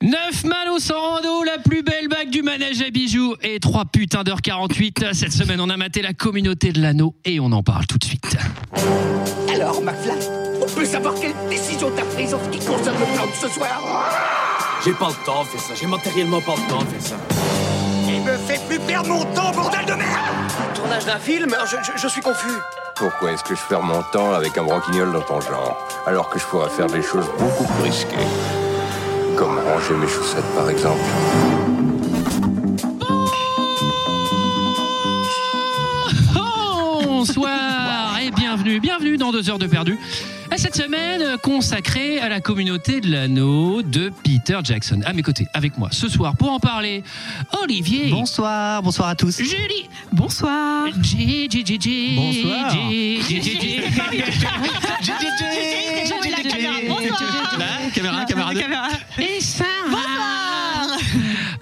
9 mal au Sorando, la plus belle bague du manège à bijoux et 3 putains d'heures 48. Cette semaine, on a maté la communauté de l'anneau et on en parle tout de suite. Alors, McFly, on peut savoir quelle décision t'as prise en ce qui concerne le plan de ce soir J'ai pas le temps de faire ça, j'ai matériellement pas le temps de faire ça. Il me fait plus perdre mon temps, bordel de merde Tournage d'un film je, je- je suis confus. Pourquoi est-ce que je perds mon temps avec un broquignol dans ton genre Alors que je pourrais faire des choses beaucoup plus risquées. Comme ranger mes chaussettes par exemple. Bonsoir et bienvenue, bienvenue dans 2 heures de perdu. À Cette semaine euh, consacrée à la communauté de l'anneau de Peter Jackson. À mes côtés, avec moi ce soir pour en parler, Olivier. Bonsoir, bonsoir à tous. Julie. Bonsoir. J, J, J, J. Bonsoir. J, J, J, J. Là, caméra, caméra deux. Et ça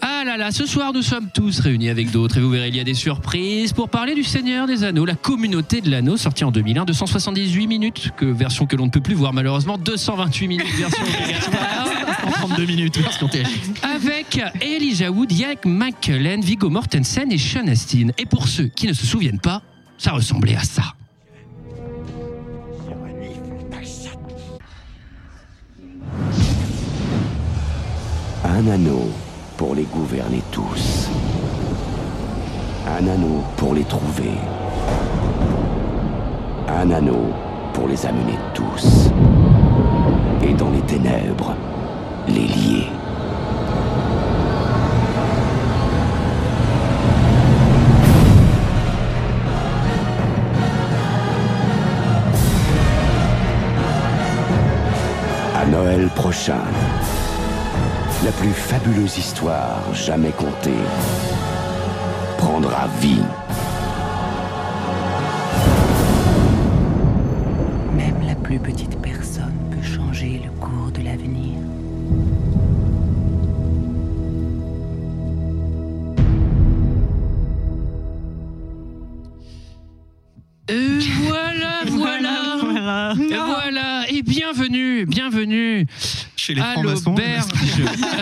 Ah là là, ce soir nous sommes tous réunis avec d'autres et vous verrez, il y a des surprises pour parler du Seigneur des Anneaux, la communauté de l'anneau sortie en 2001, 278 minutes, que version que l'on ne peut plus voir malheureusement, 228 minutes version obligatoire. En 32 minutes, parce qu'on t'est avec Elijah Wood, Yannick McKellen, Viggo Mortensen et Sean Astin. Et pour ceux qui ne se souviennent pas, ça ressemblait à ça. Un anneau pour les gouverner tous. Un anneau pour les trouver. Un anneau pour les amener tous. Et dans les ténèbres, les lier. À Noël prochain, la plus fabuleuse histoire jamais contée prendra vie. Même la plus petite personne peut changer le cours de l'avenir. Euh, voilà, voilà, voilà, Voilà. et bienvenue, bienvenue chez à l'auberge,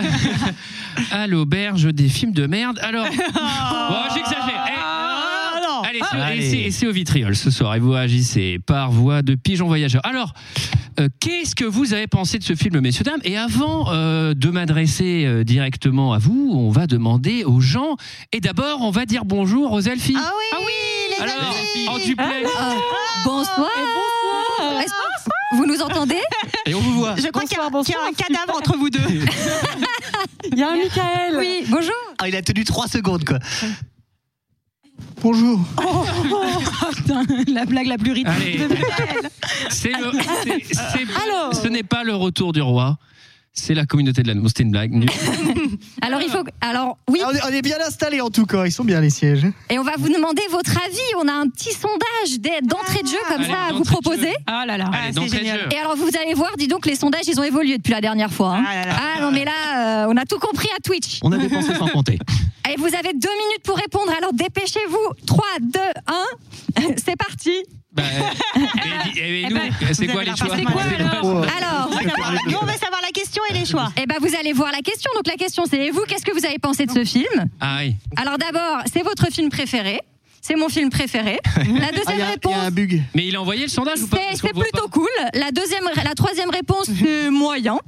à l'auberge des films de merde. Alors, bon, j'exagère. Eh, Ah, non. Allez, c'est- Allez. et c'est- et c'est au vitriol ce soir et vous agissez par voie de pigeon voyageur. Alors, euh, qu'est-ce que vous avez pensé de ce film, messieurs, dames Et avant euh, de m'adresser euh, directement à vous, on va demander aux gens. Et d'abord, on va dire bonjour aux elfies. Ah oui, les Alors, amis en duplex. Ah, Bonsoir Eh, Est-ce que Vous nous entendez Et on vous voit. Je crois qu'il y a, un cadavre entre vous deux. Il y a un Michael. Oui, bonjour Ah, il a tenu 3 secondes, quoi. Oh, la blague la plus Allez. ridicule. C'est le- c'est- c'est- Alors ce n'est pas le retour du roi. C'est la communauté de l'anneau. C'était une blague. nulle. Alors il faut... Alors oui, Ah, On est, on est bien installés en tout cas, ils sont bien les sièges. et on va vous demander votre avis. On a un petit sondage dès- d'entrée de jeu comme Allez, ça à vous d'entrée de proposer. jeu. Ah là là. Allez, Ah, d'entrée c'est de génial. jeu. Et alors vous allez voir, dis donc, les sondages, ils ont évolué depuis la dernière fois. hein. Ah Ah, là là. non mais là, euh, on a tout compris à Twitch. On a dépensé sans compter. Allez, vous avez deux minutes pour répondre, alors dépêchez-vous. 3, 2, 1, c'est parti. Bah, Eh, et- et- et Eh nous, ben, c'est vous quoi avez les la choix partie. C'est quoi, alors Ah. Oh, Alors, horrible. savoir la question et les choix. eh ben, vous allez voir la question. Donc la question, c'est vous, qu'est-ce que vous avez pensé de ce film Ah oui. Alors d'abord, c'est votre film préféré. C'est mon film préféré. La Ah, il deuxième y, a- il y a un réponse, bug. Mais il a envoyé le sondage ou pas c'est Parce qu'on c'est voit pas. plutôt cool. La deuxième, la troisième réponse, c'est moyen.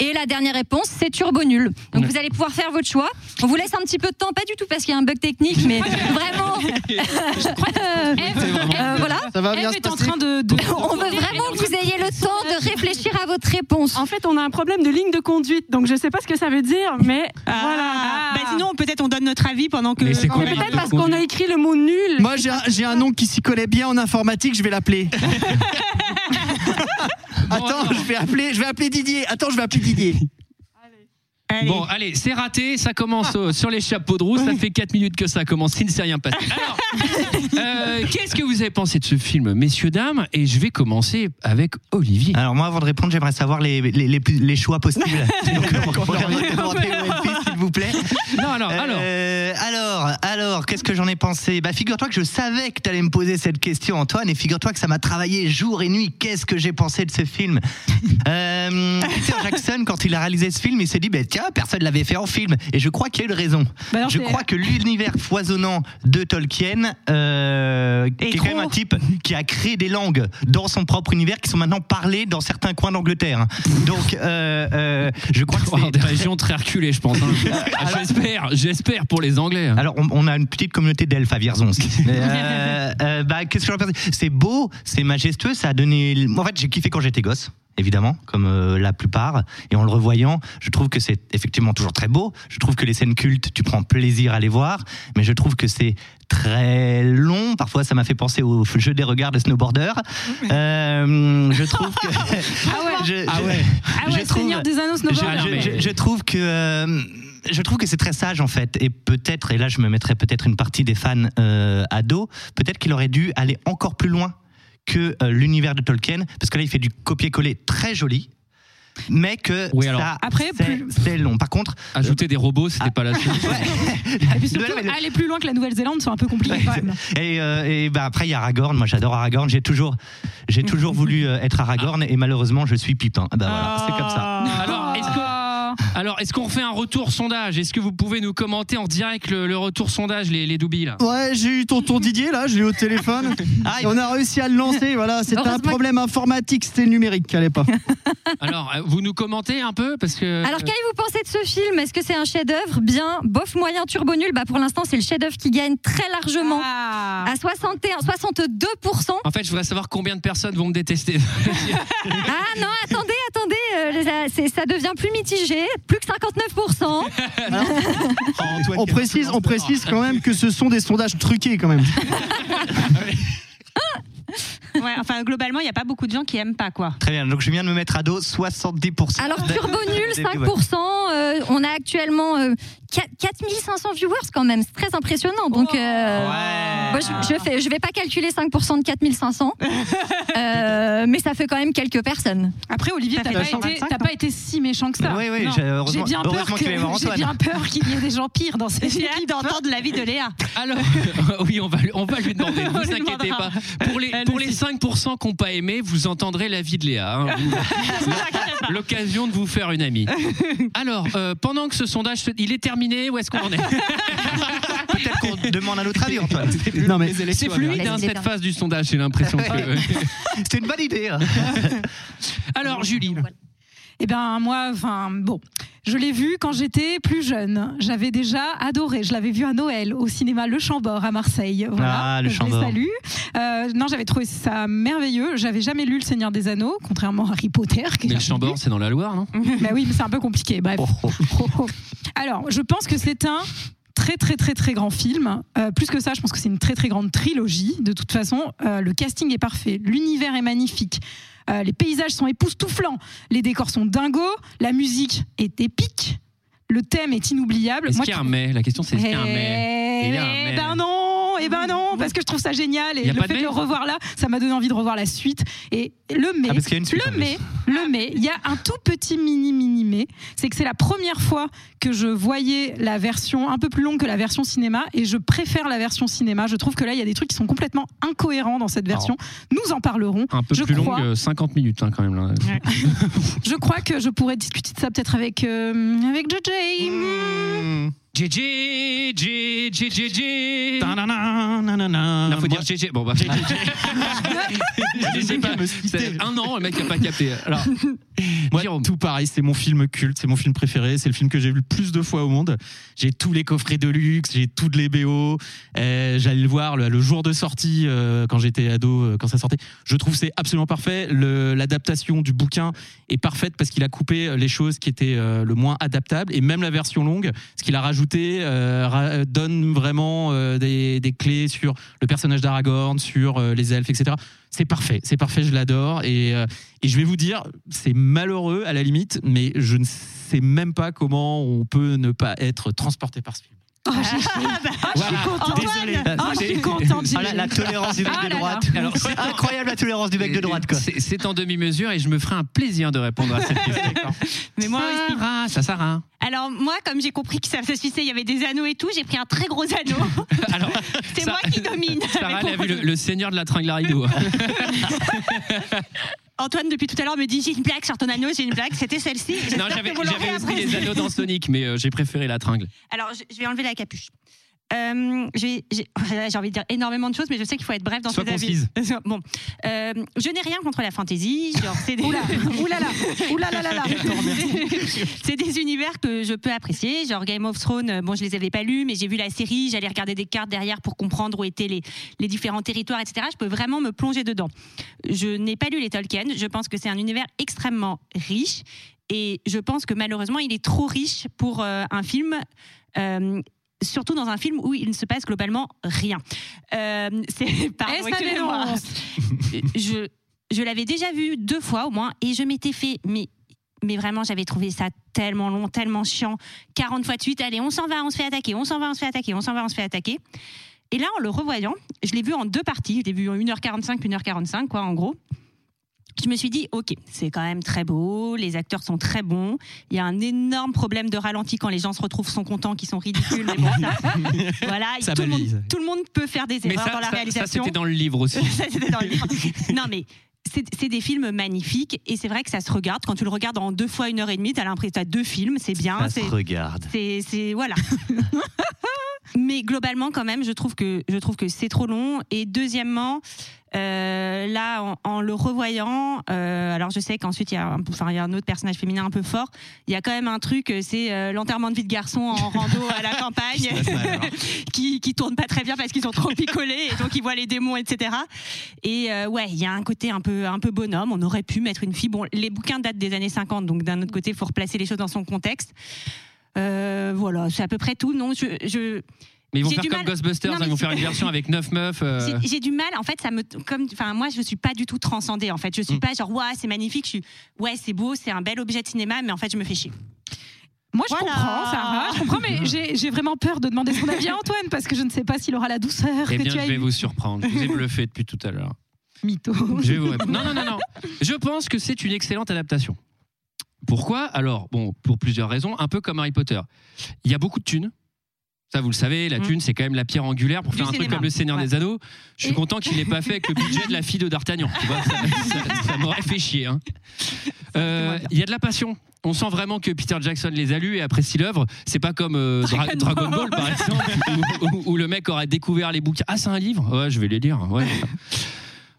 Et la dernière réponse, c'est turbo nul. Donc vous allez pouvoir faire votre choix. On vous laisse un petit peu de temps, pas du tout parce qu'il y a un bug technique, mais vraiment. Euh, euh, voilà. Ça va bien Elle se est en passer. train de. de- On veut vraiment que vous ayez le temps de réfléchir à votre réponse. En fait, on a un problème de ligne de conduite, donc je sais pas ce que ça veut dire, mais euh, Ah. voilà. Bah, sinon, peut-être on donne notre avis pendant Mais c'est quoi la ligne peut-être de parce qu'on a conduite écrit le mot nul. Moi j'ai un, j'ai un oncle qui s'y connaît bien en informatique, je vais l'appeler. Attends, je vais appeler, je vais appeler Didier. Attends, je vais appeler Didier. Bon, allez, c'est raté. Ça commence euh, sur les chapeaux de roue. Ça fait 4 minutes que ça commence. Il ne s'est rien passé. Alors, euh, qu'est-ce que vous avez pensé de ce film, messieurs, dames Et je vais commencer avec Olivier. Alors, moi, avant de répondre, j'aimerais savoir les, les, les, plus- les choix possibles. Donc, on va Demandez demander au LP, s'il vous plaît. Non, alors, alors. Euh, alors, alors, Alors, qu'est-ce que j'en ai pensé Bah, figure-toi que je savais que t'allais me poser cette question, Antoine, et figure-toi que ça m'a travaillé jour et nuit. Qu'est-ce que j'ai pensé de ce film Euh, Peter Jackson, quand il a réalisé ce film, il s'est dit, bah, tiens, personne l'avait fait en film. Et je crois qu'il a eu raison. Bah non, je c'est- crois que l'univers foisonnant de Tolkien, euh, qui est quand même un type qui a créé des langues dans son propre univers qui sont maintenant parlées dans certains coins d'Angleterre. Donc, euh, euh, je crois que c'est Des régions très reculées, je pense. hein. Ah, j'espère, j'espère pour les Anglais. hein. Alors, on, on a une petite communauté d'elfes à Vierzon. aussi. Mais, euh, euh, bah, qu'est-ce que j'en pense C'est beau, c'est majestueux, ça a donné. l- En fait, j'ai kiffé quand j'étais gosse. Évidemment, comme euh, la plupart, et en le revoyant, je trouve que c'est effectivement toujours très beau. Je trouve que les scènes cultes, tu prends plaisir à les voir, mais je trouve que c'est très long. Parfois, ça m'a fait penser au jeu des regards des snowboarders. Euh, je trouve que je, Ah je- ouais. Ah ouais, Seigneur des Anneaux snowboarder. je- Mais- je- je trouve que euh, je trouve que c'est très sage en fait et peut-être et là je me mettrais peut-être une partie des fans euh, ados peut-être qu'il aurait dû aller encore plus loin que euh, l'univers de Tolkien parce que là il fait du copier-coller très joli mais que Oui, alors, après c'est long par contre Ah. ajouter des robots c'était pas la solution Et puis surtout, aller plus loin que la Nouvelle-Zélande, c'est un peu compliqué quand même. Et, euh, et bah après, il y a Aragorn. Moi, j'adore Aragorn. J'ai toujours, j'ai toujours voulu euh, être Aragorn et malheureusement, je suis Pipin. Ah Bah voilà, c'est comme ça. Alors, est-ce que- alors, est-ce qu'on fait un retour sondage Est-ce que vous pouvez nous commenter en direct le, le retour sondage, les, les doubilles là Ouais, j'ai eu tonton Didier là, je l'ai eu au téléphone. Et on a réussi à le lancer, voilà, c'était un problème informatique, c'était le numérique à l'époque. Alors, euh, vous nous commentez un peu parce que. Alors, qu'avez-vous pensé de ce film Est-ce que c'est un chef-d'œuvre Bien, bof, moyen, turbo nul. Bah, pour l'instant, c'est le chef-d'œuvre qui gagne très largement à 61, 62%. En fait, je voudrais savoir combien de personnes vont me détester. Ah non, attendez, attendez, euh, ça, c'est- ça devient plus mitigé, plus que 59%. on précise, on précise quand même que ce sont des sondages truqués quand même. Ah. Ouais, enfin, globalement, il n'y a pas beaucoup de gens qui aiment pas, quoi. Très bien. Donc, je viens de me mettre à dos 70%. Alors de- turbo nul, des- 5%. euh, on a actuellement euh, quat- 4500 viewers quand même, c'est très impressionnant. Donc, euh, moi, je, je, fais- je vais pas calculer 5% de 4500, euh, mais ça fait quand même quelques personnes. Après, Olivier, Ça t'as fait pas, 125, été- t'as pas été si méchant que ça. Oui, oui, Non. j'ai- heureusement- j'ai bien peur heureusement que- qu'il va y avoir j'ai Antoine. bien peur qu'il y ait des gens pires dans cette J'ai hâte équipe. d'entendre l'avis de Léa. Alors, oui, on va, lui- on va lui demander, ne On vous lui inquiétez demandera. pas. Pour les, pour les 5% qu'on pas aimé, vous entendrez l'avis de Léa. hein. L'occasion de vous faire une amie. Alors, euh, pendant que ce sondage, se- il est terminé, où est-ce qu'on en est Peut-être qu'on demande un autre avis, Antoine. Non, mais C'est fluide, hein, cette phase du sondage, j'ai l'impression. que- C'était une bonne idée. hein. Alors, Julie. Eh bien, moi, enfin, bon, je l'ai vu quand j'étais plus jeune. J'avais déjà adoré. Je l'avais vu à Noël au cinéma Le Chambord à Marseille. Voilà, Ah, Le Je les Chambord. salue. Euh, non, j'avais trouvé ça merveilleux. J'avais jamais lu Le Seigneur des Anneaux, contrairement à Harry Potter. que Mais le j'ai- Chambord, c'est dans la Loire, non bah oui, mais c'est un peu compliqué. Bref. Alors, je pense que c'est un très très très très grand film. Euh, plus que ça, je pense que c'est une très très grande trilogie. De toute façon, euh, le casting est parfait, l'univers est magnifique. Euh, les paysages sont époustouflants, les décors sont dingos, la musique est épique, le thème est inoubliable. Est-ce Moi, qu'il y a je- un mais La question, c'est est-ce qu'il y a un mais Il y a un eh mais. ben non, eh ben non, parce que je trouve ça génial Y et a le pas de fait de mais le revoir là, ça m'a donné envie de revoir la suite et le mais, Ah, parce qu'il y a une suite, en le plus. mais, le mais, il y a un tout petit mini mini mais, c'est que c'est la première fois que je voyais la version un peu plus longue que la version cinéma et je préfère la version cinéma. Je trouve que là il y a des trucs qui sont complètement incohérents dans cette version. Nous en parlerons. Un peu je plus longue, crois. euh, 50 minutes hein, quand même. Là. Je crois que je pourrais discuter de ça peut-être avec euh, avec JJ. Hmm. JJ, JJ, JJ. Il faut dire JJ. Bon, bah. Je sais pas, c'est un an, le mec n'a pas capté. Alors, Moi, tout pareil, c'est mon film culte, c'est mon film préféré, c'est le film que j'ai vu le plus de fois au monde. J'ai tous les coffrets de luxe, j'ai toutes les BO. euh, J'allais le voir le, le jour de sortie euh, quand j'étais ado, euh, quand ça sortait. Je trouve que c'est absolument parfait. Le- L'adaptation du bouquin est parfaite parce qu'il a coupé les choses qui étaient euh, le moins adaptables et même la version longue, ce qu'il a rajouté euh, ra- donne vraiment euh, des, des clés sur le personnage d'Aragorn, sur euh, les elfes, etc. C'est parfait, c'est parfait, je l'adore. Et, euh, et je vais vous dire, c'est malheureux à la limite, mais je ne sais même pas comment on peut ne pas être transporté par ce film. Oh, j'ai chaud. bah, Ah, je suis Voilà. contente. Désolé. Oh, Ah, je suis contente. Oh Ah, la, la tolérance du mec Ah de là là. droite. C'est incroyable la tolérance du mec de droite. quoi. C'est c'est en demi-mesure et je me ferai un plaisir de répondre à cette question. Mais moi aussi. Ah, ça sert à rien. Alors moi, comme j'ai compris que ça se suissait, il y avait des anneaux et tout, j'ai pris un très gros anneau. c'est moi qui domine. Sarah, elle Mais a bon, vu le, le seigneur de la tringle à rideau. Antoine depuis tout à l'heure me dit j'ai une plaque sur ton anneau, j'ai une plaque. C'était celle-ci. non, J'espère j'avais que vous l'aurez j'avais après. aussi les anneaux dans Sonic, mais euh, j'ai préféré la tringle. Alors je, je vais enlever la capuche. Euh, je vais- j'ai j'ai envie de dire énormément de choses, mais je sais qu'il faut être bref dans Sois ses avis. Bon, Euh, je n'ai rien contre la fantaisie. Genre, c'est des... Oula, oulala, oulala, là, là. Oh C'est des univers que je peux apprécier. Genre Game of Thrones, euh, bon, je les avais pas lus, mais j'ai vu la série, j'allais regarder des cartes derrière pour comprendre où étaient les, les différents territoires, etc. Je peux vraiment me plonger dedans. Je n'ai pas lu les Tolkien. Je pense que c'est un univers extrêmement riche. Et je pense que malheureusement, il est trop riche pour euh, un film. euh, Surtout dans un film où il ne se passe globalement rien. Euh, c'est pardon, Et ça excusez-moi. dénonce. je, je l'avais déjà vu deux fois au moins et je m'étais fait mais mais vraiment j'avais trouvé ça tellement long tellement chiant 40 fois de suite allez on s'en va on se fait attaquer on s'en va on se fait attaquer on s'en va on se fait attaquer et là en le revoyant je l'ai vu en deux parties je l'ai vu en 1h45 1h45 quoi en gros je me suis dit, ok, c'est quand même très beau, les acteurs sont très bons, il y a un énorme problème de ralenti quand les gens se retrouvent, sont contents, qui sont ridicules, mais bon, ça- voilà, Ça tout, le balise. monde, tout le monde peut faire des Mais erreurs ça, dans la ça- ça, réalisation. c'était dans le livre aussi. Ça, c'était dans le livre. Non, mais c'est c'est des films magnifiques et c'est vrai que ça se regarde. Quand tu le regardes en deux fois une heure et demie, t'as l'impression t'as deux films, c'est bien. Ça se c'est- regarde. C'est c'est- voilà. mais globalement, quand même, je trouve que je trouve que c'est trop long. Et deuxièmement. euh, là, en, en le revoyant, euh, alors je sais qu'ensuite il y, a un- enfin, il y a un autre personnage féminin un peu fort. Il y a quand même un truc, euh, c'est euh, l'enterrement de vie de garçon en rando à la campagne, qui, qui tourne pas très bien parce qu'ils sont trop picolés et donc ils voient les démons, etc. Et euh, ouais, il y a un côté un peu, un peu bonhomme. On aurait pu mettre une fille. Bon, les bouquins datent des années 50, donc d'un autre côté, il faut replacer les choses dans son contexte. Euh, voilà, c'est à peu près tout. Non, je. je- Mais ils vont j'ai faire du comme mal- Ghostbusters, Non, hein, ils mais vont faire une c'est- version avec 9 meufs. euh, j'ai- J'ai du mal, en fait, ça me, comme, enfin, moi, je suis pas du tout transcendée, en fait. Je suis Mm. pas genre, ouais, c'est magnifique. Je suis, ouais, c'est beau, c'est un bel objet de cinéma, mais en fait, je me fais chier. Moi, je Voilà. comprends, Sarah, je comprends, mais j'ai j'ai vraiment peur de demander son avis à Antoine parce que je ne sais pas s'il aura la douceur Eh que bien, tu je as vais eue. vous surprendre. Je vous ai bluffé depuis tout à l'heure. Mytho. Je vais vous répondre. Non, non, non, non. Je pense que c'est une excellente adaptation. Pourquoi Alors, bon, pour plusieurs raisons, un peu comme Harry Potter. Il y a beaucoup de thunes. Ça, vous le savez, Mm. la thune, c'est quand même la pierre angulaire pour Du faire un truc cinéma. comme Le Seigneur Ouais. des Ados. Je suis Et- content qu'il n'ait pas fait avec le budget de la fille de D'Artagnan. Tu vois, ça, ça- ça m'aurait fait chier. hein. Euh, il y a de la passion. On sent vraiment que Peter Jackson les a lus et apprécie l'œuvre. C'est pas comme euh, Dra- Dragon, Dragon Ball, Ball. par exemple, où, où- où le mec aurait découvert les bouquins. Ah, c'est un livre Ouais, je vais les lire. Ouais.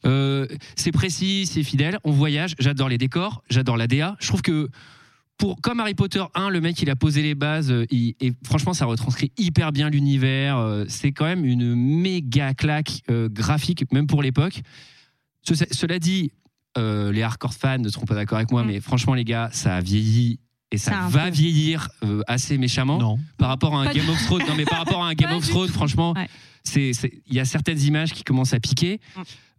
Euh, c'est précis, c'est fidèle. On voyage. J'adore les décors. J'adore la DA. Je trouve que. Pour, comme Harry Potter 1, le mec il a posé les bases euh, il- et franchement ça retranscrit hyper bien l'univers. euh, c'est quand même une méga claque euh, graphique, même pour l'époque. Ce- Cela dit, euh, les hardcore fans ne seront pas d'accord avec moi, mais franchement, les gars, ça a vieilli et ça Mm. Ça a un va vieillir euh, assez méchamment par rapport à un Pas du- Game of Thrones. Non, mais par rapport à un Game Pas of du Thrones, tout. franchement, Ouais. Mm. c'est c'est- il y a certaines images qui commencent à piquer.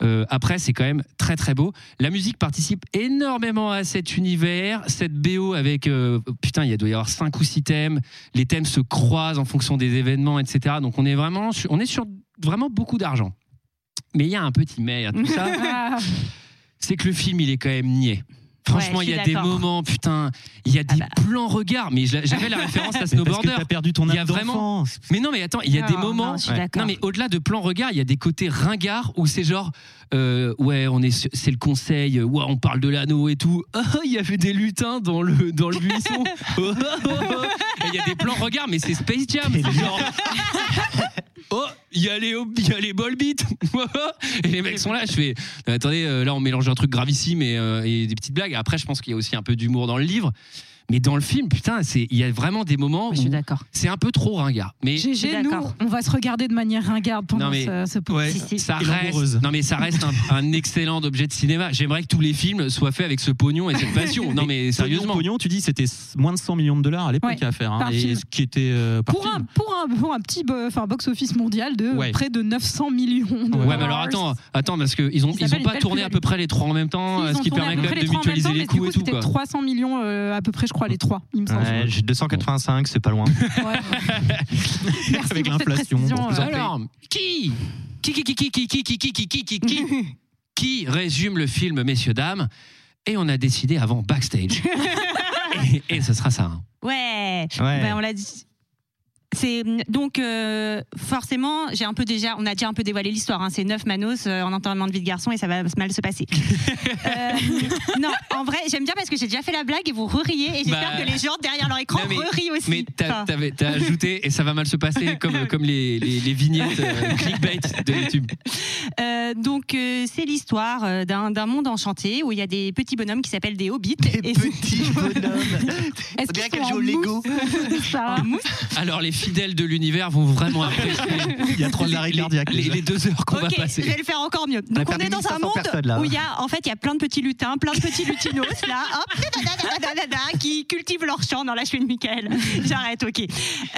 Euh, après, c'est quand même très très beau. La musique participe énormément à cet univers, cette BO avec euh, putain, il y a- doit y avoir cinq ou six thèmes. Les thèmes se croisent en fonction des événements, etc. Donc on est vraiment, sur- on est sur vraiment beaucoup d'argent. Mais il y a un petit mais à tout ça. c'est que le film, il est quand même niais. Franchement, Ouais, il je y a suis des d'accord. Ah bah. moments, putain, il y a des plans regards. Mais je la- j'avais la référence à Mais parce que Snowboarder. t'as perdu ton Il y a âme vraiment. d'enfant. Mais non, mais attends, il y a Non, des Ah, non, moments. je suis d'accord. Non, mais au-delà de plan regard, il y a des côtés ringards où c'est genre, euh, ouais, on est, sur- c'est le conseil. euh, ouah, on parle de l'anneau et tout. Ah, il y avait des lutins dans le dans le buisson. Oh, oh, oh. Et Il y a des plans regards, mais c'est Space Jam. c'est genre, Oh, il y a les hob- il y a les ball beats. et les mecs sont là, je fais euh, attendez, euh, là on mélange un truc gravissime et, euh, et des petites blagues. Après je pense qu'il y a aussi un peu d'humour dans le livre. Mais dans le film, putain, c'est il y a vraiment des moments où c'est un peu trop ringard. Mais GG, nous, on va se regarder de manière ringarde pendant non mais ce, ce Ouais, ça reste non mais ça reste un, un excellent objet de cinéma. J'aimerais que tous les films soient faits avec ce pognon et cette passion. Non mais sérieusement. Pognon, tu dis, c'était moins de 100 millions de dollars à l'époque Ouais, à faire. hein, par et film. ce qui était euh, par Pour film. un, pour, un, pour un petit bo- enfin, box-office mondial de Ouais. près de 900 millions de Ouais, mais alors dollars. attends, attends parce que ils ont Ils ils ont s'appellent pas une tourné belle à peu près les trois en même temps, Ils ce ont qui tourné à permet peu quand même près de les trois en même temps, mutualiser les mais du coûts coup, et tout C'était quoi. 300 millions euh, à peu près, je crois, les trois, il me semble. Ouais, j'ai 285, c'est pas loin. Avec pour cette l'inflation. précision, bon, vous en Alors, qui qui qui qui qui qui qui qui qui qui qui qui qui qui résume le film, messieurs dames Et on a décidé avant backstage. et, et ce sera ça. hein. Ouais. Ouais. Ben, on l'a dit. C'est donc euh, forcément, j'ai un peu déjà, on a déjà un peu dévoilé l'histoire. hein. C'est neuf manos euh, en enterrement de vie de garçon et ça va mal se passer. Euh, non, en vrai, j'aime bien parce que j'ai déjà fait la blague et vous riez et j'espère Bah, que les gens derrière leur écran Non, rient aussi. mais t'as Enfin, t'avais- t'as ajouté et ça va mal se passer comme, comme les, les, les vignettes euh, clickbait de YouTube. euh, donc euh, c'est l'histoire euh, d'un d'un monde enchanté où il y a des petits bonhommes qui s'appellent des hobbits. Des petits bonhommes. Est-ce dirait qu'ils qu'elle sont joue en au Lego. mousse Ça, en mousse Alors les fidèles de l'univers vont vraiment apprécier. Il y a trop d'arrêts cardiaques. Les, les deux heures qu'on Ok, va passer. je vais le faire encore mieux. On a Donc on perdu est dans un 1500 monde personnes, là. où il y a en fait il y a plein de petits lutins, plein de petits lutinos là, hop, dadadadadadada, qui cultivent leur champ dans la cheville de Michael. J'arrête, ok.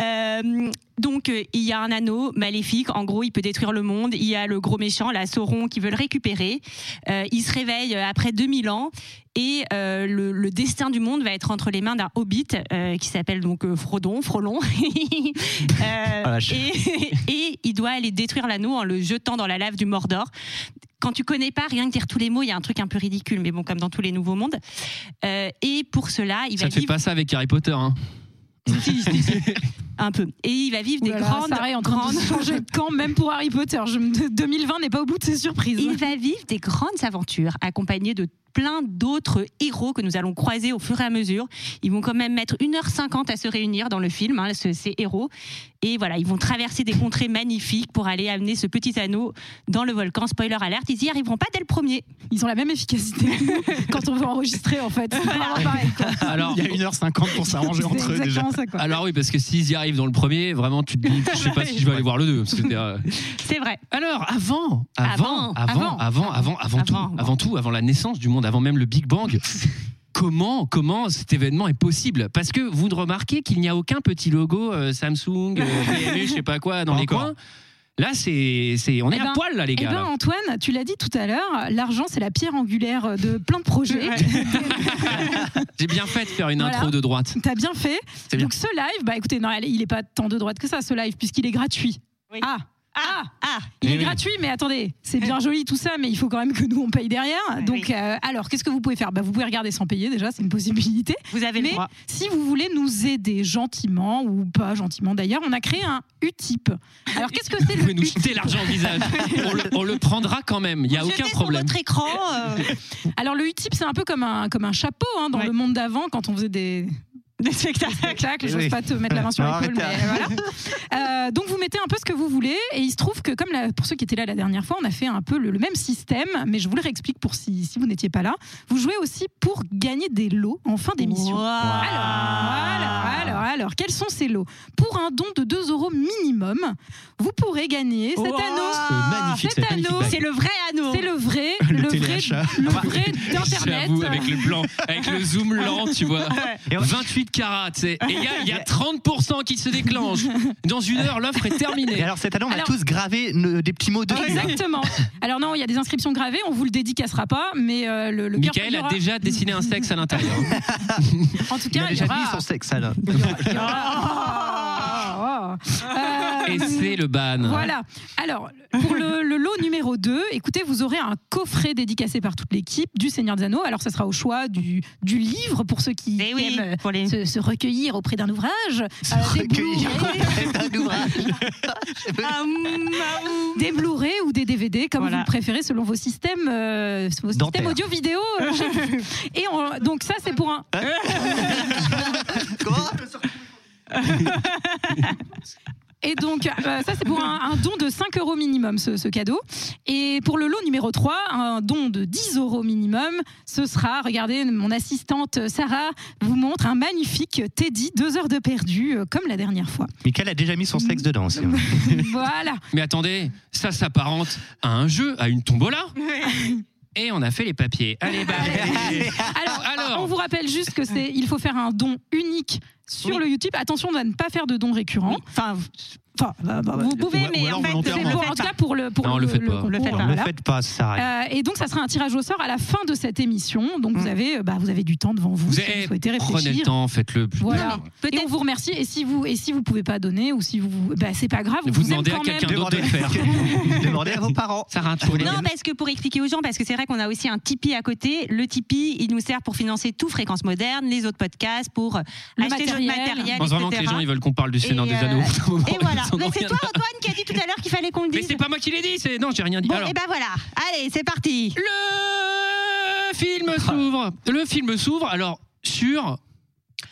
Euh, donc euh, il y a un anneau maléfique, en gros il peut détruire le monde. Il y a le gros méchant, la Sauron, qui veut le récupérer. Euh, il se réveille euh, après 2000 ans et euh, le, le destin du monde va être entre les mains d'un hobbit euh, qui s'appelle donc euh, Frodon, Frolon. Euh, Ah, la vache. et, et il doit aller détruire l'anneau en le jetant dans la lave du Mordor. Quand tu connais pas, rien que dire tous les mots, il y a un truc un peu ridicule, mais bon, comme dans tous les nouveaux mondes. Euh, et pour cela, il Ça va te fait vivre pas ça avec Harry Potter. Hein. un peu. Et il va vivre Ouh là des là, grandes, ça arrête, en train de grandes- changer de camp, même pour Harry Potter. Je me- 2020 n'est pas au bout de ses surprises. Il va vivre des grandes aventures accompagnées de plein d'autres héros que nous allons croiser au fur et à mesure. Ils vont quand même mettre 1h50 à se réunir dans le film, hein, ce- ces héros. Et voilà, ils vont traverser des contrées magnifiques pour aller amener ce petit anneau dans le volcan. Spoiler alerte, ils y arriveront pas dès le premier. Ils ont la même efficacité quand on veut enregistrer en fait. C'est vraiment pareil, quoi. Alors, Il y a 1h50 pour s'arranger C'est entre eux déjà. exactement ça, quoi. Alors oui, parce que s'ils y arrivent dans le premier, vraiment, tu te dis, je sais pas si je vais aller voir le 2. C'est vrai. Alors, avant, euh, avant, Avant. avant, avant, avant, avant tout, avant tout, avant la naissance du monde, avant même le Big Bang. Comment, comment cet événement est possible Parce que vous ne remarquez qu'il n'y a aucun petit logo euh, Samsung, euh, PMU, je sais pas quoi, dans les coins. Là, c'est, c'est, on est Eh ben- à poil là, les eh gars. ben, là. Antoine, tu l'as dit tout à l'heure, l'argent c'est la pierre angulaire de plein de projets. J'ai bien fait de faire une ben, Voilà. intro de droite. T'as bien fait. C'est bien. Donc ce live, bah écoutez, non, allez, il est pas tant de droite que ça, ce live, puisqu'il est gratuit. Ah ah, Il Eh est oui. gratuit, mais attendez, c'est bien joli tout ça, mais il faut quand même que nous on paye derrière. Donc, euh, alors, qu'est-ce que vous pouvez faire bah, Vous pouvez regarder sans payer déjà, c'est une possibilité. Vous avez mais Si vous voulez nous aider gentiment ou pas gentiment d'ailleurs, on a créé un Utip. Alors, qu'est-ce que c'est Vous pouvez le nous jeter l'argent au visage. On le, on le prendra quand même. Il n'y a Jetez aucun sur problème. votre euh. écran. Alors le Utip, c'est un peu comme un, comme un chapeau hein, dans le monde d'avant quand on faisait des. Des spectacles. je Oui. pas te mettre la main sur Non, l'épaule, mais arrêtez. voilà. Euh, donc vous mettez un peu ce que vous voulez, et il se trouve que, comme la- pour ceux qui étaient là la dernière fois, on a fait un peu le, le même système, mais je vous le réexplique pour si, si vous n'étiez pas là. Vous jouez aussi pour gagner des lots en fin d'émission. Alors, alors, alors, quels sont ces lots Pour un don de 2 euros minimum, vous pourrez gagner cet Wow. C'est anneau. magnifique, cet cette magnifique anneau, bague. C'est le vrai anneau. C'est le vrai, Le le, vrai, téléachat. le vrai d'internet. Ah bah, J'avoue, avec le plan, avec le zoom lent, tu vois. 28 carats, tu sais. Et il y a- il y, a 30% qui se déclenchent. Dans une heure, l'offre est terminée. Et alors cet anneau, on Alors- Ah, va tous graver ne- des petits mots hein. dessus. Exactement. Alors non, il y a des inscriptions gravées, on vous le dédicacera pas, mais euh, le, le Michael cœur a qu'il y aura- déjà dessiné un sexe à l'intérieur. En tout Il cas, a il y déjà aura. mis son sexe, là. il y aura- Euh, Et c'est le ban. Voilà. Alors, pour le, le lot numéro 2, écoutez, vous aurez un coffret dédicacé par toute l'équipe du Seigneur des Anneaux. Alors, ça sera au choix du, du livre pour ceux qui aiment euh, se, se recueillir auprès d'un ouvrage. euh, Se recueillir auprès d'un ouvrage. des Blu-ray ou des DVD, comme vous le préférez, selon vos systèmes, euh, vos systèmes Dentaire. audio-vidéo. euh, je sais plus. Et on- donc, ça, c'est pour un. Et donc, euh, ça, c'est pour un, un don de 5 euros minimum, ce, ce cadeau. Et pour le lot numéro 3, un don de 10 euros minimum, ce sera, regardez, mon assistante Sarah vous montre un magnifique Teddy, 2 heures de perdu, euh, comme la dernière fois. Michael a déjà mis son sexe dedans aussi. hein. voilà. Mais attendez, ça s'apparente à un jeu, à une tombola. Et on a fait les papiers. Allez, bah, Alors, on vous rappelle juste que c'est il faut faire un don unique sur le YouTube. Attention de ne pas faire de dons récurrents. Enfin, enfin, bah, bah, bah, vous pouvez, Ou- ou mais alors en fait, volontairement. c'est pour- en tout cas pour le pour Non, le faites pas. concours, Le faites pas, voilà. le faites pas, ça sert à rien. Euh, et donc, ça sera un tirage au sort à la fin de cette émission. Donc, vous avez, euh, bah, vous avez du temps devant vous. Vous si vous avez- souhaitez réfléchir. prenez le temps, faites-le. Voilà. Et on vous remercie. Et si vous et si vous pouvez pas donner ou si vous, bah, c'est pas grave. Vous, on vous aime demandez à quand quelqu'un même. d'autre de le faire. Demandez à vos parents. Sarah, tu voulais- Non, parce que pour expliquer aux gens, parce que c'est vrai qu'on a aussi un Tipeee à côté. Le Tipeee, il nous sert pour financer tout Fréquence Moderne, les autres podcasts, pour Le matériel. acheter notre matériel. Je pense vraiment que etc.. les gens ils veulent qu'on parle du Seigneur Et, des euh, Anneaux. Au moment Et où voilà. ils en Mais ont c'est rien. toi, Antoine, qui a dit tout à l'heure qu'il fallait qu'on le Mais dise. c'est pas moi qui l'ai dit, c'est non, j'ai rien dit. Bon, Alors, et ben voilà. Allez, c'est parti. Le Ah. film s'ouvre. Le film s'ouvre. Alors sur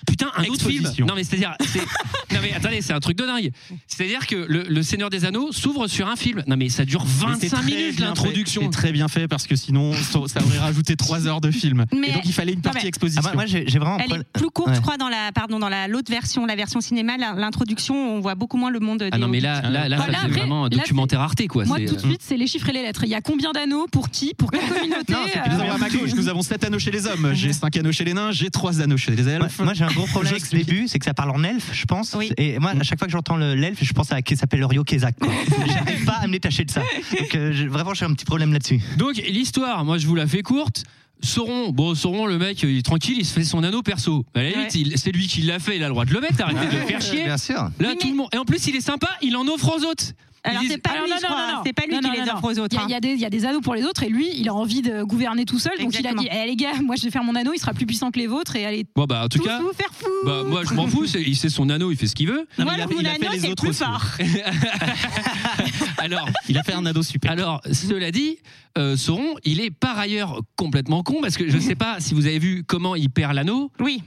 putain un autre film. Non mais c'est-à-dire c'est- non mais attendez, c'est un truc de dingue. C'est-à-dire que le, le Seigneur des Anneaux s'ouvre sur un film. Non mais ça dure Mais c'est 25 très minutes bien fait. l'introduction. C'est très bien fait parce que sinon, ça ça aurait rajouté 3 heures de film. Mais- Et donc, il fallait une Non, partie mais- exposition. Ah, moi, moi, j'ai- j'ai vraiment un Elle est problème- plus courte, Ouais. je crois, dans la pardon, dans la l'autre version, la version cinéma, la- l'introduction, on voit beaucoup moins le monde. Ah des non mais là hobbits. là là, ça, c'est vraiment un là, documentaire Arte quoi. Moi, c'est, tout de euh, suite, c'est les chiffres et les lettres. Il y a combien d'anneaux pour qui, pour quelle communauté Non, c'est euh, plus à ma gauche, nous avons 7 anneaux chez les hommes, j'ai 5 anneaux chez les nains, j'ai 3 anneaux chez les elfes. Moi, j'ai un gros problème avec ce début, c'est que ça parle en elfe, je pense. Et moi, Mm. à chaque fois que j'entends le- l'elfe, je pense à qui s'appelle Rio Kezak. quoi. J'arrive pas à me détacher de ça. Donc, euh, j'ai- vraiment, j'ai un petit problème là-dessus. Donc l'histoire, moi je vous la fais courte. Sauron, bon Sauron le mec il est tranquille, il se fait son anneau perso. À la limite, il- c'est lui qui l'a fait, il a le droit de le mettre, arrêtez de le faire chier. Bien sûr. Là tout le monde et en plus il est sympa, il en offre aux autres. Ils Alors, disent- c'est pas Alors, lui, non, je non, crois, non, non. c'est pas lui Non, qui non, les non, offre aux non. autres. Il y a- hein. il y, a des- il y a des anneaux pour les autres et lui, il a envie de gouverner tout seul. Donc Exactement. il a dit, eh, les gars, moi je vais faire mon anneau, il sera plus puissant que les vôtres et allez Bon bah en tout tous cas, vous faire fou. bah moi je m'en fous, c'est- il sait son anneau, il fait ce qu'il veut. Moi, alors, mon anneau, c'est le plus fort. Alors, il a fait un anneau super. Alors, cela dit, euh, Sauron, il est par ailleurs complètement con parce que je ne sais pas si vous avez vu comment il perd l'anneau. Oui.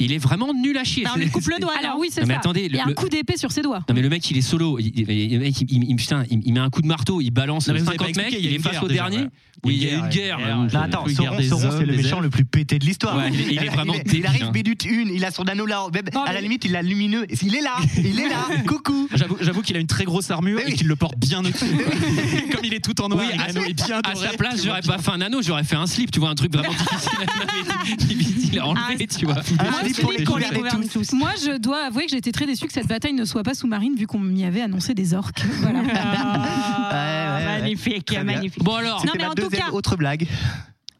Il est vraiment nul à chier. C'est- c'est- Alors oui, c'est Non, mais ça. attendez, il y a le- un coup d'épée sur ses doigts. Non mais le mec il est solo, il, il- il- le mec, il- il- putain, il- il met un coup de marteau, il balance Non, mais vous avez 50 pas mecs, expliqué, il est une face guerre au déjà, dernier. voilà. Oui, il y a une guerre. guerre, euh, une une Bah, attends, guerre Sauron, des Sauron, hommes, c'est le des méchant elfes. le plus pété de l'histoire. Ouais, il est- il est vraiment il, débile, arrive hein. minute une, il a son anneau là, même à la limite, il a lumineux. Il est là, il est là, coucou. J'avoue, j'avoue qu'il a une très grosse armure et qu'il le porte bien au-dessus. Comme il est tout en noir, Oui, à, l'anneau est bien à doré. sa place, j'aurais pas fait un anneau, j'aurais fait un slip, tu vois, un truc vraiment difficile, à- difficile à enlever, Ah, tu vois. Ah, Moi, je pour les suis- qu'on les gouverne Moi, je dois avouer que j'étais très déçu que cette bataille ne soit pas sous-marine vu qu'on m'y avait annoncé des orques. Voilà. Ah, Magnifique, Très bien. magnifique. non, C'était mais ma en tout deuxième cas, autre blague.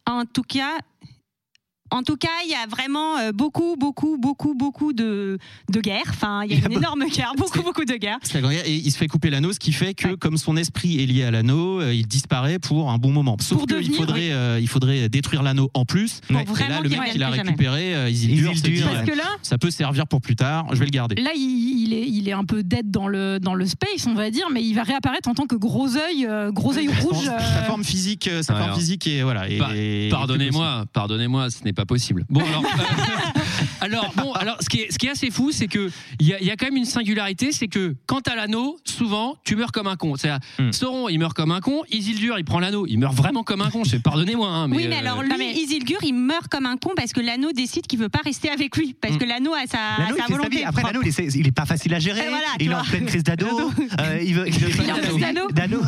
En tout cas, en tout cas, il y a vraiment euh, beaucoup, beaucoup, beaucoup, beaucoup de, de guerres. Enfin, il y a une énorme guerre, beaucoup, beaucoup de guerres. C'est la grande guerre, Et il se fait couper l'anneau, ce qui fait que, comme son esprit est lié à l'anneau, euh, il disparaît pour un bon moment. Sauf Pour qu'il devenir, faudrait, oui. euh, il faudrait détruire l'anneau en plus. Pour Et là, vraiment le qu'il mec, reste il a jamais. récupéré, euh, il Il dure, se dure. dit, Parce euh, que là- ça peut servir pour plus tard, je vais le garder. Là, il, il est, il est un peu dead dans le, dans le space, on va dire, mais il va réapparaître en tant que gros œil, euh, gros œil rouge. euh, Sa forme physique, euh, sa Ouais, forme alors. physique et voilà. et- Pa- et- Pardonnez-moi, pardonnez-moi, ce n'est pas possible. Bon alors, euh, alors bon alors, ce qui est, ce qui est assez fou, c'est que il y, a- il y a quand même une singularité, c'est que quand t'as l'anneau, souvent tu meurs comme un con. C'est Hmm. Sauron, il meurt comme un con. Isildur, il prend l'anneau, il meurt vraiment comme un con. Je sais, pardonnez-moi. hein, mais, oui, Ah, mais euh, alors lui, Isildur, il meurt comme un con parce que l'anneau décide qu'il veut pas rester avec lui, parce que l'anneau a sa, L'anneau, il sa fait sa vie. Ah, volonté. Après, l'anneau, il, est- il est pas facile à gérer. Et voilà, tu il est en vois. pleine crise d'ado. Euh, il veut, il veut Il est en crise d'ado. D'ado.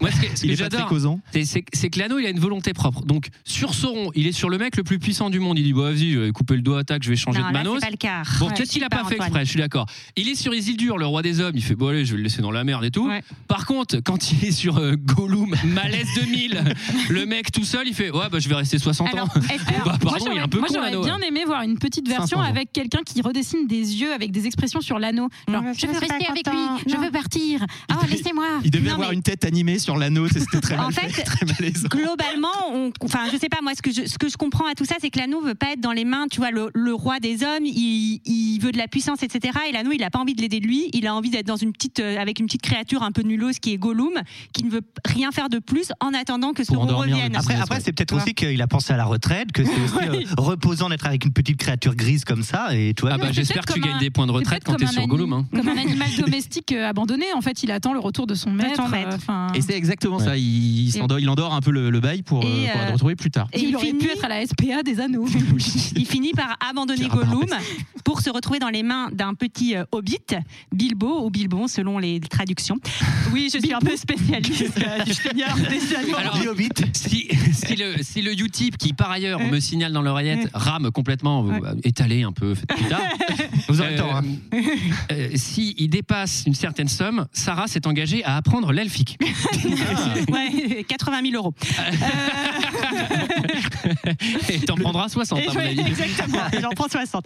Moi, ce que, ce que Il est pas j'adore, très causant. c'est- c'est c'est que l'anneau, il a une volonté propre. Donc, sur Sauron, il est sur le mec le plus puissant du monde. Il dit, bah, vas-y, je vais couper le doigt, attaque, je vais changer Non, de là, manos. c'est pas le cas. Bon, Ouais, peut-être je qu'il suis a pas pas fait Antoine. exprès, je suis d'accord. Il est sur Isildur, le roi des hommes. Il fait, bon, allez, je vais le laisser dans la merde et tout. Par contre, quand il est sur euh, Gollum, malaise 2000, le mec tout seul, il fait, ouais, bah, je vais rester 60 ans. est-ce que- Bah, Eh, pardon, Moi, il est j'aurais- un peu moi, con, j'aurais l'anneau. hein. bien aimé voir une petite 500 version ans. avec quelqu'un qui redessine des yeux avec des expressions sur l'anneau. Genre, je veux rester avec lui, je veux partir. Ah, laissez-moi. Il devait Non, avoir mais- une tête animée sur l'anneau, c'était très En mal fait, fait, très malaisant. Globalement, on, enfin, je sais pas, moi, ce que je, ce que je comprends à tout ça, c'est que l'anneau veut pas être dans les mains, tu vois, le, le roi des hommes, il, il veut de la puissance, etc. Et l'anneau, il a pas envie de l'aider lui, il a envie d'être dans une petite, euh, avec une petite créature un peu nullose qui est Gollum, qui ne veut rien faire de plus en attendant que Sauron revienne. Après, après c'est peut-être aussi qu'il a pensé à la retraite, que c'est aussi euh, reposant d'être avec une petite créature grise comme ça. Et toi, Ah bah, j'espère que tu gagnes des points de retraite quand comme t'es un sur ami- Gollum. hein. Comme un animal domestique euh, abandonné, en fait, il attend le retour de son maître. euh, enfin. Et c'est exactement ça, il, il s'endort- il endort un peu le, le bail pour, euh, Et, pour euh, être retrouvé plus tard. Et il aurait pu être à la SPA des anneaux. il finit par abandonner Ah, Gollum pour se retrouver dans les mains d'un petit euh, hobbit, Bilbo ou Bilbon selon les traductions. Oui, je suis un peu spécialiste Bah, euh, du Seigneur des Anneaux. Alors, Si, si le, si le Utip, qui par ailleurs me signale dans l'oreillette, rame complètement, euh, étalé un peu, faites plus tard. Vous aurez le temps, hein. euh, si il dépasse une certaine somme, Sarah s'est engagée à apprendre l'elfique. Ouais, 80 000 euros. Et t'en prendras 60, Et à mon ouais, avis. Exactement, et j'en prends 60.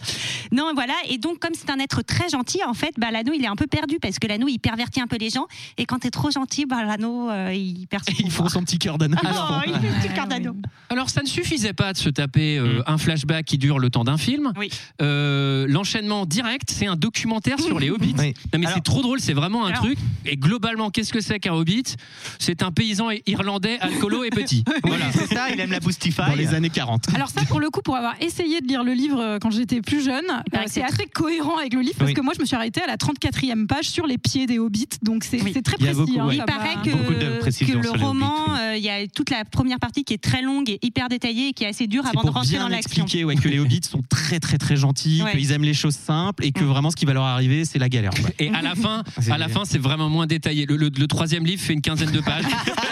Non, voilà, et donc comme c'est un être très gentil, en fait, bah, l'anneau, il est un peu perdu parce que l'anneau, il pervertit un peu les gens. Et quand t'es trop gentil, bah, l'anneau, euh, il perd son Ils font son petit cœur d'anneau. pouvoir. Oh, il fait du cardano. Alors, ça ne suffisait pas de se taper Mm. euh, un flashback qui dure le temps d'un film. Euh, L'enchaînement direct, c'est un documentaire sur les hobbits. Non, mais c'est trop drôle, c'est vraiment un truc. Et globalement, qu'est-ce que c'est qu'un hobbit C'est un paysan irlandais, alcoolo et petit. voilà. C'est ça, il aime la boostify. Dans les années 40. Alors ça, pour le coup, pour avoir essayé de lire le livre euh, quand j'étais plus jeune, euh, c'est assez cohérent avec le livre parce Oui. que moi, je me suis arrêtée à la 34e page sur les pieds des hobbits, donc c'est c'est très Il y a précis. beaucoup, hein, ouais. ça Il paraît m'a- que, Beaucoup de que précisions le sur les roman, euh, il y a toute la première partie qui est très longue et hyper détaillée et qui est assez dure avant de pour rentrer dans bien l'action. expliquer ouais, que les hobbits sont très très très gentils, Ouais. qu'ils aiment les choses simples et que vraiment ce qui va leur arriver c'est la galère. quoi. Et à la fin, à la fin, c'est vraiment moins détaillé. Le, le- le troisième livre fait une quinzaine de pages.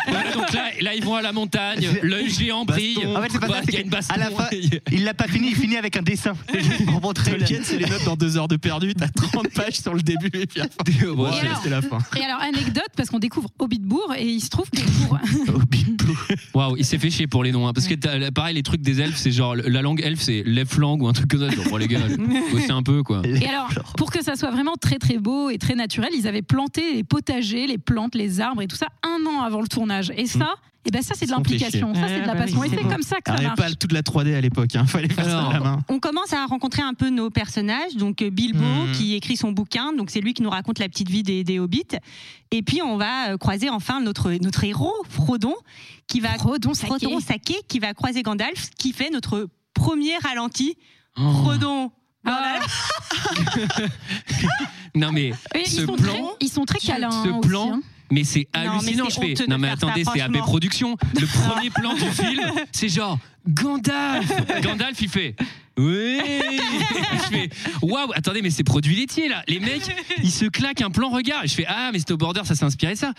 Voilà, donc là, là, ils vont à la montagne. L'œil géant brille. En fait, c'est pas Voilà, ça, il y a c'est une que baston. à la fin, il l'a pas fini, il finit avec un dessin. C'est juste pour montrer le- Tolkien, c'est les notes dans deux heures de perdu. T'as 30 pages sur le début et puis à la fin. Ouais, c'est- alors c'est la fin. Et alors, anecdote, parce qu'on découvre Hobbitbourg et il se trouve que pour... Waouh, il s'est fait chier pour les noms. hein, parce que t'as- pareil, les trucs des elfes, c'est genre la langue elfe, c'est l'elflang ou un truc comme ça. Genre, bon, les gars, bossez un peu quoi. Et alors, pour que ça soit vraiment très très beau et très naturel, ils avaient planté les potagers, les plantes, les arbres et tout ça un an avant le tournage. Et ça, et ben ça c'est de On Hmm. fait l'implication, chier. ça c'est de la Ah, bah oui, passion. Et c'est bon. comme ça que Ah, ça et marche. pas toute la 3D à l'époque, hein. fallait faire ça à la main. On commence à rencontrer un peu nos personnages, donc euh, Bilbo Mhm. qui écrit son bouquin, donc c'est lui qui nous raconte la petite vie des, des hobbits. Et puis on va euh, croiser enfin notre notre héros Frodon qui va Frodon Saké. Saké, qui va croiser Gandalf, qui fait notre premier ralenti. Oh. Frodon. Ah. Gandalf. Non mais Et ce ils, plan, sont très, ils sont très câlins. ce aussi, plan, hein. mais c'est Non, mais hallucinant. c'est je fais. honteux de Non mais faire ça, attendez, c'est AB franchement. Productions. Le premier plan du film, c'est genre Gandalf. Gandalf, il fait. Oui. Je fais waouh. Attendez, mais c'est produit laitier là. Les mecs, ils se claquent un plan regard. Et je fais ah mais Snowboarder, ça s'est inspiré de ça.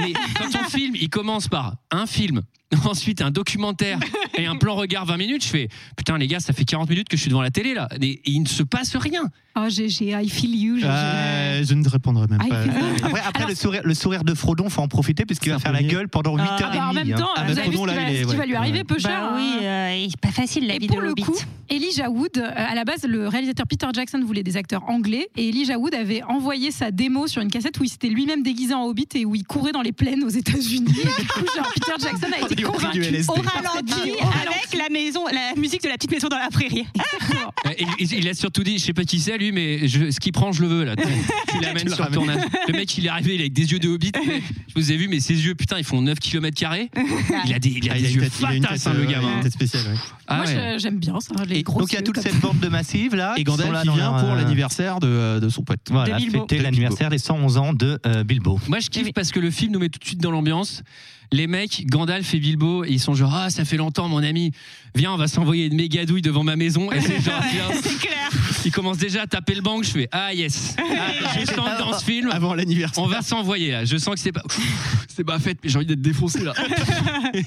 Mais quand on filme, il commence par un film. Ensuite, un documentaire et un plan regard 20 minutes. Je fais putain, les gars, ça fait 40 minutes que je suis devant la télé là. Et il ne se passe rien. Oh, GG, I feel you. GG. Euh, je ne répondrai même Ah, il pas. fait ça. Après, après le, sourire, le sourire de Frodon, faut en profiter parce qu'il va faire la gueule pendant 8 Ah, heures. bah, en même temps, vous avez vu ce qui va- ce qui va lui arriver, Ah, peu Bah cher. oui, hein. euh, c'est pas facile la Et vie pour de le l'hobbit. coup, Elijah Wood, euh, à la base, le réalisateur Peter Jackson voulait des acteurs anglais et Elijah Wood avait envoyé sa démo sur une cassette où il s'était lui-même déguisé en hobbit et où il courait dans les plaines aux États-Unis. Et du coup, genre, Peter Jackson a été Au convaincu. ralenti avec la maison, la musique de la petite maison dans la prairie. Euh, Il, il- il a surtout dit, je sais pas qui c'est lui, mais je- ce qu'il prend, je le veux là. Tu, tu l'amènes sur le tournage. Le mec, il est arrivé, il est avec des yeux de hobbit. mais Je vous ai vu, mais ses yeux, putain, ils font 9 km. Il a des, il a Ah, des il a une yeux tête- il a une fatas, tête, hein, le euh, gamin. il a une tête spéciale, ouais. Ah Moi, ouais. je- j'aime bien ça, les gros Donc il y a yeux toute comme cette ça. bande de massive là. Et qui sont Gandalf là qui dans vient leur, pour euh, l'anniversaire de, euh, de son pote. Voilà, De Bilbo. fêter De l'anniversaire des 111 ans de euh, Bilbo. Moi, je kiffe parce que le film nous met tout de suite dans l'ambiance. Les mecs, Gandalf et Bilbo, ils sont genre, ah, ça fait longtemps, mon ami. Viens, on va s'envoyer une méga douille devant ma maison. Et c'est genre, viens. C'est clair. Ils commencent déjà à taper le bang. Je fais, ah, yes. Ah, je sens que dans ce film, Avant l'anniversaire. on va s'envoyer là. Je sens que c'est pas, Ouf, c'est pas fait, mais j'ai envie d'être défoncé là. Bah, Donc, il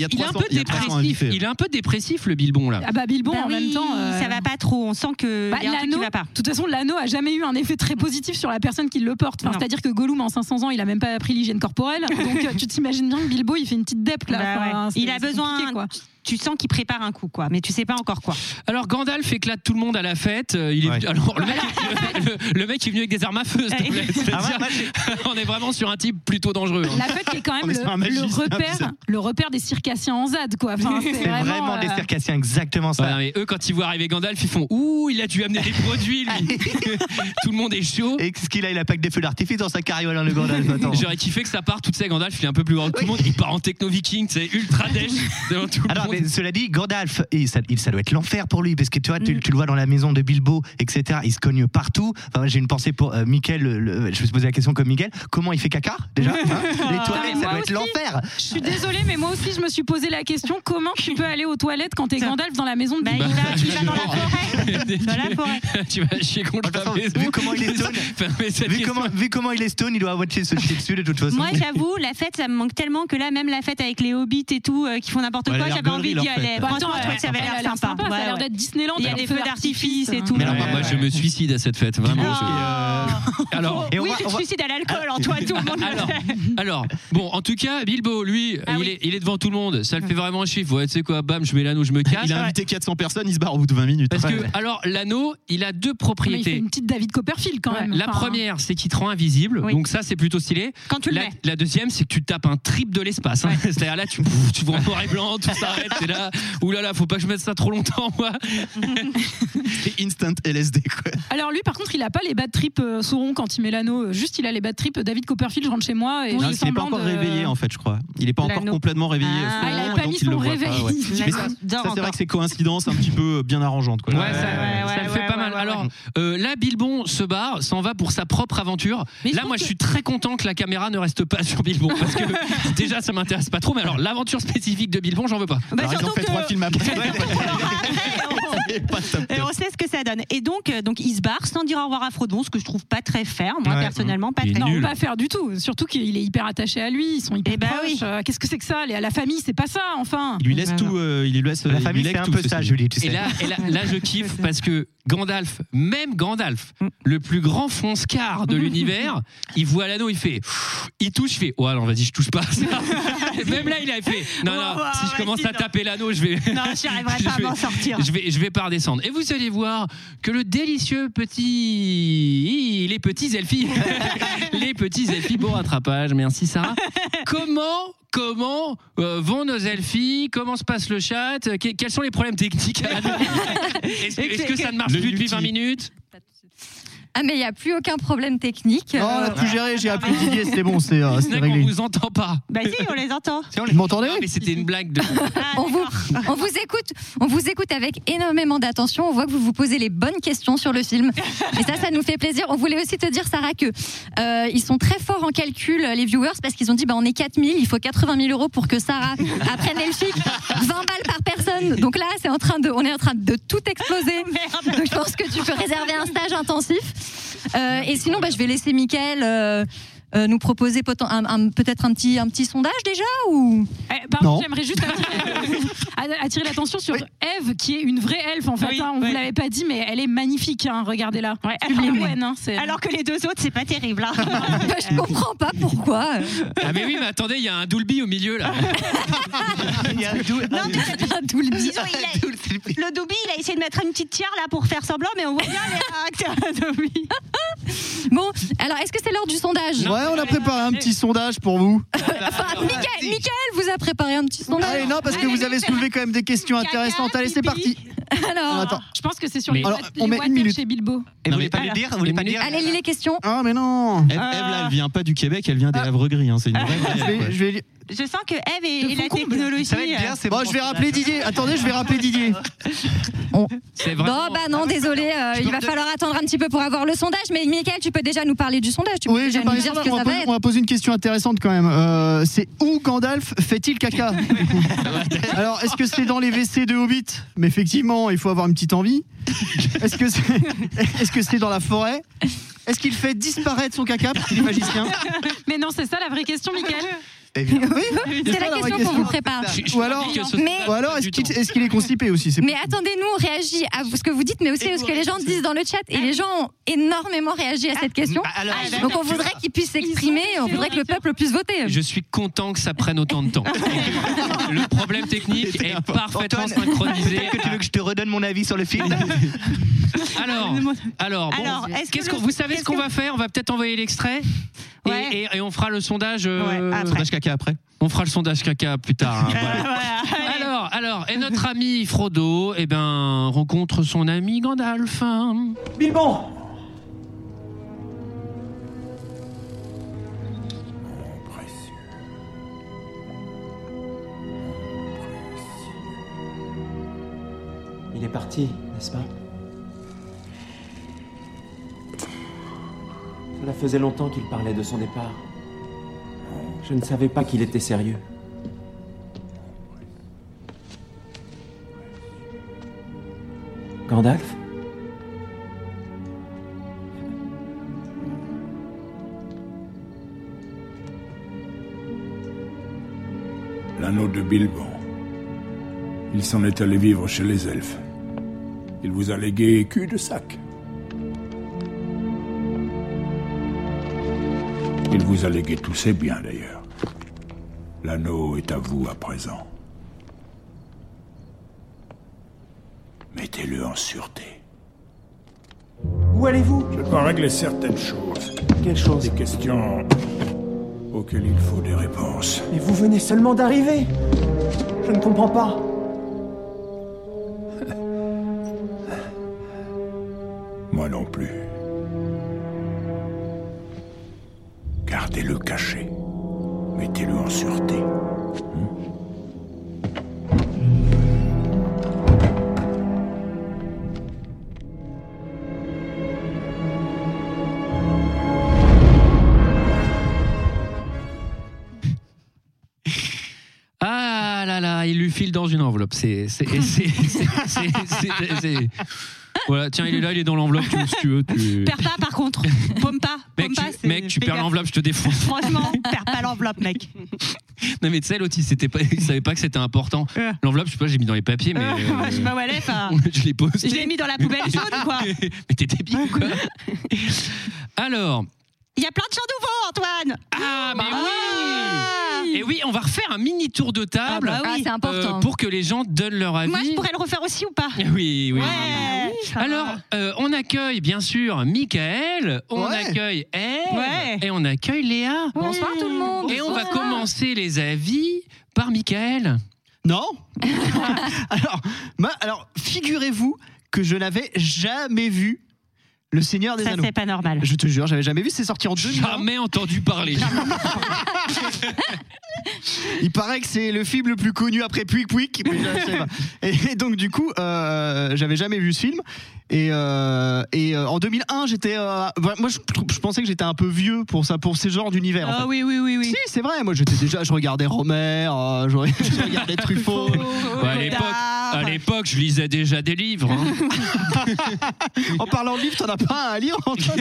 y a il est un 300 peu il y a 300 dépressif. invités. Il est un peu dépressif le Bilbon là. Ah bah Bilbon Bah en oui, même temps euh, ça va pas trop. On sent que bah, il y a un truc qui l'anneau va pas. de toute façon l'anneau a jamais eu un effet très positif sur la personne qui le porte Enfin, Non. c'est-à-dire que Gollum en 500 ans il a même pas appris l'hygiène corporelle donc euh, tu t'imagines bien que Bilbo il fait une petite dep là Bah Enfin, ouais. c'est- Il a c'est compliqué, besoin. quoi. Tu sens qu'il prépare un coup, quoi, mais tu sais pas encore quoi. Alors Gandalf éclate tout le monde à la fête. Euh, Il est venu- alors, le, mec, le- le mec est venu avec des armes à feu. s'il te plaît. C'est-à-dire, on est vraiment sur un type plutôt dangereux. hein. La fête qui est quand On même est sur un le, magicien, le repère putain. le repère des circassiens en ZAD quoi Enfin, C'est vraiment des euh, circassiens, exactement ça. Ouais, non, mais eux, quand ils voient arriver Gandalf, ils font Ouh, il a dû amener des produits, lui. Tout le monde est chaud. Et qu'est-ce qu'il a Il a pas que des feux d'artifice dans sa carriole, hein, le Gandalf. attends. J'aurais kiffé que ça part, tout ça, Gandalf, il est un peu plus grand que tout le monde. Il part en techno-viking, c'est ultra déche devant tout le Alors, mais cela dit, Gandalf, et ça, il- ça doit être l'enfer pour lui, parce que tu vois, tu, tu le vois dans la maison de Bilbo, etc. Il se cogne partout. Enfin, moi, J'ai une pensée pour euh, Mickaël, le- le- je me suis posé la question comme Mickaël, comment il fait caca déjà hein Les Ah, toilettes, mais ça moi doit être aussi. l'enfer. Je suis désolée, mais moi aussi, je me suis posé la question comment tu peux aller aux toilettes quand t'es Gandalf dans la maison Bah, de Bilbo Bah, tu vas chier contre la maison. Vu comment il est stone, vu comment, vu comment il est stone, il doit avoir chier se chier dessus de toute façon. Moi, j'avoue, la fête, ça me manque tellement que là, même la fête avec les hobbits et tout, euh, qui font n'importe Ouais, elle a quoi, l'air j'avais envie gaulerie, d'y leur fête. aller. Bah, Franchement, attends, je trouvais que ça avait elle a l'air l'air sympa. sympa, ça a Ouais, l'air ouais. d'être Disneyland Il y a avec des feux feux d'artifice et tout. Mais alors, Ouais, moi, ouais. je me suicide à cette fête, vraiment. euh, Oh, Alors, oui, tu te suicides à l'alcool, Ah. Antoine, tout le monde le Alors, sait. Ah alors, bon, en tout cas, Bilbo, lui, il, est, il est devant tout le monde. Ça le fait vraiment un chiffre. Ouais, tu sais quoi, bam, je mets l'anneau, je me casse. Il a invité 400 personnes, il se barre au bout de 20 minutes. Parce que, alors, l'anneau, il a deux Mais il fait propriétés. une petite David Copperfield quand même. La Enfin, première, c'est qu'il te rend invisible, donc ça c'est plutôt stylé. Quand tu le la, mets. la deuxième, c'est que tu tapes un trip de l'espace. hein. C'est-à-dire là, tu, pff, tu vois en noir et blanc, tout s'arrête, t'es là. Ouh là là, faut pas que je mette ça trop longtemps, moi. C'est instant LSD, quoi. Alors lui, par contre, il a pas les bad trips euh, Sauron quand il met l'anneau. euh, Juste, il a les bad trips David Copperfield. Je rentre chez moi et Non, je parce qu'il n'est pas encore réveillé hein. en fait, je crois. Il n'est pas encore L'anneau. complètement réveillé. Ah, Sauron, il avait et pas donc mis il le son voit réveil. ouais. Il Mais ça, dort ça, c'est vrai encore. que c'est coïncidence un petit peu euh, bien arrangeante. Quoi. Ouais, ça, ça le fait pas mal. Alors euh, là, Bilbon se barre, s'en va pour sa propre aventure. là, moi, je suis très content que la caméra ne reste pas sur Bilbon parce que déjà, ça m'intéresse pas trop. Mais alors, l'aventure spécifique de Bilbon, j'en veux pas. Bah, Alors, ils surtout ont fait que- trois films après. Et on sait ce que ça donne. Et donc, euh, donc il se barre sans dire au revoir à Frodon, ce que je trouve pas très fair, moi Ouais. personnellement, pas Il très Eh non, pas faire du tout. Surtout qu'il est hyper attaché à lui. Ils sont ben hyper proches. Euh, Qu'est-ce que c'est que ça les- La famille, c'est pas ça, enfin. Il lui laisse tout. euh, il lui laisse, La il lui famille, lègue c'est un tout, peu ceci ça, dit. Julie, tu sais. Et là, et là, là, je kiffe parce que Gandalf, même Gandalf, le plus grand fonce-car de l'univers, il voit l'anneau, il fait, il touche, il fait, ouais, alors vas-y, je touche pas. à ça. même là, il a fait, non, non, ouais, si je commence à taper l'anneau, je vais. Non, j'y arriverai je pas à vais- m'en sortir. Je vais, je vais pas redescendre. Et vous allez voir que le délicieux petit. Les petits elfies. les petits elfies, beau rattrapage, merci Sarah. Comment. Comment euh, vont nos elfies Comment se passe le chat Euh, Que- Quels sont les problèmes techniques à l'anneau Est-ce que, est-ce que ça ne marche plus depuis 20 minutes Ah, mais il n'y a plus aucun problème technique. Euh, Non, on a tout géré, j'ai appelé Ah, Didier, c'était bon, c'est euh, c'est Snack, réglé. on vous entend pas. Bah si, on les entend. Vous m'entendez Mais c'était une blague de. on, vous, on vous écoute, on vous écoute avec énormément d'attention. On voit que vous vous posez les bonnes questions sur le film. Et ça, ça nous fait plaisir. On voulait aussi te dire, Sarah, que euh, ils sont très forts en calcul, euh, les viewers, parce qu'ils ont dit, bah, on est 4000, il faut 80 000 euros pour que Sarah apprenne Elfic, 20 balles par personne. Donc là, c'est en train de, on est en train de tout exploser. Donc je pense que tu peux réserver un stage intensif. Euh, et sinon, bah, je vais laisser Mickaël. euh, euh, nous proposer poten- un- un- peut-être un petit, un petit sondage déjà ou Eh, Pardon, Non. j'aimerais juste attirer, attirer l'attention sur Eve, qui est une vraie elfe en fait. hein. on vous l'avait pas dit, mais elle est magnifique. hein, Regardez-la. hein, euh, Alors que les deux autres, c'est pas terrible. Hein. je comprends pas pourquoi. Ah, mais oui, mais attendez, il y a un Doulby au milieu là. Il y a un Non, mais Disons, il a- le Dobby, il a essayé de mettre une petite tiare là pour faire semblant, mais on voit bien les caractères de Dobby. Bon, alors est-ce que c'est l'heure du sondage Ouais, on a préparé un petit sondage pour vous. Enfin, Mickaël, Mickaël vous a préparé un petit sondage. Allez, Ah non, parce que vous avez soulevé quand même des questions intéressantes. Allez, c'est parti. Alors, On attend. je pense que c'est sur Mais- les, Alors, boîtes- on les met boîtes une minute. chez Bilbo. Et vous voulez pas le dire Vous voulez pas le dire Allez, lis les questions. Ah, mais non Ève, Ève, là, elle vient pas du Québec, elle Ah. vient des Havres Gris. hein, C'est une vraie Je vraie, vais, quoi. je vais, Je sens que Eve et, et la technologie. Ça va être bien, c'est bon. je vais euh, rappeler Didier. Attendez, je vais rappeler Didier. C'est Non, ah, bah non, désolé, euh, il va falloir attendre un petit peu pour avoir le sondage. Mais Mickaël, tu peux déjà nous parler du sondage. Tu peux Oui, déjà j'ai nous parlé dire ce sondage, que on, ça va va poser- être. on va poser une question intéressante quand même. Euh, c'est où Gandalf fait-il caca du coup Alors, est-ce que c'est dans les WC de Hobbit Mais effectivement, il faut avoir une petite envie. Est-ce que c'est est-ce que c'est dans la forêt Est-ce qu'il fait disparaître son caca parce qu'il est magicien Mais non, c'est ça la vraie question, Mickaël. C'est la ça, question qu'on vous prépare. Je- je Eh Ou me alors, dis que ce Mais- ou alors est-ce qu'il est, qu'il est constipé aussi c'est- Mais attendez-nous, on réagit à vous- ce que vous dites, mais aussi à ce que les gens disent dans le chat. Et les gens ont énormément réagi à Ah, cette question. Ah, Donc on voudrait qu'ils puissent s'exprimer, on voudrait que le peuple puisse voter. Je suis content que ça prenne autant de temps. le problème technique est parfaitement Antoine, synchronisé. peut-être que tu veux que je te redonne mon avis sur le film Alors, alors, bon, Alors, est-ce que qu'est-ce le- qu'on- vous savez ce qu'est-ce qu'on que- va faire On va peut-être envoyer l'extrait et- et, et on fera le sondage. euh, Sondage caca après. On fera le sondage caca plus tard. hein, voilà. allez. alors, alors, et notre ami Frodo, eh ben, rencontre son ami Gandalf. hein. Bilbon précieux. Mon précieux. parti, n'est-ce pas Cela faisait longtemps qu'il parlait de son départ. Je ne savais pas qu'il était sérieux. Gandalf L'anneau de Bilbon. Il s'en est allé vivre chez les elfes. Il vous a légué cul de sac. Il vous a légué tous ses biens d'ailleurs. L'anneau est à vous à présent. Mettez-le en sûreté. Où allez-vous Je dois régler certaines choses. Quelles choses Des questions auxquelles il faut des réponses. Mais vous venez seulement d'arriver Je ne comprends pas. Moi non plus. Gardez-le caché. Mettez-le en sûreté. Ah là là, il lui file dans une enveloppe. C'est. c'est- c'est- c'est- c'est- c'est- c'est- c'est- Voilà, tiens, il est là, il est dans l'enveloppe. Tu, si tu veux, tu. Perds pas, par contre. Pomme pas. Mec, tu, mec, tu perds l'enveloppe, je te défonce. Franchement, perds pas l'enveloppe, mec. Non, mais tu sais, l'autre, il, s'était pas- il savait pas que c'était important. L'enveloppe, je sais pas, j'ai mis dans les papiers, mais. euh, Moi, je sais pas où elle est, enfin, je l'ai posté. Je l'ai mis dans la poubelle jaune, quoi. mais t'es débile, ou quoi. Alors. Il y a plein de chants nouveaux, Antoine. Ah, mais oui Et oui, on va refaire un mini tour de table. euh, Ah bah oui. Ah, c'est important. pour que les gens donnent leur avis. Eh Moi, je pourrais le refaire aussi ou pas Oui, oui. Alors, euh, on accueille bien sûr Michael, on Ouais. accueille Eve et on accueille Léa. Bonsoir tout le monde. Et on va Bonsoir. commencer les avis par Michael. Non alors, ma- alors, figurez-vous que je n'avais jamais vu Le Seigneur des Ça, Anneaux. c'est pas normal. Je te jure, j'avais jamais vu. C'est sorti en 2000. Jamais entendu parler. Il paraît que c'est le film le plus connu après Puig Puig. mais je ne sais pas. Et donc du coup, euh, j'avais jamais vu ce film. Et, euh, et euh, en 2001, j'étais. euh, voilà, moi, je, trou- je pensais que j'étais un peu vieux pour ça, pour ces genres d'univers. en Ah fait. oui, oui, oui, oui. Si, c'est vrai. Moi, j'étais déjà. Je regardais Romer, euh, je je regardais Truffaut. Bah, à l'époque- à l'époque, je lisais déjà des livres. hein. en parlant de livres, t'en as pas un à lire. Antoine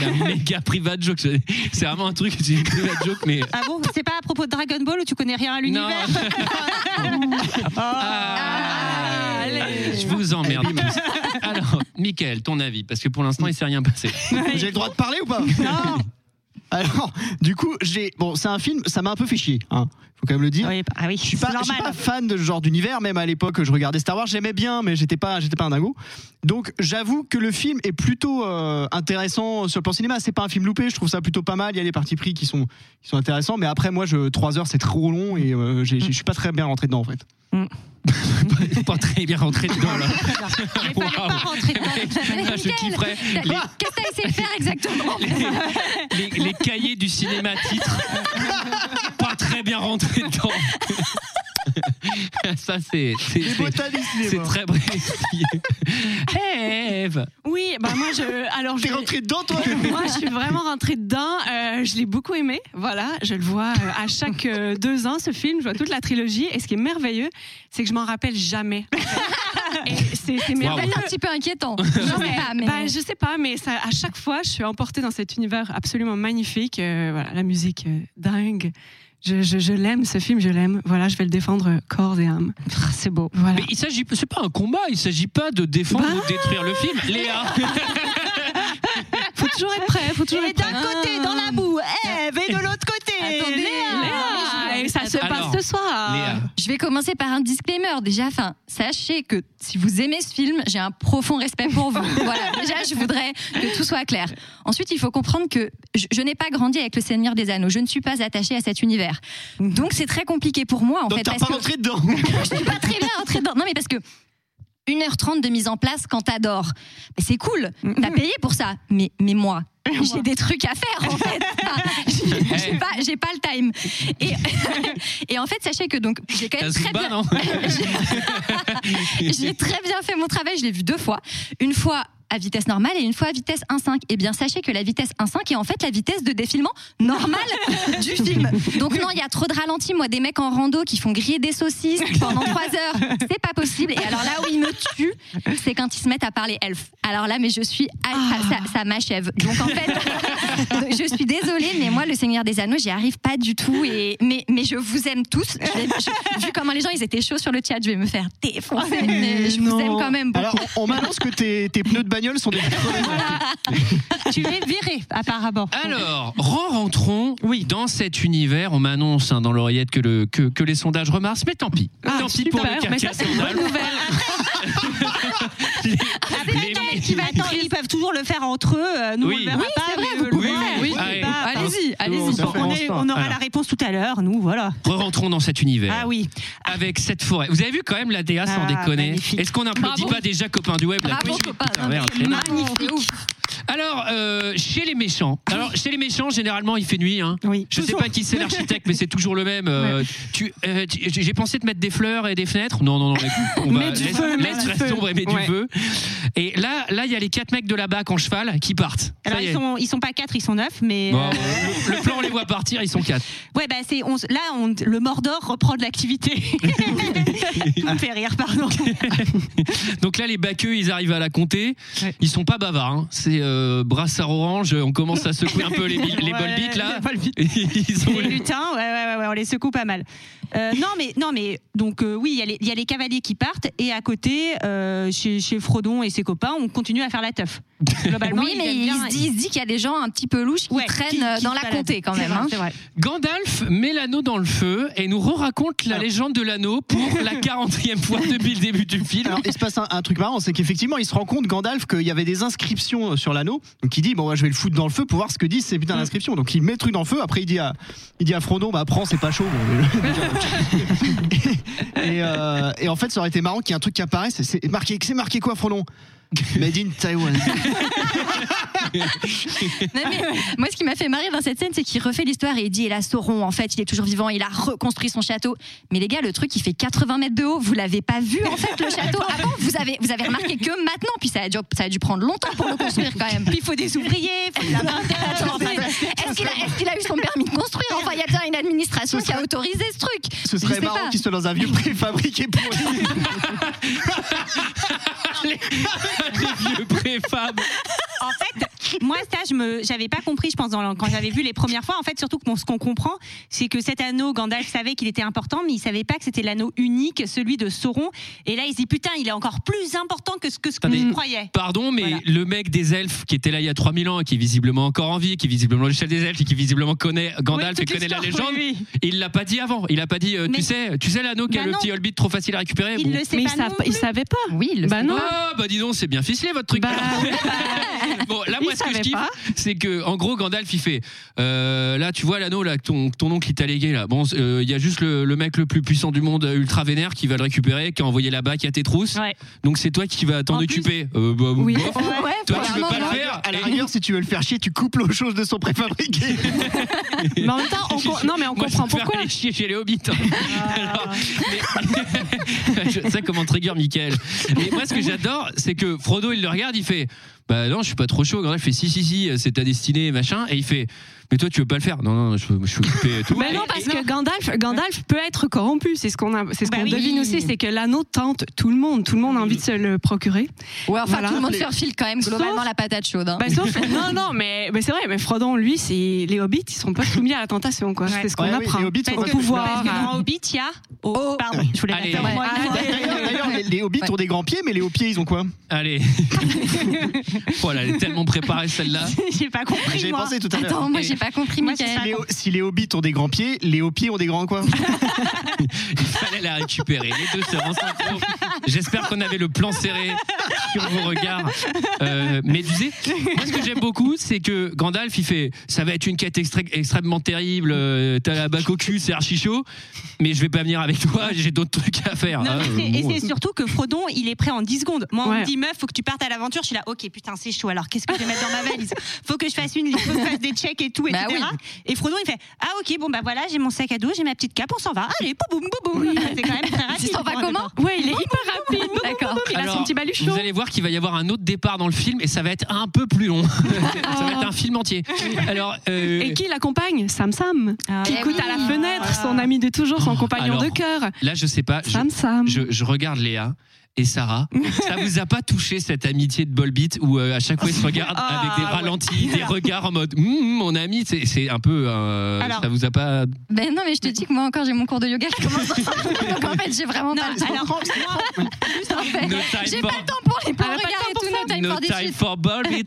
La méga private joke. C'est c'est vraiment un truc, c'est une private joke, mais. Ah bon, c'est pas à propos de Dragon Ball où tu connais rien à l'univers Oh. Ah. Ah, Je vous emmerde. tous. Alors, Michael, ton avis, parce que pour l'instant, il s'est rien passé. J'ai le droit de parler ou pas Non. Alors, du coup, j'ai bon, c'est un film, ça m'a un peu fait chier. Hein. Faut quand même le dire. je suis pas, je suis pas fan de ce genre d'univers. Même à l'époque, je regardais Star Wars, j'aimais bien, mais j'étais pas, j'étais pas un dingo. Donc, j'avoue que le film est plutôt euh, intéressant sur le plan cinéma. C'est pas un film loupé. Je trouve ça plutôt pas mal. Il y a les parties pris qui sont, qui sont intéressants. Mais après, moi, je, 3 heures, c'est trop long et euh, j'ai- j'ai- je suis pas très bien rentré dedans en fait. pas très bien rentré dedans là. Ah, Waouh. Mais Je kifferais les, Mickaël, t'as- Qu'est-ce que t'as essayé de faire exactement les- les cahiers du cinéma titre. Pas très bien rentré dedans. Ça, c'est. c'est- c'est- C'est très précis. Eve Oui, bah moi je. Alors je. T'es rentré dedans toi Moi je suis vraiment rentrée dedans. Euh, je l'ai beaucoup aimé. Voilà, je le vois euh, à chaque euh, deux ans ce film. Je vois toute la trilogie et ce qui est merveilleux, c'est que je m'en rappelle jamais. Et c'est c'est C'est merveilleux. peut-être un petit peu inquiétant. Non, mais, mais- bah, je sais pas, mais ça, à chaque fois, je suis emportée dans cet univers absolument magnifique. Euh, voilà, la musique euh, dingue. Je, je- je l'aime, ce film, je l'aime. Voilà, je vais le défendre euh, corps et âme. Ah, C'est beau. Voilà. Mais il s'agit, c'est pas un combat, il s'agit pas de défendre Bah ou de détruire le film. Léa Faut toujours être prêt, faut toujours être prêt. Ah. D'un côté, dans la boue, Eve, et de l'autre côté, Attendez, Léa. Léa, et Ah, ça se Alors, passe ce soir. Léa. Je vais commencer par un disclaimer. Déjà, enfin, sachez que si vous aimez ce film, j'ai un profond respect pour vous. voilà, déjà, je voudrais que tout soit clair. Ensuite, il faut comprendre que je, je n'ai pas grandi avec le Seigneur des Anneaux. Je ne suis pas attachée à cet univers. Mhm. Donc, c'est très compliqué pour moi, en Donc fait. t'as parce pas que- rentré dedans. je suis pas très bien rentrée dedans. Non, mais parce que 1h30 de mise en place quand t'adores. Mais c'est cool, t'as payé pour ça. Mais, mais moi, J'ai des trucs à faire en fait. Enfin, j'ai- j'ai pas, j'ai pas le time. Et, et en fait, sachez que donc j'ai quand même T'as très Zumba, bien, Bah, non j'ai très bien fait mon travail. Je l'ai vu deux fois, une fois à vitesse normale et une fois à vitesse 1.5. Et bien sachez que la vitesse 1.5 est en fait la vitesse de défilement normale du film. Donc non, il y a trop de ralentis. Moi, des mecs en rando qui font griller des saucisses pendant trois heures, c'est pas possible. Et alors là où ils me tuent, c'est quand ils se mettent à parler elf. Alors là, mais je suis, ah, ça, ça m'achève. Donc en fait, je suis désolée, mais moi, le Seigneur des Anneaux, j'y arrive pas du tout. Et mais mais je vous aime tous. Je vais- je- vu comment les gens ils étaient chauds sur le chat, je vais me faire défoncer. Ah, Mais je vous aime quand même beaucoup. Alors, on on m'annonce que tes, tes pneus de bagnole sont des. tu es viré apparemment. Alors, re-rentrons dans cet univers. On m'annonce hein, dans l'oreillette que, le, que, que les sondages remarchent, mais tant pis. Ah. tant pis pour le mais ça, carcasse c'est une bonne nouvelle. Ah, Qui va attendre, ils peuvent toujours le faire entre eux. euh, Nous, Oui. on le verra Oui, pas. c'est mais vrai, eux vous le pouvez verront. faire. Oui, Allez. bah, Allez. Allez-y, Allez, allez-y. on On, est- s'en on aura Alors. la réponse tout à l'heure, nous, voilà. Re-rentrons dans cet univers. Ah oui. Avec cette forêt. Vous avez vu quand même la DA sans Ah, déconner magnifique. Est-ce qu'on n'applaudit Bravo. pas déjà copain du web là Bravo, tout de suite copain. Putain, Ah, Non, merde, mais c'est énorme. magnifique. Alors, euh, chez les méchants. Alors, chez les méchants, généralement, il fait nuit. Hein. Je sais pas qui c'est l'architecte, mais c'est toujours le même. euh, tu, euh, tu- j'ai pensé de mettre des fleurs et des fenêtres. Non, non, non. écoute, On va, Mets du laisse, feu, mets laisse du la feu. sombre et mets Ouais. du feu. Et là, là, il y a les quatre mecs de la BAC en cheval qui partent. Ça Alors, y ils est. sont, ils sont pas quatre, ils sont neuf, mais. Bon, euh, le, le plan, on les voit partir. Ils sont quatre. Ouais, bah, c'est, on s- là, on- le Mordor reprend de l'activité. Tout me fait rire, pardon. Donc là, les baqueux, ils arrivent à la compter. Ils sont pas bavards. hein. C'est euh, brassard orange. On commence à secouer un peu les, bi- les Ouais, bolbites, là. les bolbites. Ils sont- Les lutins, ouais, ouais, ouais, ouais, on les secoue pas mal. Euh, non, mais, non, mais donc, euh, oui, il y a les- il y, a les cavaliers qui partent, et à côté, euh, chez, chez Frodon et ses copains, on continue à faire la teuf. Globalement, oui, ils mais aiment il bien- se dit, il se dit qu'il y a des gens un petit peu louches qui traînent euh, dans la comté quand même. hein. Gandalf met l'anneau dans le feu et nous re-raconte Ah. la légende de l'anneau pour la 40e fois depuis le début du film. Alors, il se passe un, un truc marrant, c'est qu'effectivement, il se rend compte, Gandalf, qu'il y avait des inscriptions euh, sur l'anneau. Donc, il dit Bon, bah, je vais le foutre dans le feu pour voir ce que disent ces Mmh. putains d'inscriptions. Donc, il met le truc dans le feu. Après, il dit à, il dit à Frodon Bah, prends, c'est pas chaud. Bon, déjà, ok. et, euh, et en fait, ça aurait été marrant qu'il y ait un truc qui apparaisse. et C'est marqué, c'est marqué quoi, Frodon Made in Taiwan. Non, mais moi, ce qui m'a fait marrer dans cette scène, c'est qu'il refait l'histoire et il dit, et là, Sauron, en fait, il est toujours vivant, il a reconstruit son château. Mais les gars, le truc, il fait 80 mètres de haut, vous l'avez pas vu, en fait, le château. Avant, vous avez, vous avez remarqué que maintenant, puis ça a, dû, ça a dû prendre longtemps pour le construire quand même. Puis il faut des ouvriers, il faut de la main-d'œuvre. Est-ce qu'il a, est-ce qu'il a eu son permis de construire Enfin, il y a bien une administration qui a autorisé ce truc. Ce Je serait sais marrant pas. qu'il soit dans un vieux préfabriqué pour les, les vieux préfab. en fait, moi, ça, je me, j'avais pas compris, je pense, dans la- quand j'avais vu les premières fois. En fait, surtout que bon, ce qu'on comprend, c'est que cet anneau, Gandalf savait qu'il était important, mais il savait pas que c'était l'anneau unique, celui de Sauron. Et là, il se dit, putain, il est encore plus important que ce que, ce que je croyais. Pardon, mais le mec des elfes qui était là il y a 3000 ans et qui est visiblement encore en vie, qui est visiblement le chef des elfes et qui visiblement connaît Gandalf Oui, et toute connaît la l'histoire, légende, oui, il l'a pas dit avant. Il a pas dit, euh, Mais- tu sais, tu sais l'anneau qui a Bah le non. petit holbit trop facile à récupérer. Il le sait Mais pas non plus. savait pas. Oui, il Bah non. Ah bah dis donc, c'est bien ficelé votre truc. bon, là moi ce que je kiffe, c'est que en gros Gandalf il fait euh, là tu vois l'anneau là que ton ton oncle il t'a légué là. Bon, c'est- euh, il y a juste le, le mec le plus puissant du monde euh, ultra vénère qui va le récupérer, qui a envoyé là-bas, qui a tes trousses. Donc c'est toi qui vas t'en occuper. Euh, bah, Oui. bof. toi tu veux pas le faire. À la rigueur, si tu veux le faire chier, tu coupes l'eau chose de son préfabriqué. Mais en même temps, on com- non, mais on Moi, comprend je préfère pourquoi. Ah. aller chier chez les hobbits. hein. Alors, mais- je sais comment trigger Michael. Et moi, ce que j'adore, c'est que Frodo, il le regarde, il fait Bah non, je suis pas trop chaud. Gandalf fait Si, si, si, c'est ta destinée, machin. Et il fait Mais toi, tu veux pas le faire Non, non, je, je suis occupé et tout. Mais non, parce que Gandalf, Gandalf peut être corrompu. C'est ce qu'on a- c'est ce Bah qu'on oui. devine aussi, c'est que l'anneau tente tout le monde. Tout le monde a envie de se le procurer. Ouais, enfin, Voilà. tout le monde se refile quand même globalement Sauf- la patate chaude. hein. Bah, sauf- non, non, mais, mais c'est vrai, mais Frodon, lui, c'est les hobbits, ils sont pas soumis à la tentation, quoi. C'est ce qu'on Ouais, oui, apprend. les hobbits sont au pas- pouvoir. Parce que dans Hobbit, il y a. Oh, pardon, je voulais la Allez. faire moi. D'ailleurs, d'ailleurs, les, les hobbits ont des grands pieds, mais les hauts pieds, ils ont quoi Allez. Voilà, elle est tellement préparée celle-là. J'ai pas compris. J'avais moi. pensé tout à l'heure. Attends, moi, j'ai pas compris, Michael. Les hauts- si les hobbits ont des grands pieds, les hauts pieds ont des grands quoi Il fallait la récupérer. Les deux se rencontrent. J'espère qu'on avait le plan serré sur vos regards euh, médusés. Moi, ce que j'aime beaucoup, c'est que Gandalf, il fait ça va être une quête extré- extrêmement terrible. euh, T'as la bac au cul, c'est archi chaud. Mais je vais pas venir avec toi, j'ai d'autres trucs à faire. Non, hein. mais c'est- et Bon, c'est surtout que Frodon, il est prêt en 10 secondes. Moi, on Ouais. me dit, meuf, faut que tu partes à l'aventure. Je suis là, ok, putain, putain, c'est chaud. Alors, qu'est-ce que je vais mettre dans ma valise Faut que je fasse une liste, faut que je fasse des checks et tout, etc. Et Frodo, il fait Ah, ok, bon, bah voilà, j'ai mon sac à dos, j'ai ma petite cape, on s'en va. Allez, boum, boum, boum, boum. C'est quand même très rapide. s'en va pour un comment départ. Ouais, il est hyper rapide. D'accord. Alors, Vous allez voir qu'il va y avoir un autre départ dans le film et ça va être un peu plus long. ça va être un film entier. Alors, euh, Et qui l'accompagne Sam Sam, qui eh écoute à la fenêtre son ami de toujours, son compagnon alors, de cœur. Là, je sais pas. je- Sam Sam. Je, je regarde Léa et Sarah. Ça vous a pas touché cette amitié de Bolbit où euh, à chaque fois ils se regardent Ah. avec des ralentis, des regards en mode Hum, mon ami, c'est c'est un peu. euh, Alors- ça vous a pas. Ben non, mais je te dis que moi encore j'ai mon cours de yoga qui commence dans cinq minutes, donc en fait j'ai vraiment pas le temps. En fait, No time j'ai for- pas le temps pour les plans Ah, pas le regards temps et pour tout, ça. no time for this shit. for Bolbit.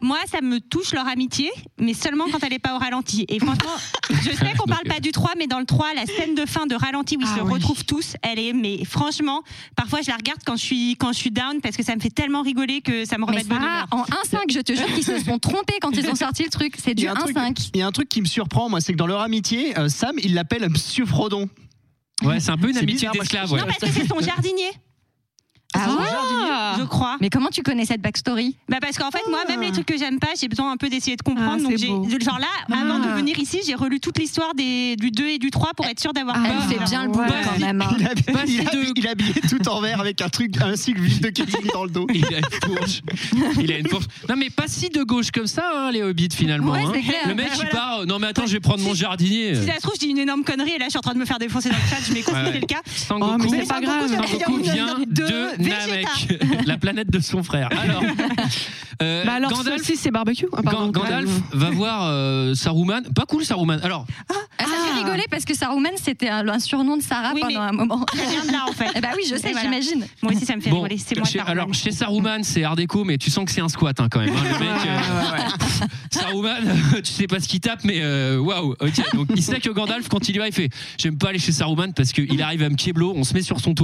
Moi, ça me touche leur amitié, mais seulement quand elle n'est pas au ralenti. Et franchement, je sais qu'on parle pas du 3, mais dans le 3, la scène de fin de ralenti où Ah ils se retrouvent tous, elle est. Mais franchement, parfois, je la regarde quand je suis, quand je suis down parce que ça me fait tellement rigoler que ça me Mais remet de bonne Sarah, humeur. Ah, en 1-5, je te jure qu'ils se sont trompés quand ils ont sorti le truc. C'est Il du y a un truc- 1-5. Il y a un truc qui me surprend, moi, c'est que dans leur amitié, euh, Sam, il l'appelle Monsieur Frodon. Ouais, c'est un peu une C'est amitié bizarre, moi, je- d'esclave. Non, ouais. Non, parce que c'est son jardinier. Ah son ouais jardinier, je crois. Mais comment tu connais cette backstory Bah parce qu'en fait, moi, même les trucs que j'aime pas, j'ai besoin un peu d'essayer de comprendre. Ah, donc, c'est j'ai- beau. Ah. genre là, avant de venir ici, j'ai relu toute l'histoire des- du 2 et du 3 pour être sûr d'avoir. Ah, elle fait bien le boulot quand même, hein. Il, est il, a- il est habillé tout en vert avec un truc, un cycle vide de Kidini dans le dos. Il a une fourche. Il a une fourche. Non, mais pas si de gauche comme ça, hein, les hobbits finalement. Ouais, hein. c'est clair. Le mec, Ouais, il voilà. part. euh, Non, mais attends, je vais prendre mon jardinier. Si ça se trouve, je dis une énorme connerie et là, je suis en train de me faire défoncer dans le chat. Je m'écoute, Euh. Ouais, ouais. c'est le cas. Sangoku, Oh, mais c'est pas grave. Sangoku vient de Namek, la planète de son frère. Alors, euh, Bah alors, Gandalf, Gandalf, c'est barbecue. Ah, pardon. Gan- Gandalf va voir euh, Saruman. Pas cool, Saruman. Alors, Ah, ça fait rigoler parce que Saruman c'était un, un surnom de Sarah pendant un moment. Ça vient de là, en fait. Eh bah oui, je Et sais, voilà. j'imagine. Moi aussi, ça me fait bon, rigoler. C'est moi chez- Saruman. alors chez Saruman, c'est art déco, mais tu sens que c'est un squat hein, quand même. hein, le mec, euh, pff, Saruman, tu sais pas ce qu'il tape, mais euh, waouh. ok, donc il sait que Gandalf, quand il y va, il fait J'aime pas aller chez Saruman parce qu'il arrive à me Kieblo, on se met sur son toit.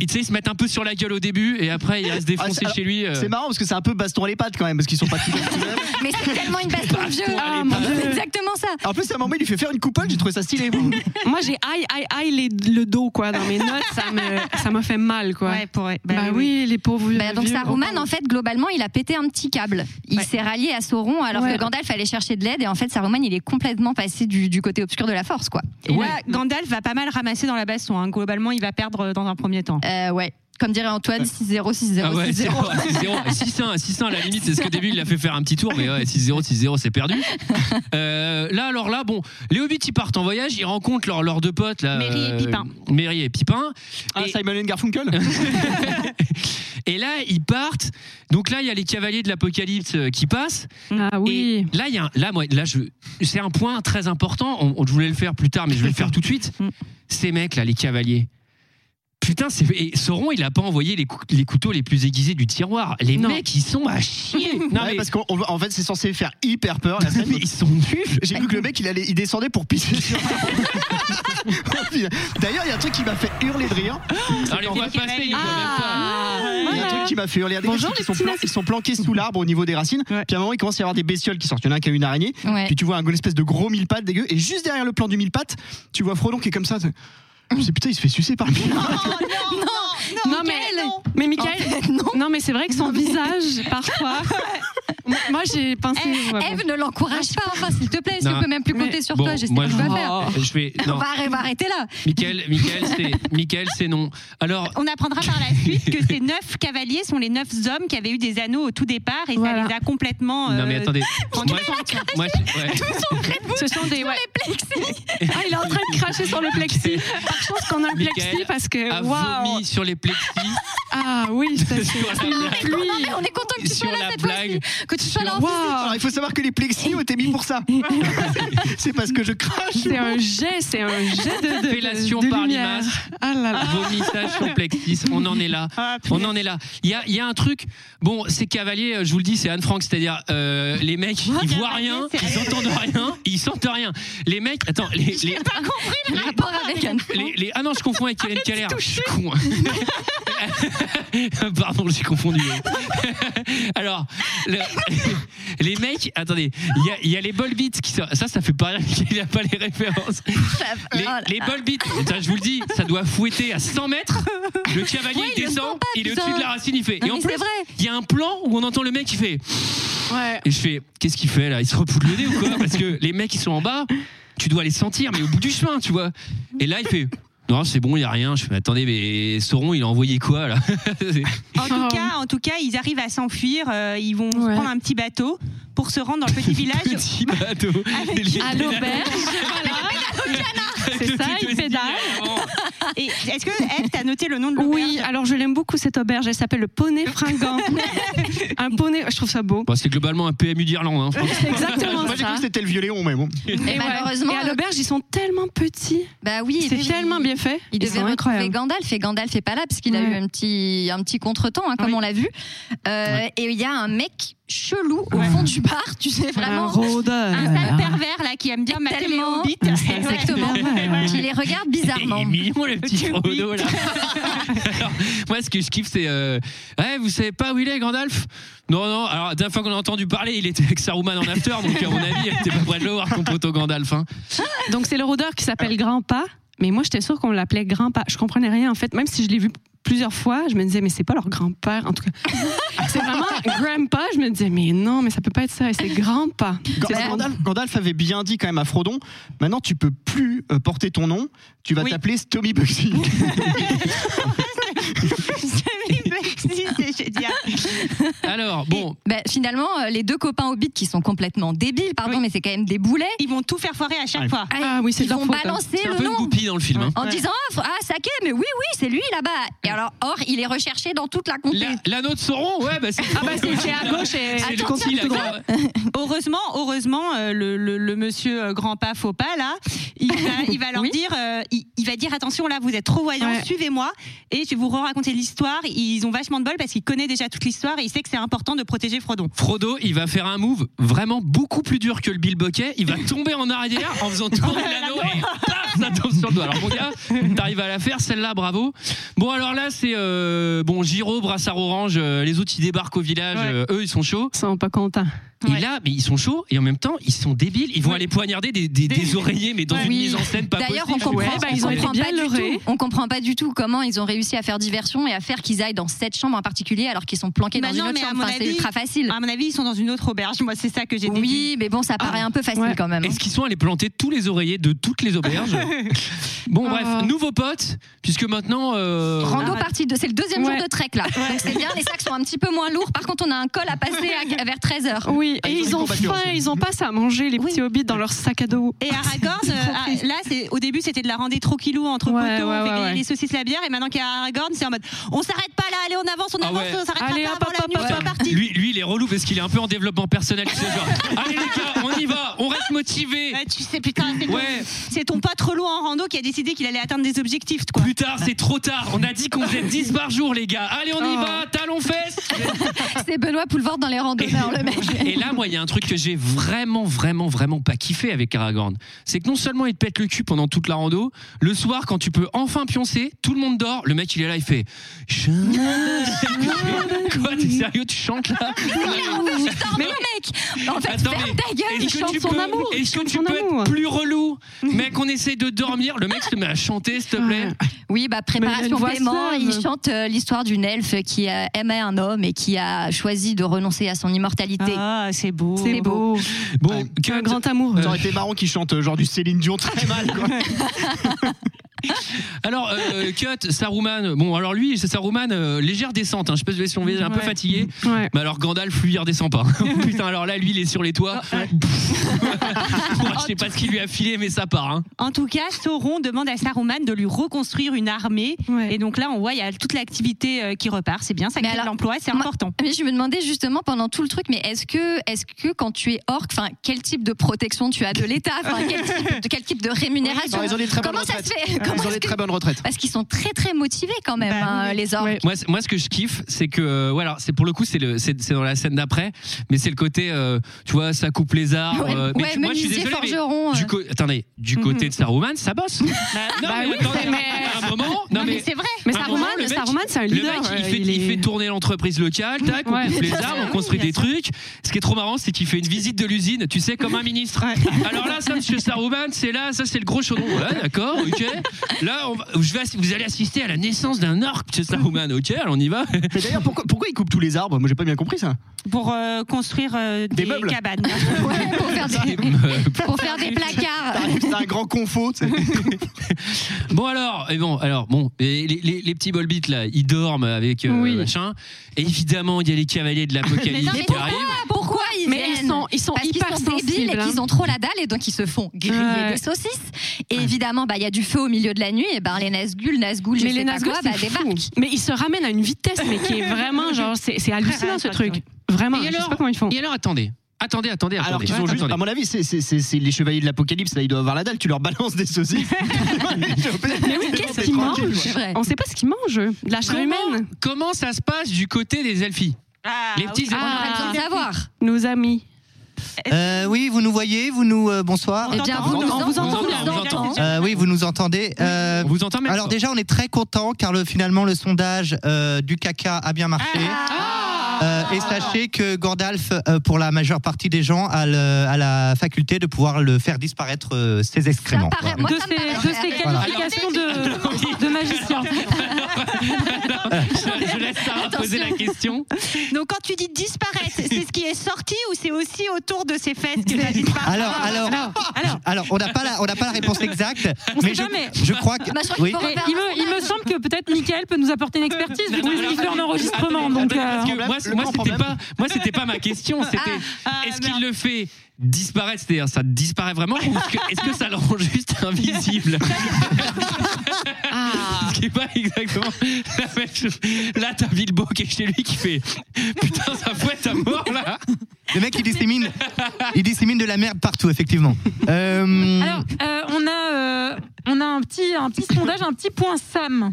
il, tu sais, ils se mettent un peu sur la gueule au début et après, il reste Ah, défoncé c'est- chez lui. euh. C'est marrant parce que c'est un peu baston à les pattes quand même, parce qu'ils sont pas tous. Mais c'est tellement une baston de vieux. Ah, mon Dieu. C'est exactement ça. En plus, à un moment, il lui fait faire une coupole, j'ai trouvé ça stylé. moi. Moi, j'ai aïe, aïe, aïe les- le dos, quoi, dans mes notes. Ça me, ça me fait mal, quoi. Ouais, pour- bah bah oui, oui, les pauvres. Bah, donc vieux. Saruman, en fait, globalement, il a pété un petit câble. Il s'est rallié à Sauron alors Ouais. que Gandalf allait chercher de l'aide et en fait, Saruman, il est complètement passé du, du côté obscur de la force, quoi. Et là, Gandalf va pas mal ramasser dans la baston. hein. Globalement, il va perdre euh, dans un premier temps. Euh, ouais, comme dirait Antoine, 6-0, 6-0, Ah ouais, 6-0. 6-0, 6-0. 6-1, 6-1 à la limite, c'est ce que début il a fait faire un petit tour, mais ouais, 6-0, 6-0, c'est perdu. Euh, là, alors là, bon, les hobbits ils partent en voyage, ils rencontrent leurs leurs deux potes, là. Merry et euh, Pipin. Merry et Pipin. Ah, Et- Simon and Garfunkel Et là, ils partent. Donc là, il y a les cavaliers de l'apocalypse euh, qui passent. Ah oui. Là, il y a un- là, moi, là, je, c'est un point très important. On, on- je voulais le faire plus tard, mais je vais le faire tout de suite. Ces mecs là, les cavaliers. Putain, c'est, et Sauron, il a pas envoyé les, cou- les couteaux les plus aiguisés du tiroir. Les Non. mecs, ils sont à chier. Non, mais... parce qu'en en fait, c'est censé faire hyper peur. la scène. ils sont nuls. J'ai vu que le mec, il, allait, il descendait pour pisser sur D'ailleurs, il y a un truc qui m'a fait hurler de rire. Ah, les voix passer, ils Ah, Il y a un truc qui m'a fait hurler. Il y a des Bonjour, gars qui les sont, petits plan- lacs. ils sont planqués sous l'arbre au niveau des racines. Puis à un moment, il commence à y avoir des bestioles qui sortent. Il y en a un qui a une araignée. Ouais. Puis tu vois un espèce de gros mille pattes dégueu. Et juste derrière le plan du mille pattes, tu vois Frodon qui est comme ça. c'est- Je me dis, putain, il se fait sucer par le mille pattes. Oh Non, Non, mais, mais Michael, En fait, non. non, mais c'est vrai que son visage, parfois. Moi- Moi, j'ai pensé. ouais, bon. Eh, Eve, ne l'encourage pas, enfin, s'il te plaît, est-ce Non. qu'on peut même plus Mais- compter sur Bon, toi Je sais moi, pas je- quoi faire. Je vais. On Non. va arrêter- on va arrêter là. Michael, Michael, c'est, Michael, c'est non. Alors, On apprendra par la suite que ces neuf cavaliers sont les neuf hommes qui avaient eu des anneaux au tout départ et Voilà. ça les a Oh, complètement. non, mais euh, attendez. Franck, Moi, moi, je- ouais. Ce sont des. ouais. Plexi. Ah, il est en train de cracher sur le plexi. Je pense qu'on a le Michael plexi parce que. a Waouh. vomi sur les plexis. Ah oui, ça, c'est Sur la c'est une blague. pluie. Non, mais on est content que tu sois Sur là la cette blague. fois-ci. Que tu sois là en Waouh. Alors, il faut savoir que les plexis ont été mis pour ça. c'est parce que je crache. C'est un jet, c'est un jet de. de- de- Fellation de par lumière. limace. Ah là là. Ah, Vomissage sur plexis, on en est là. On en est là. Il y a, il y a un truc. Bon, ces cavaliers, euh, je vous le dis, c'est Anne Frank, c'est-à-dire euh, les Oh, mecs, ils voient rien, ils entendent rien, ils sentent rien. Les mecs, attends, les, les, rapport avec Anne. les- les- ah non, je confonds avec Hélène Keller. Je suis con. Pardon, j'ai confondu. Alors, le- les mecs, attendez, il y a- il y, a les bolbites qui sont- ça, ça fait pas rire qu'il n'a pas les références. Oh Les, les bolbites, putain, je vous le dis, ça doit fouetter à 100 mètres. Le cavalier Ouais, il il le descend, sent pas, il est putain. au-dessus de la racine, il fait. Non, et en mais plus, c'est vrai. il y a un plan où on entend le mec qui fait. Ouais. Et je fais, qu'est-ce qu'il fait là Il se repoule le nez ou quoi Parce que les mecs qui sont en bas, tu dois les sentir, mais au bout du chemin, tu vois. Et là, il fait. Non, c'est bon, il y a rien. Je fais, mais attendez, mais Sauron, il a envoyé quoi là En Oh. tout, cas, en tout cas, ils arrivent à s'enfuir. euh, ils vont prendre un petit bateau pour se rendre dans le petit village. Petit bateau. Avec- À C'est ça, il pédale. hein, Et est-ce que Eve, t'as noté le nom de l'auberge Oui, alors je l'aime beaucoup cette auberge. Elle s'appelle le Poney Fringant. un poney, je trouve ça beau. Bon, Bah, c'est globalement un PMU d'Irlande. Hein, franchement. C'est exactement Moi j'ai ça. cru que c'était le vieux Léon, mais bon. Et, ouais. malheureusement, Et à l'auberge, ils sont tellement petits. Bah oui, c'est tellement bien fait. Il Ils devait sont retrouver incroyables. Gandalf et Gandalf est pas là parce qu'il a eu un petit un petit contretemps hein, comme on l'a vu. Euh, Et il y a un mec chelou au fond du bar, tu sais vraiment. rôdeur. Ah. Un sale pervers là qui aime bien mater les hobbits. Exactement. Qui les regarde bizarrement. Il est mignon le petit Frodo là. Alors, moi ce que je kiffe c'est euh, ouais, vous savez pas où il est Gandalf Non non, alors la dernière fois qu'on a entendu parler, il était avec Saruman en after donc à mon avis, il était pas prêt de le voir ton poteau Gandalf hein. Donc c'est le rôdeur qui s'appelle Grand Pas. Mais moi, j'étais sûre qu'on l'appelait Grand Pas. Je comprenais rien en fait. Même si je l'ai vu plusieurs fois, je me disais mais c'est pas leur grand-père. En tout cas, c'est vraiment Grandpa. Je me disais mais non, mais ça peut pas être ça. Et c'est Grand Pas. Ga- C'est son- Gandalf, Gandalf avait bien dit quand même à Frodon maintenant tu peux plus euh, porter ton nom, tu vas t'appeler Tommy Bugsy. c'est génial. Alors, bon. Bah, finalement, euh, les deux copains hobbits qui sont complètement débiles, pardon, mais c'est quand même des boulets. Ils vont tout faire foirer à chaque Ouais. fois. Ah oui, c'est Ils de leur vont faute, hein. balancer C'est un le peu une nom. goupille dans le film hein. En disant ah, F- ah Saké mais oui oui c'est lui là-bas et alors or il est recherché dans toute la comté La- L'anneau de Sauron, ouais, bah c'est Ah bah, c'est- c'est à gauche et- C'est le Attends, petit, là, tiens, toi. quoi. Heureusement, heureusement, euh, le, le- le monsieur euh, grand pas faux pas là, il va, il va leur dire, euh, il, il va dire attention là, vous êtes trop voyants, Ouais. suivez-moi et je vais vous raconter l'histoire. Ils ont vachement de bol parce qu'il connaît déjà toute l'histoire et il sait que c'est important de protéger Frodon. Frodo, il va faire un move vraiment beaucoup plus dur que le Bill Bokeh. Il va tomber en arrière en faisant tourner l'anneau et paf, ça tombe sur le doigt. Alors, mon gars, t'arrives à la faire, celle-là, bravo. Bon, alors là, c'est euh, bon, Giro, brassard orange. euh, les autres, ils débarquent au village. euh, eux, ils sont chauds. Ils sont pas contents. Et là, mais ils sont chauds et en même temps, ils sont débiles. Ils vont aller poignarder des, des- des oreillers, mais dans une Oui. mise en scène pas D'ailleurs, on possible. comprend, on comprend pas leurrés. du tout. On comprend pas du tout comment ils ont réussi à faire diversion et à faire qu'ils aillent dans cette chambre en particulier alors qu'ils sont planqués Bah dans non, une autre mais à chambre. mon ben Enfin, c'est avis- ultra facile. À mon avis, ils sont dans une autre auberge. Moi, c'est ça que j'ai. Ah. Oui, mais bon, ça paraît un peu facile quand même. hein. Est-ce qu'ils sont allés planter tous les oreillers de toutes les auberges Bon, Ah. bref, nouveau pote, puisque maintenant. euh, Ah Rando partie 2, c'est le deuxième Ouais. jour de trek là. Donc c'est bien, les sacs sont un petit peu moins lourds. Par contre, on a un col à passer à- vers 13h. Oui, Ah, et ils ont faim, ils ont pas ça à manger, les petits hobbits, dans leur sac à dos. Et Aragorn, euh, ah, là, c'est au début, c'était de la rendez tranquillou entre Ouais, poteaux, ouais, avec ouais, les, ouais. les saucisses, la bière, et maintenant qu'il y a Aragorn, c'est en mode, on s'arrête pas là, allez, on avance, on Ah avance, ouais. on s'arrête pas Allez, là hop, avant la hop, nuit, hop, soit hop. parti. Lui, lui, il est relou parce qu'il est un peu en développement personnel. tu sais, genre, Allez les gars, on y va, on reste motivés. Ouais, tu sais, putain, c'est ton- Ouais. c'est ton, pas trop loin en rando qui a décidé qu'il allait atteindre des objectifs, quoi. Ah, Plus tard, c'est trop tard. On a dit qu'on faisait 10 par jour, les gars. Allez, on y Oh. va, talons fesses. C'est Benoît Poulvord dans les randonneurs, le mec. Et là, moi, il y a un truc que j'ai vraiment, vraiment, vraiment pas kiffé avec Aragorn. C'est que non seulement il te pète le cul pendant toute la rando, le soir, quand tu peux enfin pioncer, tout le monde dort, le mec, il est là, il fait. Je- Quoi, t'es sérieux, tu chantes là Mais mec, en fait, Attends, ferme mais ta gueule, est-ce il que chante tu son peux- amour. il Est-ce que chante tu son peux amour. être plus relou Mec, on essaye de dormir. Le mec se met à chanter, s'il te plaît. Oui, Mais il y bah a préparation une voix paiement. suave. Il chante euh, l'histoire d'une elfe qui euh, aimait un homme et qui a choisi de renoncer à son immortalité. Ah, c'est beau. C'est beau. Bon, Un cut. grand amour. Ça aurait été marrant qui chante euh, genre du Céline Dion très mal. Quoi. Alors, euh, Cut, Saruman. Bon, alors lui, c'est Saruman, euh, légère descente. hein. Je sais pas si vous avez son visage un peu Ouais. fatigué. Ouais. Mais alors, Gandalf, lui, il redescend pas. Oh, Putain, alors là, lui, il est sur les toits. Ah, Pff. Moi, je sais pas ce qu'il lui a filé, mais ça part. hein. En tout cas, Sauron demande à Saruman de lui reconstruire une armée. Et donc là, on voit, il y a toute l'activité euh, qui repart. C'est bien, ça crée de l'emploi, c'est important. Mais je me demandais justement pendant tout le truc, mais est-ce que, est-ce que quand tu es orc, enfin, quel type de protection tu as de l'État, enfin, quel type de, quel type de rémunération Oui, ils ont des très bonnes Comment ça se retraites. fait Comment Ils ont des très bonnes retraites. Parce qu'ils sont très très motivés quand même, hein, les orques. Moi, c'est- moi, ce que je kiffe, c'est que, euh, ouais, alors, c'est pour le coup, c'est le- c'est c'est dans la scène d'après, mais c'est le côté, euh, tu vois, ça coupe les arbres. Ouais, euh, mais ouais, tu- moi, je suis menuisier, désolé, mais forgeron, du euh. co- attendez, du côté de Saruman, ça bosse. non, mais oui, attendez, c'est- mais- à un moment, Non, mais c'est vrai. Mais à un Saruman- moment, le mec- Saruman, c'est un leader, Le mec, il euh, fait, il il est- fait tourner l'entreprise locale, tac, on Ouais. coupe les Bien arbres, sûr, on construit bien des sûr. trucs. Ce qui est trop marrant, c'est qu'il fait une visite de l'usine, tu sais, comme un ministre. Alors là, ça, monsieur Saruman, c'est là, ça, c'est le gros chaudron. Ouais, d'accord, ok. Là, on va- je vais, ass- vous allez assister à la naissance d'un orc, monsieur Saruman, ok, alors on y va. Mais d'ailleurs, pourquoi, pourquoi ils coupent tous les arbres Moi, j'ai pas bien compris ça. Pour euh, construire euh, des, meubles. cabanes. pour faire des, pour faire des placards. C'est un grand confo, tu sais. Bon alors, et bon alors, bon, et les, les- les petits bolbits là, ils dorment avec euh, machin. Et évidemment, il y a les cavaliers de Mais l'apocalypse non, mais qui pourquoi, arrivent. pourquoi ils Mais ils viennent sont- ils sont Parce qu'ils hyper sont débiles sensibles, et hein. qu'ils ont trop la dalle et donc ils se font griller Ouais. des saucisses. Et évidemment, bah il y a du feu au milieu de la nuit et ben les Nazgûl, Nazgûl, je mais sais les pas Nazgûl, quoi, bah, c'est fou. Mais ils se ramènent à une vitesse, mais qui est vraiment genre, c'est c'est hallucinant ce truc. Vraiment, Et je sais alors pas comment ils font. Et alors, attendez, attendez, attendez, Alors attendez. qu'ils ont juste, attendez. à mon avis, c'est- c'est c'est- c'est les chevaliers de l'apocalypse, là, ils doivent avoir la dalle, tu leur balances des saucisses. Mais oui, qu'est-ce qu'ils Tranquille, mangent ouais. On sait pas ce qu'ils mangent. De la chair Comment, humaine. comment ça se passe du côté des elfies Les petits oui. Ah. elfies. On va savoir. Nos amis. Euh, oui, vous nous voyez, vous nous euh, bonsoir. Eh bien, vous, nous On vous entend, entend, on vous entend. Euh, oui, vous nous entendez. Euh, vous entend même alors pas. déjà, on est très content car le, finalement le sondage euh, du caca a bien marché. Ah. Euh, et sachez que Gandalf, euh, pour la majeure partie des gens, a, le- a la faculté de pouvoir le faire disparaître euh, ses excréments. Voilà. de ces, de ces Voilà. qualifications de, de magicien. je, je laisse Sarah poser la question. Donc quand tu dis disparaître, c'est ce qui est sorti ou c'est aussi autour de ses fesses que ça disparaît Alors, alors, alors, on n'a pas la, on n'a pas la réponse exacte, On mais je, sait jamais. Ah Bah, je crois que oui. Mais il, me, il me semble que peut-être Michael peut nous apporter une expertise vu qu'il fait en enregistrement. Attendez, Donc, attendez, parce que euh, moi, Ah. moi, c'était pas, moi, c'était pas ma question. Ah, C'était est-ce qu'il le fait disparaître, c'est-à-dire ça disparaît vraiment, ou est-ce que, est-ce que ça le rend juste invisible Ce qui est pas exactement la même chose. Là, t'as Bilbo qui est chez lui qui fait putain, ça fouette à mort là. Le mec, il dissémine, il dissémine de la merde partout, effectivement. Euh, Alors, euh, on a, euh, on a un, petit, un petit sondage, un petit point Sam.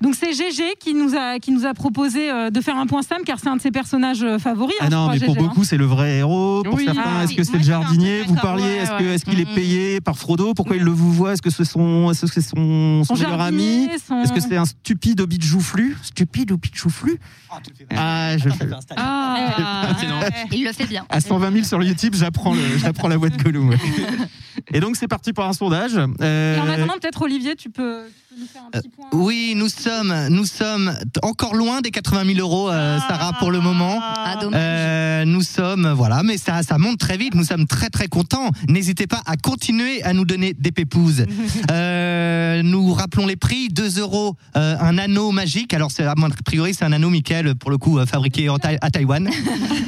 Donc c'est GG qui nous a, qui nous a proposé euh, de faire un point Sam car c'est un de ses personnages euh, favoris. hein, Ah non, mais je crois, pour GG, hein. beaucoup, c'est le vrai héros. Pour Oui. certains, Ah, est-ce oui. que c'est le jardinier Vous parliez, est-ce que- ouais. est-ce qu'il est, payé par Frodo Pourquoi il le vous voit Est-ce que c'est son, est-ce que c'est son, son Son meilleur ami jardinier, son- Est-ce que c'est un stupide hobbit joufflu Stupide hobbit joufflu Ah, je le fais. Ah. c'est non. Il le fait bien. À 120 000 sur YouTube, j'apprends le- j'apprends la voix de Gollum. ouais. Et donc, c'est parti pour un sondage. Euh, Et en attendant, peut-être Olivier, tu peux, tu peux nous faire un petit point. oui, nous sommes, nous sommes encore loin des 80 000 euros, euh, Sarah, pour le moment. Ah, dommage. Euh, nous sommes, voilà, mais ça, ça monte très vite. Nous sommes très, très contents. N'hésitez pas à continuer à nous donner des pépouses. Euh, nous rappelons les prix 2 euros, euh, un anneau magique. Alors, c'est, à mon- a priori, c'est un anneau, Michael, pour le coup, euh, fabriqué en Taï- à Taïwan.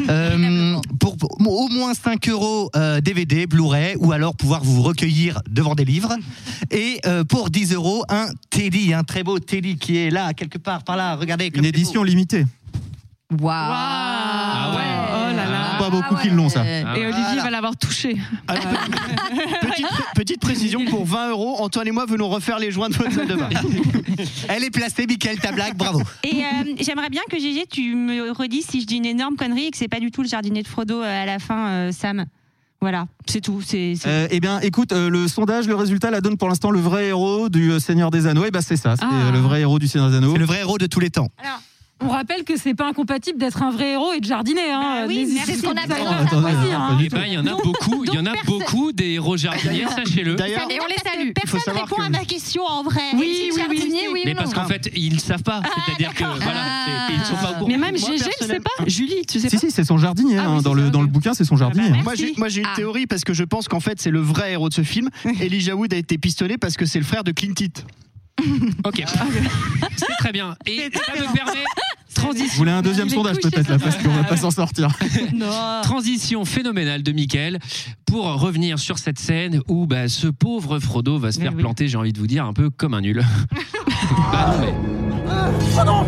Euh, pour, pour au moins 5 euros euh, DVD, Blu-ray, ou alors pouvoir vous recueillir devant des livres. Et euh, pour 10 euros, un Teddy, un très beau Teddy qui est là, quelque part, par là. Regardez. une édition limitée. Waouh Oh là Ah, là. Pas beaucoup qui l'ont, ça. Ah Et Olivier va l'avoir touché. Ah Petite, petite précision pour 20 euros, Antoine et moi venons refaire les joints de votre salle de bain. Elle est placée, Michael, ta blague, bravo. Et euh, j'aimerais bien que Gégé, tu me redis si je dis une énorme connerie et que c'est pas du tout le jardinier de Frodo euh, à la fin, euh, Sam. Voilà, c'est tout. C'est c'est- Euh, eh bien, écoute, euh, le sondage, le résultat la donne pour l'instant le vrai héros du euh, Seigneur des Anneaux. Et ben c'est ça, c'est Ah. euh, le vrai héros du Seigneur des Anneaux. C'est le vrai héros de tous les temps. On rappelle que c'est pas incompatible d'être un vrai héros et de jardiner. Hein. oui, N'hésitez merci. pas On a à besoin faire plaisir, hein. Eh ben, il y en a beaucoup, il y en a beaucoup des héros jardiniers, sachez-le. D'ailleurs, Et on les salue. Personne répond à ma question en vrai. Oui, oui, oui, oui, oui, Mais non. Ah. parce qu'en fait, ils savent pas. C'est-à-dire que voilà, c'est- ils sont pas au courant. Mais même GG, ne sait pas. Julie, tu sais Si, pas. Ah si, c'est son jardinier. hein, dans, le, dans le bouquin, c'est son bah, jardinier. Moi j'ai, moi, j'ai une théorie parce que je pense qu'en fait c'est le vrai héros de ce film. Elijah Wood a été pistolé parce que c'est le frère de Clint Eastwood. Ok. C'est très bien. Et ça me permet. Transition. Vous voulez un deuxième sondage peut-être là parce qu'on va pas s'en sortir. Transition phénoménale de Michael pour revenir sur cette scène où bah, ce pauvre Frodo va se faire planter, j'ai envie de vous dire, un peu comme un nul. Bah, non, mais- Oh non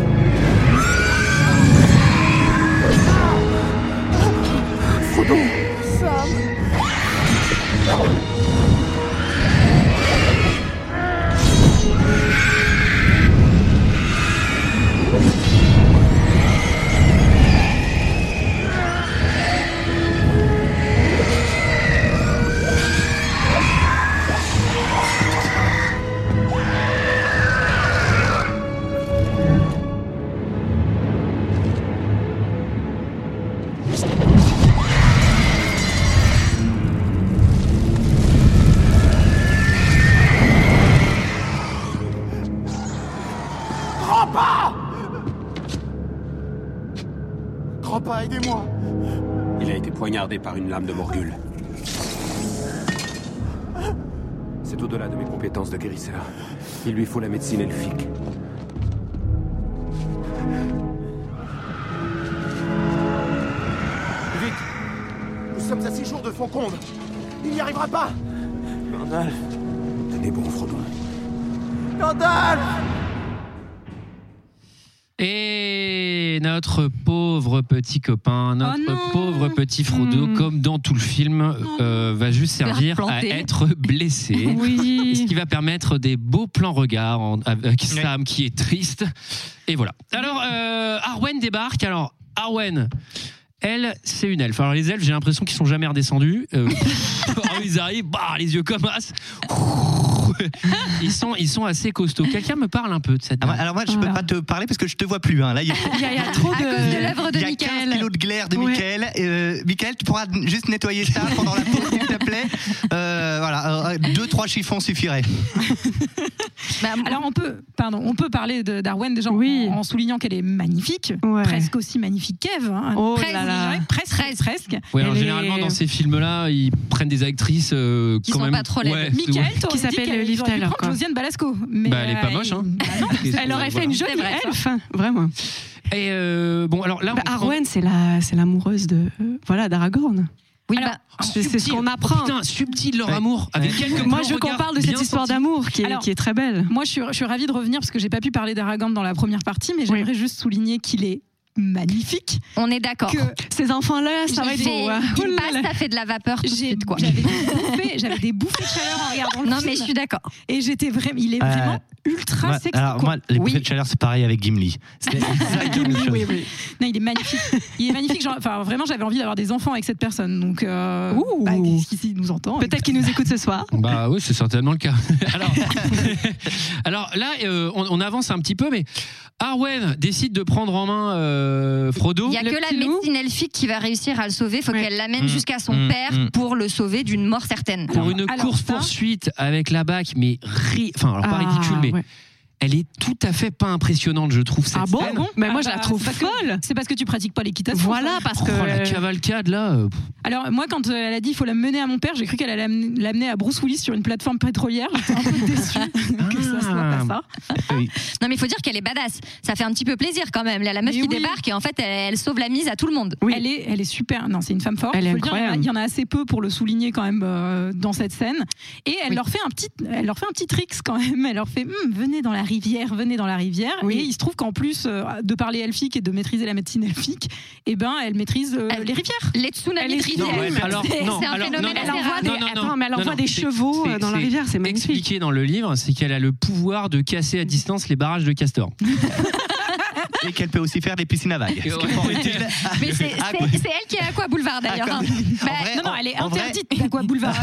Frodo Sam été poignardé par une lame de Morgul. C'est au-delà de mes compétences de guérisseur. Il lui faut la médecine elfique. Nous sommes à six jours de Foncombe. Il n'y arrivera pas. Gandalf Tenez bon, Frodon. Gandalf Et notre pauvre petit copain, notre Oh pauvre petit Frodo, comme dans tout le film, euh, va juste Hmm. Faire servir à planter. être blessé. Oui. Ce qui va permettre des beaux plans regards en- avec Sam qui est triste. Et voilà. Alors, euh, Arwen débarque. Alors, Arwen. Elle, c'est une elfe. Alors les elfes, j'ai l'impression qu'ils sont jamais redescendus. Euh, ils arrivent, bah, les yeux comme as. Ils sont, ils sont assez costauds. Quelqu'un me parle un peu de cette. dame. Ah Alors moi, je Ah. peux pas te parler parce que je te vois plus. hein. Là, il y a, Il y a- il y a trop À de- cause de l'œuvre de Il y a Michael. 15 kilos de glaire de Ouais. Michael. Euh, Michael, tu pourras juste nettoyer ça pendant la pause, s'il te plaît. Euh, voilà, euh, deux, trois chiffons suffiraient. Bah, Alors on peut, pardon, on peut parler de Darwen déjà en- en, soulignant qu'elle est magnifique, presque aussi magnifique qu'Eve. hein. Oh presque, là je là. dirais, presque, presque. Ouais, alors généralement dans ces films-là, ils prennent des actrices euh, qui quand sont même. pas trop laides. Ouais, c'est Michael, ouf. t'aurais Qui dit s'appelle qu'elle- Liv ils auraient pu Tyler, prendre quoi. Josiane Balasco. Mais Bah, elle est pas euh, moche, hein. Elle aurait fait une jolie elfe, vraiment. Et euh, bon, alors là, on Bah, comprend- Arwen, c'est la, c'est l'amoureuse de, euh, voilà, d'Aragorn. Oui, Alors, bah, c'est, subtil. Oh, c'est ce qu'on apprend. Putain, subtil leur amour, avec quelques Moi, plans je veux qu'on regards parle de cette bien histoire sentis. d'amour qui est, Alors, qui est très belle. Moi, je suis, je suis ravie de revenir parce que j'ai pas pu parler d'Aragorn dans la première partie, mais j'aimerais juste souligner qu'il est magnifique. On est d'accord. Ces enfants-là, ça va être beau. hein. Il passe, ça fait de la vapeur tout de suite, quoi. J'avais des bouffées, j'avais des bouffées de chaleur en regardant le Non, film. mais je suis d'accord. Et j'étais vraiment, il est Euh, vraiment ultra Moi, sexy. alors quoi. moi, les Oui. bouffées de chaleur, c'est pareil avec Gimli. C'est exactement la même chose. Ah Oui, oui. Non, il est magnifique. Il est magnifique. genre, enfin, vraiment, j'avais envie d'avoir des enfants avec cette personne. Donc, euh, bah, qu'est-ce qu'il- s'il nous entend Peut-être qu'il nous écoute ce soir. Bah oui, c'est certainement le cas. Alors, alors là, euh, on, on avance un petit peu, mais Arwen décide de prendre en main euh, Frodo. Il n'y a que la médecine elfique qui va réussir à le sauver. Il faut qu'elle l'amène Mm, jusqu'à son mm, père mm. pour le sauver d'une mort certaine. pour une course poursuite avec la bac, mais ri... enfin alors pas Ah, ridicule, mais ouais. elle est tout à fait pas impressionnante, je trouve cette scène. Ah Mais moi, je la trouve folle. Ah bah, C'est parce que euh, tu pratiques pas l'équitation. Voilà, parce Oh, la cavalcade là. euh, pff. Alors moi, quand euh, elle a dit il faut la mener à mon père, j'ai cru qu'elle allait am- l'amener à Bruce Willis sur une plateforme pétrolière. J'étais un peu déçue que ça soit pas ça. Ah. Non, mais il faut dire qu'elle est badass. Ça fait un petit peu plaisir quand même. Là, la meuf qui débarque et en fait, elle, elle sauve la mise à tout le monde. Elle est, elle est super. Non, c'est une femme forte. Elle est Faut le dire, il y en a- incroyable. il y, en a assez peu pour le souligner quand même euh, dans cette scène. Et elle leur fait un petit, elle leur fait un petit tricks quand même. Elle leur fait, Hum, venez dans la rivière, venez dans la rivière. Et il se trouve qu'en plus euh, de parler elfique et de maîtriser la médecine elfique, eh ben, elle maîtrise euh, les rivières. Les tsunamis Elle est- de rivière. Non, ouais, mais alors, non, alors, non, non, elle envoie non, des- non, non, attends, mais elle non, envoie non, des c'est- chevaux, c'est- euh, dans la c'est rivière, c'est magnifique. Expliqué dans le livre, c'est qu'elle a le pouvoir de casser à distance les barrages de Castor. Et qu'elle peut aussi faire des piscines à vagues. Ce qui est formidable. Mais c'est Ah, c'est- c'est elle qui est à quoi boulevard d'ailleurs. hein. Bah, non, non, elle est interdite d'Aqua Boulevard.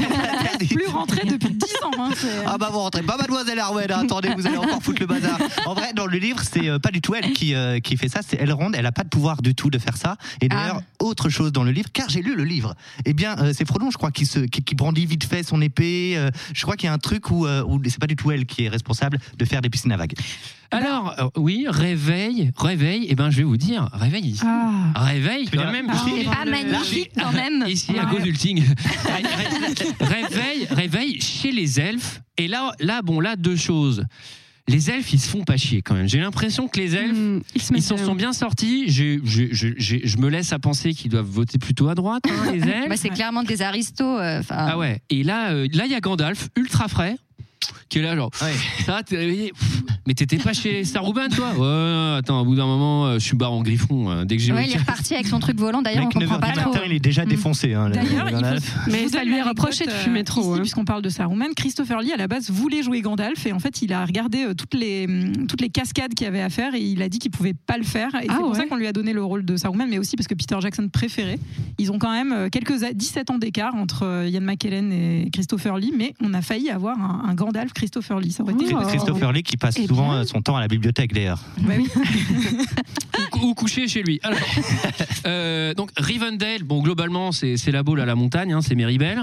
Elle n'est plus rentrée depuis 10 ans. hein, c'est- Ah bah vous rentrez pas mademoiselle Arwen, hein. attendez, vous allez encore foutre le bazar. En vrai, dans le livre, c'est euh, pas du tout elle qui, euh, qui fait ça, c'est Elrond, elle a pas de pouvoir du tout de faire ça. Et Ah. d'ailleurs, autre chose dans le livre, car j'ai lu le livre, eh bien euh, c'est Frodon, je crois, qui, se, qui, qui brandit vite fait son épée. euh, je crois qu'il y a un truc où, euh, où c'est pas du tout elle qui est responsable de faire des piscines à vagues. Alors, euh, oui, réveil, réveil, et ben je vais vous dire, réveil ici. Ah. Réveil Tu veux quand dire même. Ah, ici. c'est pas magnifique, Là, quand même. Ici à Godulting. réveil, réveil chez les elfes. Et là, là, bon, là, deux choses. Les elfes, ils se font pas chier quand même. J'ai l'impression que les elfes, ils s'en sont bien sortis. J'ai- j'ai- j'ai- j'ai- je me laisse à penser qu'ils doivent voter plutôt à droite, hein, les elfes. bah, c'est clairement des aristos. euh, enfin, Ah ouais. Et là, euh, là, il y a Gandalf, ultra frais, qui est là, genre. Ça, t'es réveillé. Pff, Mais t'étais pas chez Saruman, toi Ouais, attends, au bout d'un moment, euh, je suis barre en griffon. euh, dès que j'ai ouais, il est reparti avec son truc volant. D'ailleurs, on Mec, 9h comprend pas du trop. Hmm. matin, il est déjà défoncé. hein, le- D'ailleurs, le il Gandalf. faut- je vous donne l'anecdote, euh, hein. ici, Puisqu'on parle de Saruman, Christopher Lee à la base voulait jouer Gandalf et en fait il a regardé euh, toutes les mm, hum, toutes les cascades qu'il y avait à faire et il a dit qu'il pouvait pas le faire. Ah Et c'est pour ça qu'on lui a donné le rôle de Saruman, mais aussi parce que Peter Jackson préférait. Ils ont quand même euh, quelques a- 17 ans d'écart entre euh, Ian McKellen et Christopher Lee, mais on a failli avoir un, un Gandalf Christopher Lee. Ça aurait été Christopher Lee qui passe euh, Eh souvent bien. euh, son temps à la bibliothèque d'ailleurs. Ouais, oui. ou, ou coucher chez lui. Alors, euh, donc Rivendell, bon globalement c'est c'est la boule à la montagne, hein, c'est Meribel.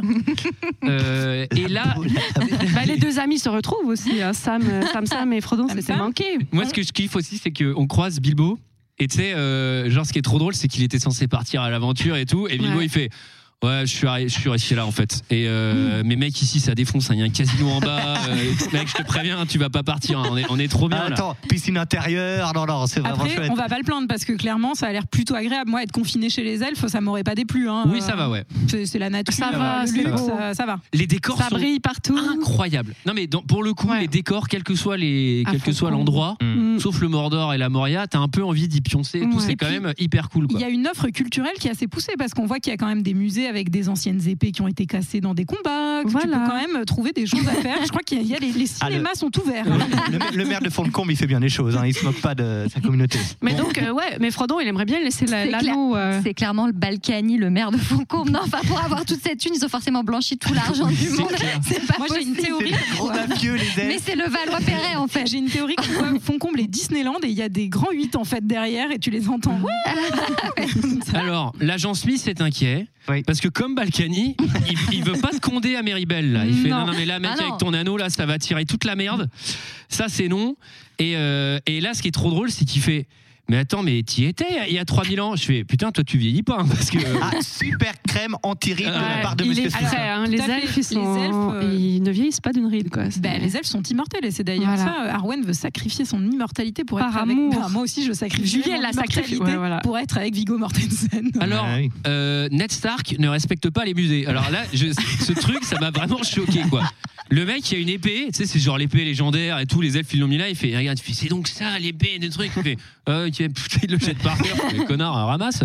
Euh, et là, Bah, les deux amis se retrouvent aussi. hein. Sam, euh, Sam, Sam et Frodon, c'était manqué. moi ce que je kiffe aussi c'est qu'on croise Bilbo Et tu sais, euh, genre, ce qui est trop drôle, c'est qu'il était censé partir à l'aventure et tout. Et Bilbo, Ouais. il fait. Ouais, je suis, arri- je suis resté là en fait. Et Hmm. euh, mes mecs ici, ça défonce. hein. Il y a un casino en bas. Euh, mec, je te préviens, tu vas pas partir. hein. On, est, on est trop bien là. Ah, Attends, piscine intérieure, non, non, c'est vraiment Après, chouette. on va pas le plaindre parce que clairement, ça a l'air plutôt agréable. Moi, être confiné chez les elfes, ça m'aurait pas déplu. hein. Oui, ça va, ouais. C'est c'est la nature, Ça le va, c'est luxe, beau. ça, ça va. Les décors Ça sont brille partout. incroyables. Non mais dans- pour le coup, les décors, quel que soit les, À quel que fond, soit quoi. l'endroit, Mm. sauf le Mordor et la Moria, t'as un peu envie d'y pioncer. et tout Ouais. c'est Et quand puis, même hyper cool. Il Quoi. y a une offre culturelle qui est assez poussée parce qu'on voit qu'il y a quand même des musées avec des anciennes épées qui ont été cassées dans des combats. que Tu peux quand même euh, trouver des choses à faire. Je crois qu'il y a- il y a les, les Ah, le- cinémas sont ouverts. hein. Le, le maire de Fontcombe, il fait bien les choses, hein, il se moque pas de sa communauté. Mais donc, euh, ouais, mais Frodon, il aimerait bien laisser la- C'est l'anneau. euh, C'est clairement le Balkany, le maire de Foncombe. Non, enfin, pour avoir toute cette thune, ils ont forcément blanchi tout l'argent du monde. C'est pas Moi, j'ai une possible. théorie. Mais c'est le Valois-Perret, en fait. J'ai une théorie qui voit Foncombe et Disneyland et il y a des grands 8 en fait derrière et tu les entends. Alors, l'agent Smith est inquiet parce que comme Balkany, il, il veut pas se conder à Meribel. Là. Il fait non, Non. non, mais là, mec, Ah, non. avec ton anneau, là, ça va tirer toute la merde. Ça, c'est non. Et, euh, et là, ce qui est trop drôle, c'est qu'il fait. Mais attends, mais t'y étais il y a 3000 ans. Je fais putain, toi, tu vieillis pas hein, parce que. Ah, super crème anti-ride de la Ouais, part de il Monsieur est Smith. frais, hein, les Tout à fait. elfes, ils, sont- Les elfes, euh, ils ne vieillissent pas d'une ride. Quoi. C'est- Ben, les elfes sont immortels et c'est d'ailleurs Voilà. ça. euh, Arwen veut sacrifier son immortalité pour Par être avec. amour. Ben, moi aussi, je sacrifie. Julien mon la sacrifie, immortalité ouais, voilà. pour être avec Viggo Mortensen. Alors, euh, Ned Stark ne respecte pas les musées. Alors là, je- ce truc, ça m'a vraiment choqué, quoi. Le mec, il a une épée, tu sais, c'est genre l'épée légendaire et tous les elfes, ils l'ont mis là, il fait, regarde, il fait, c'est donc ça, l'épée, des trucs. Il fait, Ah, ok, putain, il le jette par terre, mais connard, ramasse.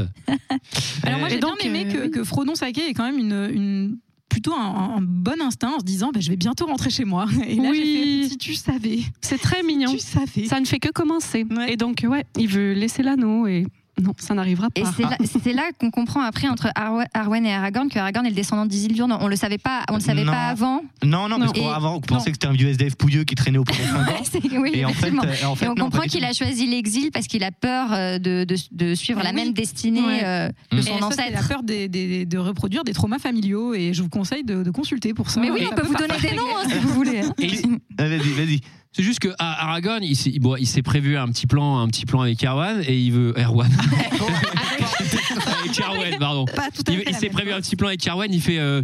Alors moi j'ai bien euh, aimé que, que Frodon Sake ait quand même une, une- plutôt un, un bon instinct en se disant bah, je vais bientôt rentrer chez moi. Et là j'ai fait si tu savais. C'est très mignon. Ça ne fait que commencer. Et donc, ouais, il veut laisser l'anneau et non, ça n'arrivera pas. Et c'est là, c'est là qu'on comprend après entre Arwen- Arwen et Aragorn que Aragorn est le descendant d'Isildur. Non, On le savait pas, on le savait Non. pas avant. Non, non, parce Et- qu'avant, on pensait que c'était un vieux SDF pouilleux qui traînait au premier Ouais, c'est- oui, Et en fait, effectivement. euh, en fait, Et on non, comprend pas du qu'il a choisi l'exil parce qu'il a peur euh, de, de- de suivre la même destinée euh, Mm. Et de ça, son c'est la ancêtre. peur des- des- de reproduire des traumas familiaux et je vous conseille de, de consulter pour ça. Mais oui, Ça on peut vous donner parfois des noms hein, régler. si vous voulez. hein. Eh, vas-y, vas-y. C'est juste que à Aragorn, il s'est, bon, il s'est prévu un petit plan, un petit plan avec Erwan et il veut Erwan. Ah, avec Erwan, pardon. il il s'est prévu un petit plan avec Erwan. Il fait, euh,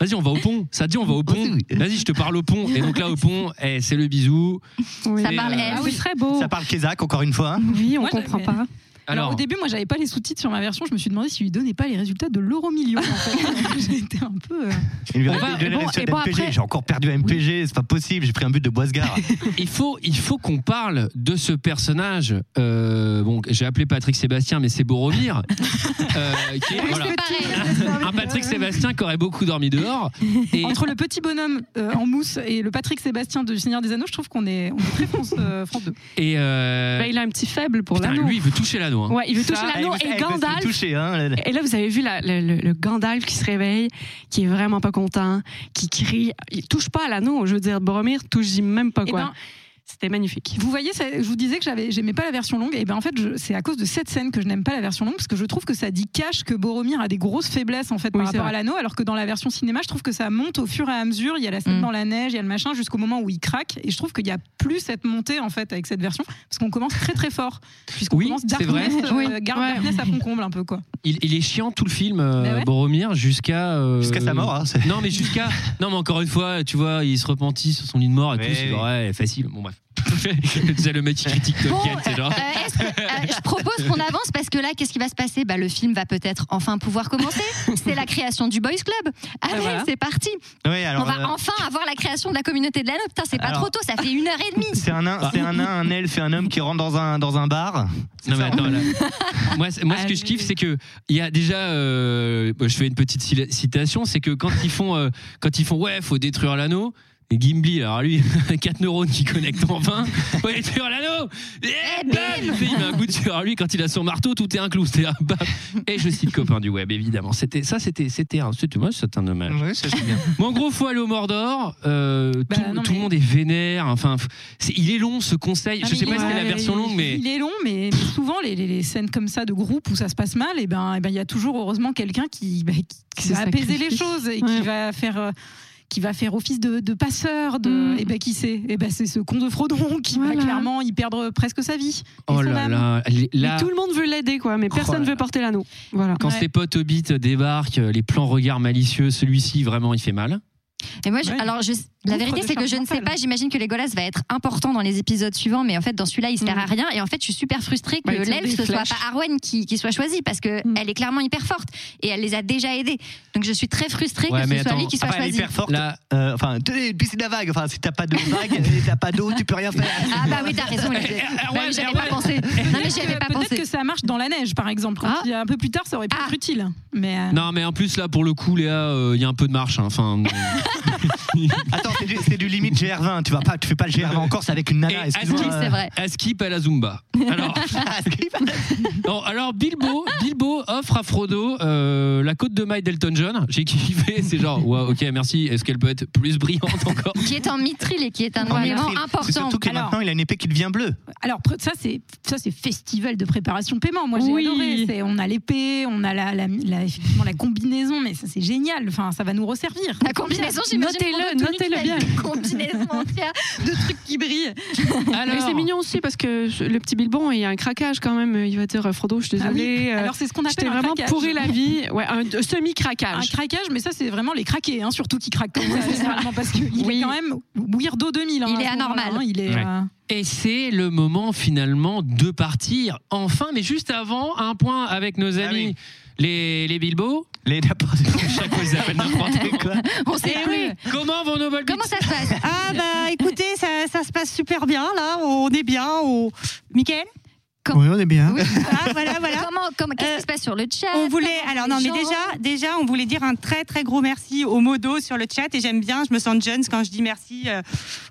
vas-y, on va au pont. Ça te dit, on va au pont. Vas-y, je te parle au pont. Et donc là, au pont, eh, c'est le bisou. Ça Et, parle euh, elfe. C'est très beau. Ça parle Kézak, encore une fois. hein. Oui, on Moi, comprend j'avais- pas. Alors, au début, moi, j'avais pas les sous-titres sur ma version. Je me suis demandé s'il lui donnait pas les résultats de l'euro million. En fait. J'étais un peu. euh, Il lui a On va- donné bon, la et suite bon, MPG. après- J'ai encore perdu à MPG, c'est pas possible, j'ai pris un but de Boisgard. il faut, il faut qu'on parle de ce personnage. euh, bon, j'ai appelé Patrick Sébastien, mais c'est Boromir. euh, qui est- voilà. Un Patrick Sébastien qui aurait beaucoup dormi dehors. Et Entre le petit bonhomme euh, en mousse et le Patrick Sébastien de Seigneur des Anneaux, je trouve qu'on est, on est très France, euh, France 2. Et euh, Bah, il a un petit faible pour putain, l'anneau. lui, il veut toucher l'anneau. hein. Ouais, il veut toucher Ça, l'anneau il veut- et il veut se Gandalf. toucher, hein, le- Ah. Et là, vous avez vu la- le, le- le Gandalf qui se réveille, qui est vraiment pas content, qui crie. Il touche pas à l'anneau. Je veux dire, Boromir touche j'y même pas Eh quoi. ben, C'était magnifique. Vous voyez, ça- je vous disais que j'avais, j'aimais pas la version longue. Et ben en fait, je- c'est à cause de cette scène que je n'aime pas la version longue parce que je trouve que ça dit cache que Boromir a des grosses faiblesses en fait par Oui, c'est rapport à vrai. l'anneau, alors que dans la version cinéma, je trouve que ça monte au fur et à mesure. Il y a la Mm. scène dans la neige, il y a le machin jusqu'au moment où il craque. Et je trouve qu'il y a plus cette montée en fait avec cette version parce qu'on commence très très fort puisqu'on Oui, commence c'est Darkness, vrai. euh, Oui. Garde Ouais. Darkness à fond comble un peu quoi. Il, il est chiant tout le film, euh, Mais ouais. Boromir, jusqu'à. euh, Jusqu'à sa mort, hein, c'est- non, mais jusqu'à. Non, mais encore une fois, tu vois, il se repentit sur son lit de mort et tout. C'est ouais, facile. Bon, bref. tu sais, le mec qui critique Tolkien, c'est genre. Euh, est-ce que- euh, je propose qu'on avance parce que là, qu'est-ce qui va se passer bah, Le film va peut-être enfin pouvoir commencer. C'est la création du Boys Club. Allez, voilà. c'est parti. Oui, alors, On va euh, enfin avoir la création de la communauté de l'anneau. Putain, c'est pas Alors- trop tôt, ça fait une heure et demie. C'est un nain, c'est un nain, un elfe et un homme qui rentrent dans un, dans un bar. Non, mais attends, là. Moi, c'est- moi, ce que je kiffe, c'est que il y a déjà, euh, bah, je fais une petite cila- citation, c'est que quand ils font, euh, quand ils font, ouais, faut détruire l'anneau. et Gimli, alors lui, 4 neurones qui connectent enfin. Faut détruire l'anneau Eh, Et bam Il fait- il met un coup dessus. Alors lui, quand il a son marteau, tout est un clou. C'est un bam. Et je cite copain du web, évidemment. C'était ça, c'était, c'était un, c'était moi, c'est un hommage. Bon, en gros, faut aller au Mordor. euh, Bah, tout tout le monde est vénère. Enfin, f- c'est- il est long ce conseil. Ah, je mais sais il pas est- si c'est la ouais, version il- longue, mais Il est long, mais mais souvent, les, les- les scènes comme ça de groupe où ça se passe mal, eh et ben, eh ben, il y a toujours, heureusement, quelqu'un qui, bah, qui- qui se va apaiser les sacrifie. choses et qui va faire. euh, qui va faire office de, de passeur, Mm. de, et ben qui c'est Et ben c'est ce con de Frodon qui va clairement y perdre presque sa vie. et Oh son là âme. là, les- là, Mais tout le monde veut l'aider, quoi, mais personne là veut porter l'anneau. Voilà. quand ses potes Hobbit débarquent, euh, les plans regards malicieux, celui-ci vraiment il fait mal. Et moi, je- alors, je- la vérité, c'est que je ne sais pas. J'imagine que Legolas va être important dans les épisodes suivants, mais en fait, dans celui-là, il Mm. sert à rien. Et en fait, je suis super frustrée que Bah, il tire des l'elfe, ce soit flèches. pas Arwen qui, qui soit choisie, parce que Mm. elle est clairement hyper forte et elle les a déjà aidés. Donc, je suis très frustrée que ce soit lui qui soit Ah bah, elle est choisi. hyper forte. Euh, enfin, tenez, une piscine à vagues. Enfin, si t'as pas de vagues, et t'as pas d'eau, tu peux rien faire. Ah bah oui, t'as raison. là, j'ai- bah oui, J'avais pas pensé. Non, mais Peut-être j'y que- avais pas Peut-être pensé. Ah. que ça marche dans la neige, par exemple. Quand il y a un peu plus tard, ça aurait pu être utile. Mais euh, Non, mais en plus, là, pour le coup, Léa, euh, il y a un peu de marche. hein. Enfin, Ah, Attends, c'est du, c'est du limite GR20. Tu vas pas, tu fais pas le Bah GR20 en Corse avec une nana. excuse-moi. À skip à la Zumba. Alors, Non, alors Bilbo, Bilbo offre à Frodo euh, la côte de maille d'Elton John. J'ai kiffé. C'est genre, ouais, ok, merci. Est-ce qu'elle peut être plus brillante encore Qui est en mithril et qui est un En élément mithril. important. C'est surtout que maintenant, il a une épée qui devient bleue. alors pre- ça c'est ça c'est festival de préparation de paiement. Moi j'ai Oui. adoré. C'est- On a l'épée, on a la, la- la- effectivement la combinaison, mais ça c'est génial. Enfin ça va nous resservir. La combinaison, j'imagine. qu'on doit tenir toute la Combinaison entière de trucs qui brillent. Mais c'est ah mignon aussi parce que je- le petit Bilbon, il y a un craquage quand même. Il va dire Frodo, je suis Ah oui. désolé. euh, Alors, c'est ce qu'on appelle un vraiment craquage. pourri la vie. Ouais, un un semi-craquage. Un craquage, mais ça c'est vraiment les craqués, hein, surtout qui craquent comme ça, généralement, parce qu'il est quand même weirdo 2000. hein, Il est à ce moment-là, anormal. hein, il est. Ouais. euh, Et c'est le moment finalement de partir. Enfin, mais juste avant, un point avec nos amis, les, Ah les Bilbo. Les n'importe Chaque fois, ils appellent n'importe quoi. On sait Eh plus. oui. Comment vont nos Balbits Comment ça se passe Ah bah écoutez, ça, ça se passe super bien là, on est bien. On... Mickaël Oui, on est bien. Ah, voilà, voilà. Euh, Comment, comment, qu'est-ce qui se passe sur le chat On voulait, alors non, mais gens déjà, déjà, on voulait dire un très très gros merci aux modos sur le chat et j'aime bien, je me sens jeune quand je dis merci euh,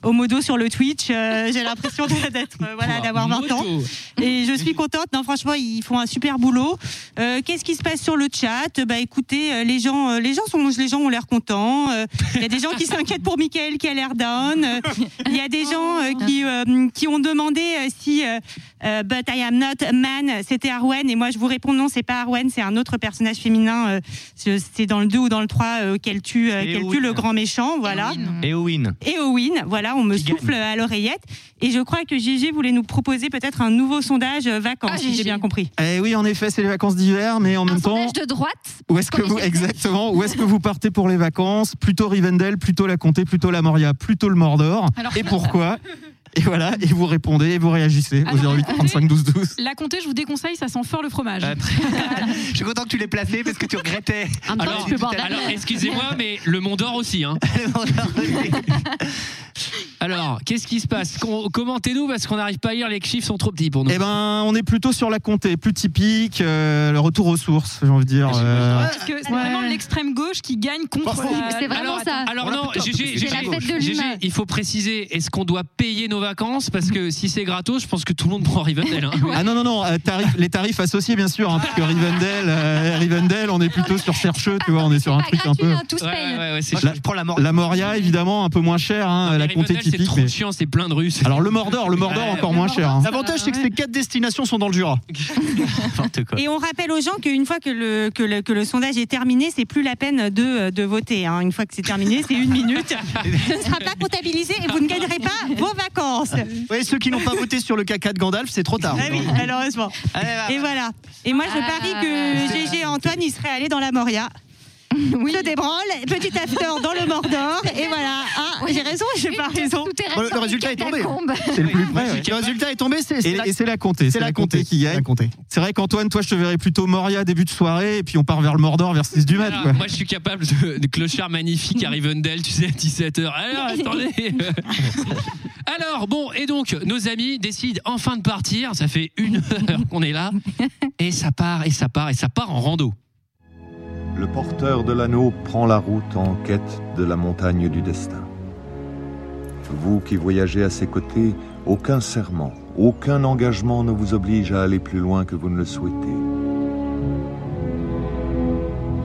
aux modos sur le Twitch. euh, J'ai l'impression de- d'être, euh, voilà, d'avoir 20 ans modo. et je suis contente. Non, franchement, ils font un super boulot. Euh, Qu'est-ce qui se passe sur le chat Bah écoutez, euh, les gens, euh, les gens sont, les gens ont l'air contents. Euh, Il y a des gens qui s'inquiètent pour Michael qui a l'air down. Euh, Il y a des gens euh, qui euh, qui ont demandé euh, si euh, euh, But I am not a man, c'était Arwen et moi je vous réponds non, c'est pas Arwen, c'est un autre personnage féminin. euh, c'est c'est dans le 2 ou dans le 3 euh, qu'elle tue, euh, qu'elle tue le grand méchant, voilà Eowyn. et Owen. Voilà, on me souffle à l'oreillette. Et je crois que Gégé voulait nous proposer peut-être un nouveau sondage euh, vacances, si j'ai bien compris. Eh oui, en effet, c'est les vacances d'hiver, mais en même temps. de droite. Où est-ce que vous exactement Où est-ce que vous partez pour les vacances Plutôt Rivendell, plutôt la Comté, plutôt la Moria, plutôt le Mordor Alors- Et pourquoi Et voilà, et vous répondez et vous réagissez au 08 35 12 12. La comté, je vous déconseille, ça sent fort le fromage. Ah, Je suis content que tu l'aies placé parce que tu regrettais. Alors, alors, excusez-moi, mais le Mont d'Or aussi. Hein. alors, qu'est-ce qui se passe Qu'on- Commentez-nous parce qu'on n'arrive pas à lire, les chiffres sont trop petits pour nous. Eh ben, on est plutôt sur la Comté, plus typique, euh, le retour aux sources, j'ai envie de dire. euh, Parce que c'est vraiment l'extrême gauche qui gagne contre. Parfois. la- C'est vraiment Alors, ça. attends, Alors on l'a non, plus tard, GG, parce que GG, c'est la fête de GG, l'humain. il faut préciser, est-ce qu'on doit payer nos vacances Parce que si c'est gratos, je pense que tout le monde prend Rivendell. hein. Ah non, non, non, euh, tarif- les tarifs associés, bien sûr, hein, parce que Rivendell, euh, Rivendell, on est plutôt sur chercheux, tu vois, on est sur un truc un peu. je, je prends la Moria. La Moria, évidemment, un peu moins cher, hein, la comté Rivendell, c'est typique. trop mais- chiant, c'est plein de Russes. Alors le Mordor, le Mordor Ouais, encore le moins cher. hein. L'avantage, c'est que ces quatre destinations sont dans le Jura. Et on rappelle aux gens qu'une fois que le, que, le, que le sondage est terminé, c'est plus la peine de, de voter. hein. Une fois que c'est terminé, c'est une minute. Ce ne sera pas comptabilisé et vous ne gagnerez pas vos vacances. Ouais, ceux qui n'ont pas voté sur le caca de Gandalf, c'est trop tard. Ah oui, malheureusement. Ah, bah, Et voilà. Et moi, je parie que Gégé et Antoine, ils seraient allés dans la Moria. Oui. Se débranle, petit after dans le Mordor, et voilà. Ah, j'ai raison, j'ai pas raison. Bon, le- le résultat est tombé. hein. C'est le plus près. ouais. Le résultat est tombé, c'est Et, et c'est la comté, c'est la, comté, qui gagne. C'est vrai qu'Antoine, toi, je te verrais plutôt Moria début de soirée, et puis on part vers le Mordor vers 6 du mat. Alors, quoi. moi, je suis capable de, de clochard magnifique à Mm. Rivendell, tu sais, à 17h. Alors, attendez. Alors, bon, et donc, nos amis décident enfin de partir. Ça fait une heure qu'on est là. Et ça part, et ça part, et ça part en rando. Le porteur de l'anneau prend la route en quête de la montagne du destin. Vous qui voyagez à ses côtés, aucun serment, aucun engagement ne vous oblige à aller plus loin que vous ne le souhaitez.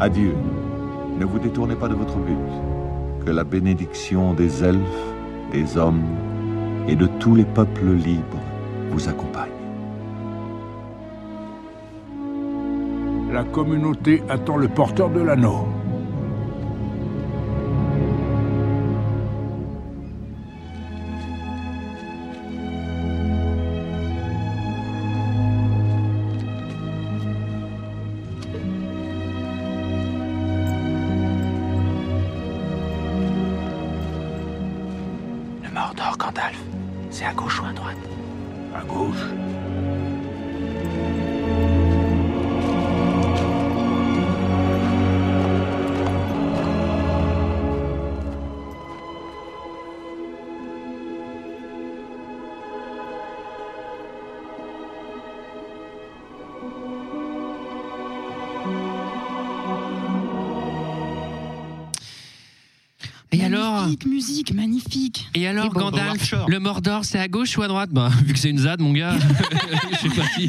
Adieu. Ne vous détournez pas de votre but. Que la bénédiction des elfes, des hommes et de tous les peuples libres vous accompagne. La communauté attend le porteur de l'anneau. Gandalf C'est à gauche ou à droite À gauche. Et alors Magnifique musique, magnifique. Et alors, bon, Gandalf, Workshop. le Mordor, c'est à gauche ou à droite Bah, vu que c'est une ZAD, mon gars, je sais pas si.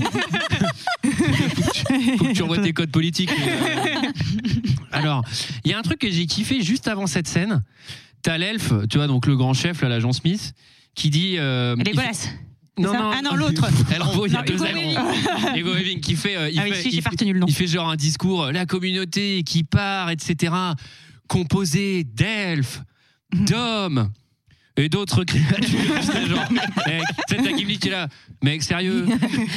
Faut que tu envoies tes codes politiques. mais, euh. Alors, il y a un truc que j'ai kiffé juste avant cette scène. T'as l'elfe, tu vois, donc le grand chef, là, l'agent Smith, qui dit. euh, il fait- Dégueulasse. Non, C'est ça non. Ah non, l'autre. Elle renvoie il y a Non, deux Hugo ailerons. Weaving. Hugo Weaving qui fait, euh, il, Ah oui, fait si, j'ai il, pas retenu le nom. il fait genre un discours, euh, la communauté qui part, etc. Composée d'elfes, d'hommes et d'autres créatures. C'est genre, mec, c'est ta Gimli qui est là. Mec, sérieux,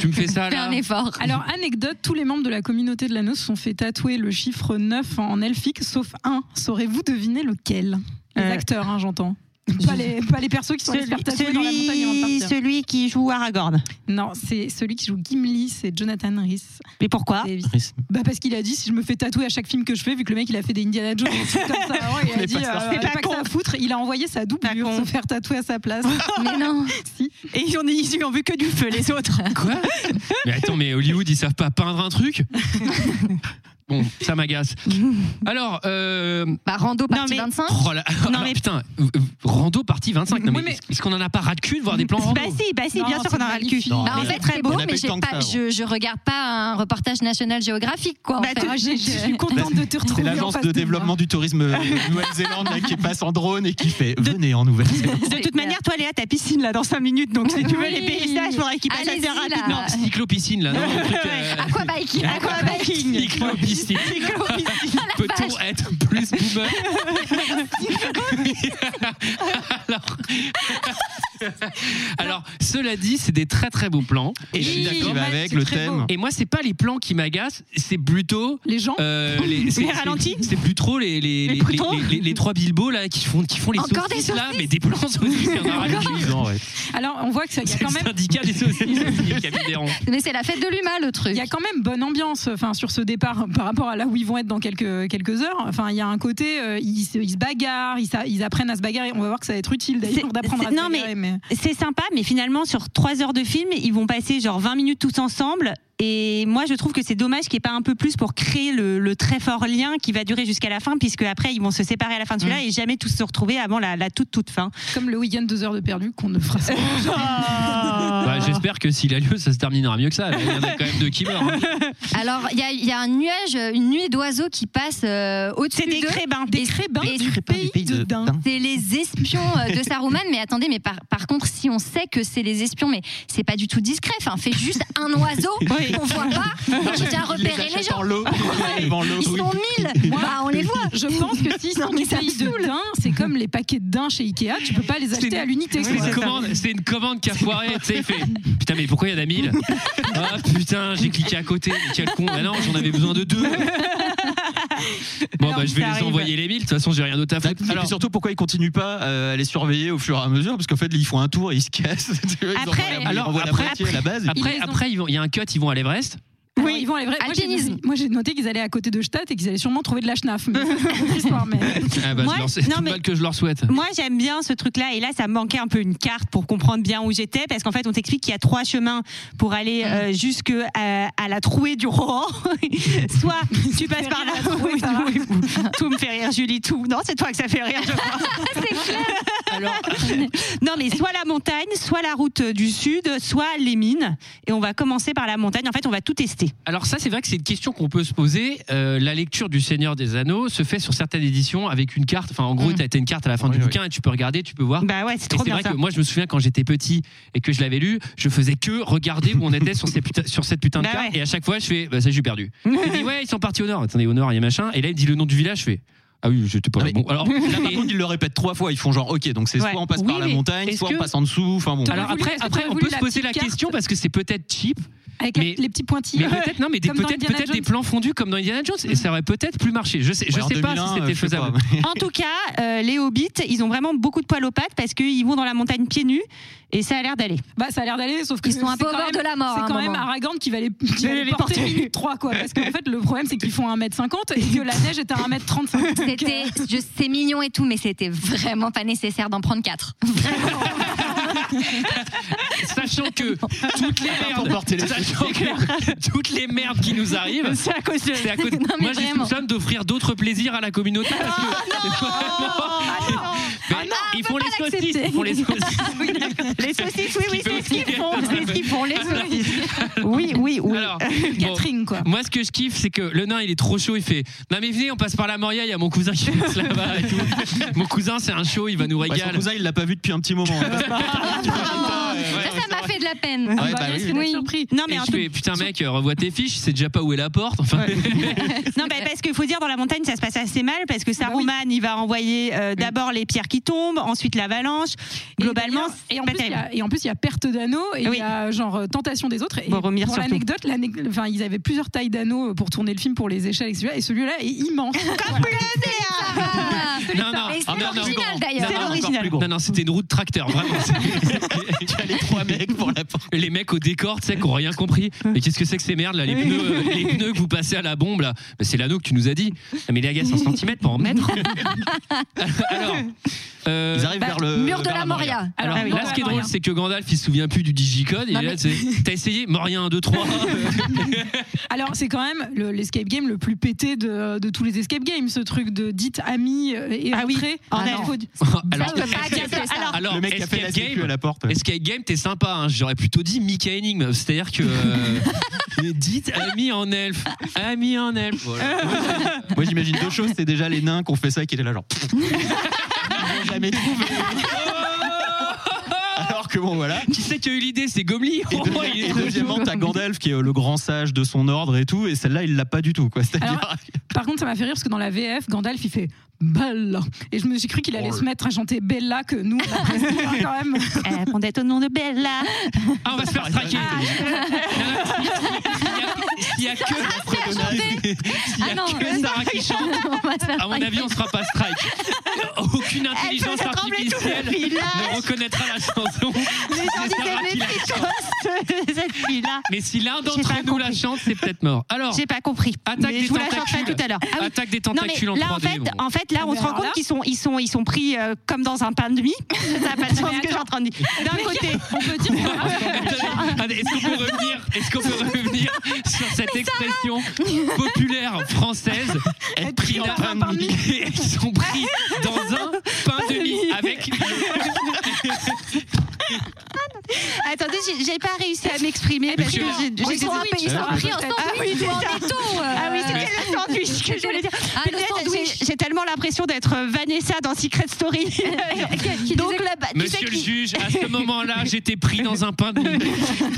tu me fais ça là effort. Alors, anecdote, tous les membres de la communauté de l'anneau se sont fait tatouer le chiffre 9 en elfique, sauf un. Saurez-vous deviner lequel Les Euh, acteurs, hein, j'entends. Pas les, pas les persos qui sont allés se faire tatouer dans la montagne avant de celui, partir. celui qui joue Aragorn. Non, c'est celui qui joue Gimli, c'est Jonathan Rhys. Mais pourquoi Bah parce qu'il a dit si je me fais tatouer à chaque film que je fais, vu que le mec il a fait des Indiana Jones, des trucs comme ça, avant, il On a est dit pas euh, sorcier. elle a pas que ça à foutre, il a envoyé sa doublure se faire tatouer à sa place. Mais non. si. Et ils ont, ils ont vu que du feu les autres. Quoi Mais attends, mais Hollywood, ils savent pas peindre un truc Bon, ça m'agace. Alors, euh... Bah, rando partie 25. Oh là, alors, putain, euh, euh, rando partie 25. Non, mais, est-ce qu'on en a pas ras de cul de voir des plans rando Bah si, bah si, bien sûr qu'on aura le cul. Bah, en fait, c'est beau, mais j'ai pas, je, je regarde pas un reportage national géographique, quoi. en Bah, fait. tu- Ah, j'ai- je suis contente Bah, de te C'est l'agence de développement du tourisme euh, Nouvelle-Zélande là, qui passe en drone et qui fait venez en Nouvelle-Zélande. De toute manière, toi Léa, ta piscine là dans 5 minutes, donc si tu veux les paysages, faudrait qu'ils passent assez Allez-y, là. rapidement. Cyclopiscine, là, non un truc, euh, Aquabike. Aquabiking. Cyclopiscine. Peut-on être plus boomer alors, alors, cela dit, c'est des très très beaux plans. Et je suis Oui, d'accord. qui va avec, C'est le très thème. beau. Et moi, c'est pas les plans qui m'agacent, c'est plutôt les gens, Euh, les, Les c'est- ralentis C'est c'est plus trop les les, les, prutons les- les- les trois Bilbo là qui font qui font les Encore des saucisses, là, saucisses mais des plans saucisses. il y en a Encore ras-le-cul. Alors on voit que ça il y a C'est quand le même syndicat des saucisses, le Camille Véran. Mais c'est la fête de l'humain, le truc. Il y a quand même bonne ambiance enfin, sur ce départ par rapport à là où ils vont être dans quelques, quelques heures. Enfin, il y a un côté, euh, ils, se- ils se bagarrent, ils, s'a- ils apprennent à se bagarrer. On va voir que ça va être utile C'est- d'ailleurs d'apprendre à c'est- se non, bagarrer. mais c'est sympa, mais finalement, sur 3 heures de film, ils vont passer genre 20 minutes tous ensemble. Et moi, je trouve que c'est dommage qu'il n'y ait pas un peu plus pour créer le, le très fort lien qui va durer jusqu'à la fin, puisque après, ils vont se séparer à la fin de celui-là Mm. et jamais tous se retrouver avant la, la toute, toute fin. Comme le week-end 2 heures de perdu qu'on ne fera ça. Ah. Bah, J'espère que s'il a lieu, ça se terminera mieux que ça. Il y en a quand même deux qui meurent. hein. Alors, il y a, il y a un nuage, euh, une nuée d'oiseaux qui passe euh, au-dessus des d'eux. crébins. Des crébins du pays, de de Dain. Dain. C'est les espions euh, de Saruman. mais attendez, mais par, par contre, si on sait que c'est les espions, mais c'est pas du tout discret. Enfin, fait juste un oiseau Oui. qu'on voit pas. J'ai déjà repéré les, gens. Ils sont mille. Moi, Bah, on les voit. Je pense que si sont du pays de daim, c'est comme les paquets de daim chez Ikea, tu peux pas les acheter à l'unité. C'est quoi. une commande, c'est une commande qui a foiré, tu sais, il fait Putain, mais pourquoi il y en a 1000 Ah putain, j'ai cliqué à côté, mais quel con. Ah non, j'en avais besoin de deux. Bon, bah, je vais ça les arrive. envoyer les 1000, de toute façon, j'ai rien d'autre à foutre. Et puis surtout, pourquoi ils continuent pas euh, à les surveiller au fur et à mesure Parce qu'en fait, ils font un tour et ils se cassent. Tu vois, ils envoient la- ils alors, envoient la après, moitié à la base. après, après, ils vont- il y a un cut, ils vont à l'Everest. Alors, ils vont aller vrai. Moi, j'ai noté- Moi, j'ai noté qu'ils allaient à côté de Stade et qu'ils allaient sûrement trouver de la schnaf. Mais ça, c'est une autre histoire, mais- Ah, bah, Moi, je leur- c'est non, tout le mais- mal que je leur souhaite. Moi, j'aime bien ce truc-là. Et là, ça me manquait un peu une carte pour comprendre bien où j'étais. Parce qu'en fait, on t'explique qu'il y a trois chemins pour aller Ah. euh, jusque à, à la trouée du Rohan. Soit tu passes par la trouée du Tout me fait rire, Julie, tout. Non, c'est toi que ça fait rire, je crois. non, mais soit la montagne, soit la route du sud, soit les mines. Et on va commencer par la montagne. En fait, on va tout tester. Alors ça, c'est vrai que c'est une question qu'on peut se poser. Euh, la lecture du Seigneur des Anneaux se fait sur certaines éditions avec une carte. Enfin, en gros, t'as t'as une carte à la fin du bouquin et tu peux regarder, tu peux voir. Mm. Bah ouais, c'est Et trop c'est bien vrai ça. que moi, je me souviens quand j'étais petit et que je l'avais lu, je faisais que regarder où on était sur, ces puta- sur cette putain de Ah Bah carte. ouais. Et à chaque fois, je fais, bah, ça, j'ai perdu. Il me dit, ouais, ils sont partis au nord. Attendez, au nord, il y a machin. Et là, il me dit le nom du village, je fais. Ah oui, j'étais pas là. Bon, Bon, alors, alors- là, par contre, ils le répètent trois fois. Ils font genre, ok, donc c'est Ouais. soit on passe Oui, par la mais montagne, est-ce soit que- on passe en dessous. Enfin bon. Alors après, après on peut se poser la question parce que c'est peut-être cheap. Avec mais, les petits pointillés. mais peut-être non, mais des- Comme dans peut-être Indiana peut-être des Jones. plans fondus comme dans Indiana Jones et ça aurait peut-être plus marché. Je sais, je Ouais, en sais pas 2001, si euh, c'était je sais faisable. En tout cas, euh, les hobbits, ils ont vraiment beaucoup de poils aux pattes parce qu'ils vont dans la montagne pieds nus et ça a l'air d'aller. Bah, ça a l'air d'aller, sauf que Ils sont un c'est peu au quand bord même- de la mort, hein, à C'est un quand même moment. Aragorn qui va les, qui va Les- les les porter porter. minute 3, quoi. Parce qu'en fait, le problème, c'est qu'ils font 1m50 et que la neige est à 1m35. Donc, C'était, je- c'est mignon et tout, mais c'était vraiment pas nécessaire d'en prendre quatre. Sachant que toutes les Pour merdes, porter les sachant choses, c'est que toutes les merdes qui nous arrivent, C'est à cause de- c'est à cause- Non, mais Moi, j'ai vraiment. soupçonne d'offrir d'autres plaisirs à la communauté. parce que- Mais ils font les saucisses, ils font les saucisses. Les saucisses, oui, oui, fait c'est ce qu'ils aussi- font. C'est ce qu'ils font, les saucisses. Oui, oui, oui. Catherine, quoi. Moi, ce que je kiffe, c'est que le nain, il est trop chaud. Il fait Non, mais venez, on passe par la Moria. Il y a mon cousin qui passe là-bas et tout. Mon cousin, c'est un show. Il va nous Bah, régaler. son cousin, il l'a pas vu depuis un petit moment. hein. euh, ça, ça m'a fait de la peine. Ah ouais, bah oui. Oui. Non, Et mais en je tout- fais, putain mec, euh, revois tes fiches, c'est déjà pas où est la porte. Enfin, non, mais parce qu'il faut dire, dans la montagne, ça se passe assez mal parce Bah que Saruman, il va envoyer euh, d'abord les pierres qui tombent, ensuite l'avalanche. Globalement, et en, c'est plus, pas il y a, terrible. et en plus, il y a perte d'anneaux et il Oui. y a genre euh, tentation des autres. Et Boromir pour surtout. l'anecdote, l'anec- enfin, ils avaient plusieurs tailles d'anneaux euh, pour tourner le film pour les échelles, etc. Et celui-là est immense. non, non, Mais c'est ah, merde, l'original, non, d'ailleurs. non, C'est non, l'original. encore plus gros. Non, non, c'était une roue de tracteur, vraiment. tu as les trois mecs pour la porte. Les mecs au décor, tu sais, qui ont rien compris. Mais qu'est-ce que c'est que ces merdes là Les pneus, euh, les pneus que vous passez à la bombe là Mais C'est l'anneau que tu nous as dit. Mais les gars, 100 cm pour en mettre. Alors. euh, Ils arrivent vers le- mur de vers la la Moria. Moria. Alors, Ah oui, là, vers ce qui est la drôle, Moria. c'est que Gandalf, il se souvient plus du digicode. Et Non, là, mais- tu sais, t'as essayé Moria 1, 2, 3. Alors, c'est quand même le- l'escape game le plus pété de, de tous les escape games, ce truc de dites amis euh, et Ah oui. rentrez. Ah Il non. faut du- Alors, je peux pas accepter ça. alors, Le mec qui a fait la escape sécu game, à la porte, ouais. Escape game, t'es sympa. hein. J'aurais plutôt dit Mika Énigme. C'est-à-dire que. euh, dites ami en elfe. Ami en elfe. Voilà. Moi, j'imagine deux choses. C'est déjà les nains qui ont fait ça et qui étaient là, genre. Ils l'ont jamais trouvé. Alors que bon, voilà. Oh Qui c'est qui a eu l'idée C'est Gomli. Et, Oh, deuxi- il est et trop deuxièmement, chaud. t'as Gandalf qui est euh, le grand sage de son ordre et tout, et celle-là, il l'a pas du tout, quoi. C'est-à-dire- Par contre, ça m'a fait rire parce que dans la VF, Gandalf, il fait Bella. Et je me suis cru qu'il allait se mettre à chanter Bella, que nous, on apprécie hein, quand même. Elle répondait au nom de Bella. Ah, on va se faire traquer. S'il y a que. Ah, S'il y a Ah non. euh, que Sarah qui chante, à mon avis, on se fera pas strike. Aucune Eh, intelligence faisait trembler tout le artificielle ne village. reconnaîtra la chanson. Les gens C'est Sarah qui la chante. Mais si l'un d'entre nous la chante, c'est peut-être mort. Alors, J'ai pas compris. Attaque Mais des je vous la chanterai tentacules. tout à l'heure. Ah oui. Attaque des Non, mais tentacules en là, 3D, En fait, bon. en fait, là, on Ah, Mais se rend alors là- compte qu'ils sont, ils sont, ils sont pris euh, comme dans un pain de mie. Ça n'a pas de sens ce que j'ai en train de dire. D'un côté, on peut dire. Attendez, Est-ce qu'on peut revenir Est-ce qu'on peut revenir sur cette expression populaire française Être pris dans un pain de mie. Ils sont pris dans un pain de mie avec. Attendez, j'ai- j'ai pas réussi à m'exprimer parce que Monsieur- j'ai Ils j'ai sont un peu- ils sont pris en sandwich Ah oui, ou c'est en ça. béton, euh. Ah oui, c'était le sandwich que je voulais dire. Ah, le Punaise, sandwich. j'ai- J'ai tellement l'impression d'être euh, Vanessa dans Secret Story. Donc là-bas, tu sais Monsieur le qui- juge, à ce moment-là, j'étais pris dans un pain de mie.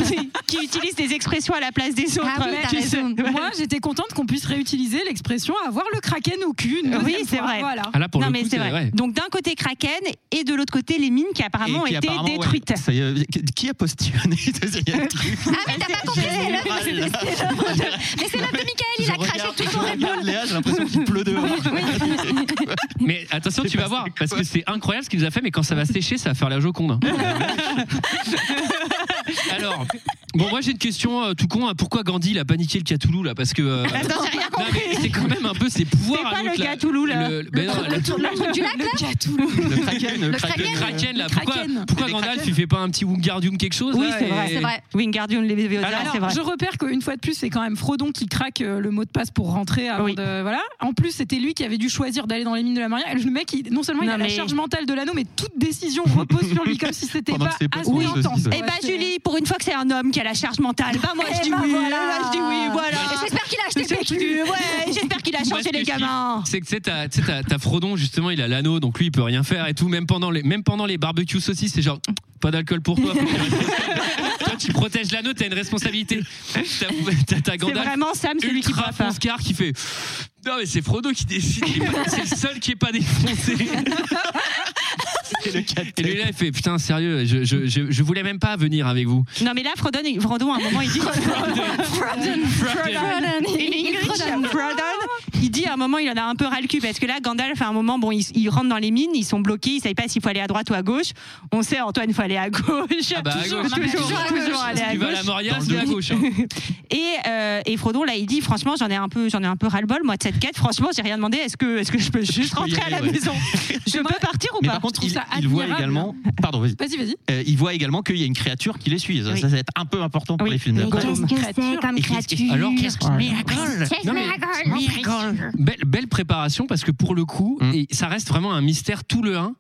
qui- qui utilise des expressions à la place des autres. Mais Tu tu sais- sais, Moi, j'étais contente qu'on puisse réutiliser l'expression avoir le kraken au cul. une Oui, deuxième c'est fois. vrai. Voilà. Ah, là, pour non, le mais coup, c'est c'est- vrai. ouais. Donc d'un côté Kraken et de l'autre côté les mines qui ah apparemment ont Et qui été apparemment, ouais, détruites. ça y est, qui a postillonné Il y a un truc. Ah, mais t'as pas compris, c'est l'œuvre c'est- c'est l'œuvre de. Mais c'est l'œuvre de Michael, il a craché tout son Regarde Léa, j'ai l'impression qu'il pleut dehors. Mais attention, tu vas voir, parce que c'est incroyable ce qu'il nous a fait, mais quand ça va sécher, ça va faire la joconde. Alors, bon, moi j'ai une question euh, tout con. hein. Pourquoi Gandhi il a paniqué le Cthulhu là Parce que. euh, Attends, j'ai rien non, mais c'est quand même un peu ses pouvoirs. C'est à pas le l'autre, là. Cthulhu, là. Le, mais non, la- truc du lac, là Le Kraken, le le Kraken. Kraken, là. Le Pourquoi, Kraken. pourquoi Des Gandalf Kraken. il fait pas un petit Wingardium quelque chose Oui, là, c'est et- vrai, c'est vrai. Wingardium Leviosa, Alors, c'est vrai. Je repère qu'une fois de plus, c'est quand même Frodon qui craque euh, le mot de passe pour rentrer. Avant de, voilà. En plus, c'était lui qui avait dû choisir d'aller dans les mines de la Maria. Le mec, il- non seulement il Non, a la mais- charge mentale de l'anneau, mais toute décision repose sur lui comme si c'était Pendant pas que c'est pas assez son intense. Eh ben Julie, pour une fois que c'est un homme qui a la charge mentale, bah moi je Eh dis ben oui, voilà. là, je dis oui, voilà. Et j'espère qu'il a acheté C'est PQ. tout. Ouais, j'espère qu'il a Moi, ce changé que les je kiffe, gamins. C'est que tu sais, t'as- tu sais, t'as t'as Frodon, justement, il a l'anneau, donc lui, il peut rien faire et tout. Même pendant les, même pendant les barbecues saucisses, c'est genre, Pas d'alcool pour toi. faut que tu restes- toi, tu protèges l'anneau, t'as une responsabilité. T'as- T'as ta C'est vraiment Sam, celui qui ultra pourra pas. fonce-car qui fait. Non, mais c'est Frodo qui décide. il est pas- C'est le seul qui est pas défoncé. Et lui là, il fait putain sérieux, je, je, je, je voulais même pas venir avec vous. Non, mais là, Frodon, il- Frodon, à un moment, il dit. Frodon. Frodon. In English, Frodon. Il dit à un moment, il en a un peu ras le cul parce que là, Gandalf, à un moment, bon, ils, ils rentrent dans les mines, ils sont bloqués, ils ne savent pas s'il faut aller à droite ou à gauche. On sait, Antoine, il faut aller à gauche. Ah bah, à toujours, gauche. toujours, Ah, à toujours gauche. aller Si à tu vas à la gauche. Moria, Dans c'est à le- gauche, hein. et, euh, et Frodon, là, il dit, franchement, j'en ai un peu, j'en ai un peu ras le bol, moi, de cette quête. Franchement, j'ai rien demandé. Est-ce que, est-ce que je peux juste peux y rentrer à la aller, ouais. maison Je peux partir ou Mais pas par contre, Je trouve il, ça il voit admirable. également. Pardon, vas-y. Vas-y, vas-y. Euh, il voit également qu'il y a une créature qui les suit. Ça, Oui. ça va être un peu important pour les films Mais d'après. qu'est-ce que c'est comme Et qu'est-ce que- créature Alors, qu'est-ce que- Miracle. Qu'est-ce Non, mais- Miracle. Miracle. Belle, belle préparation parce que pour le coup, et ça reste vraiment un mystère tout le 1.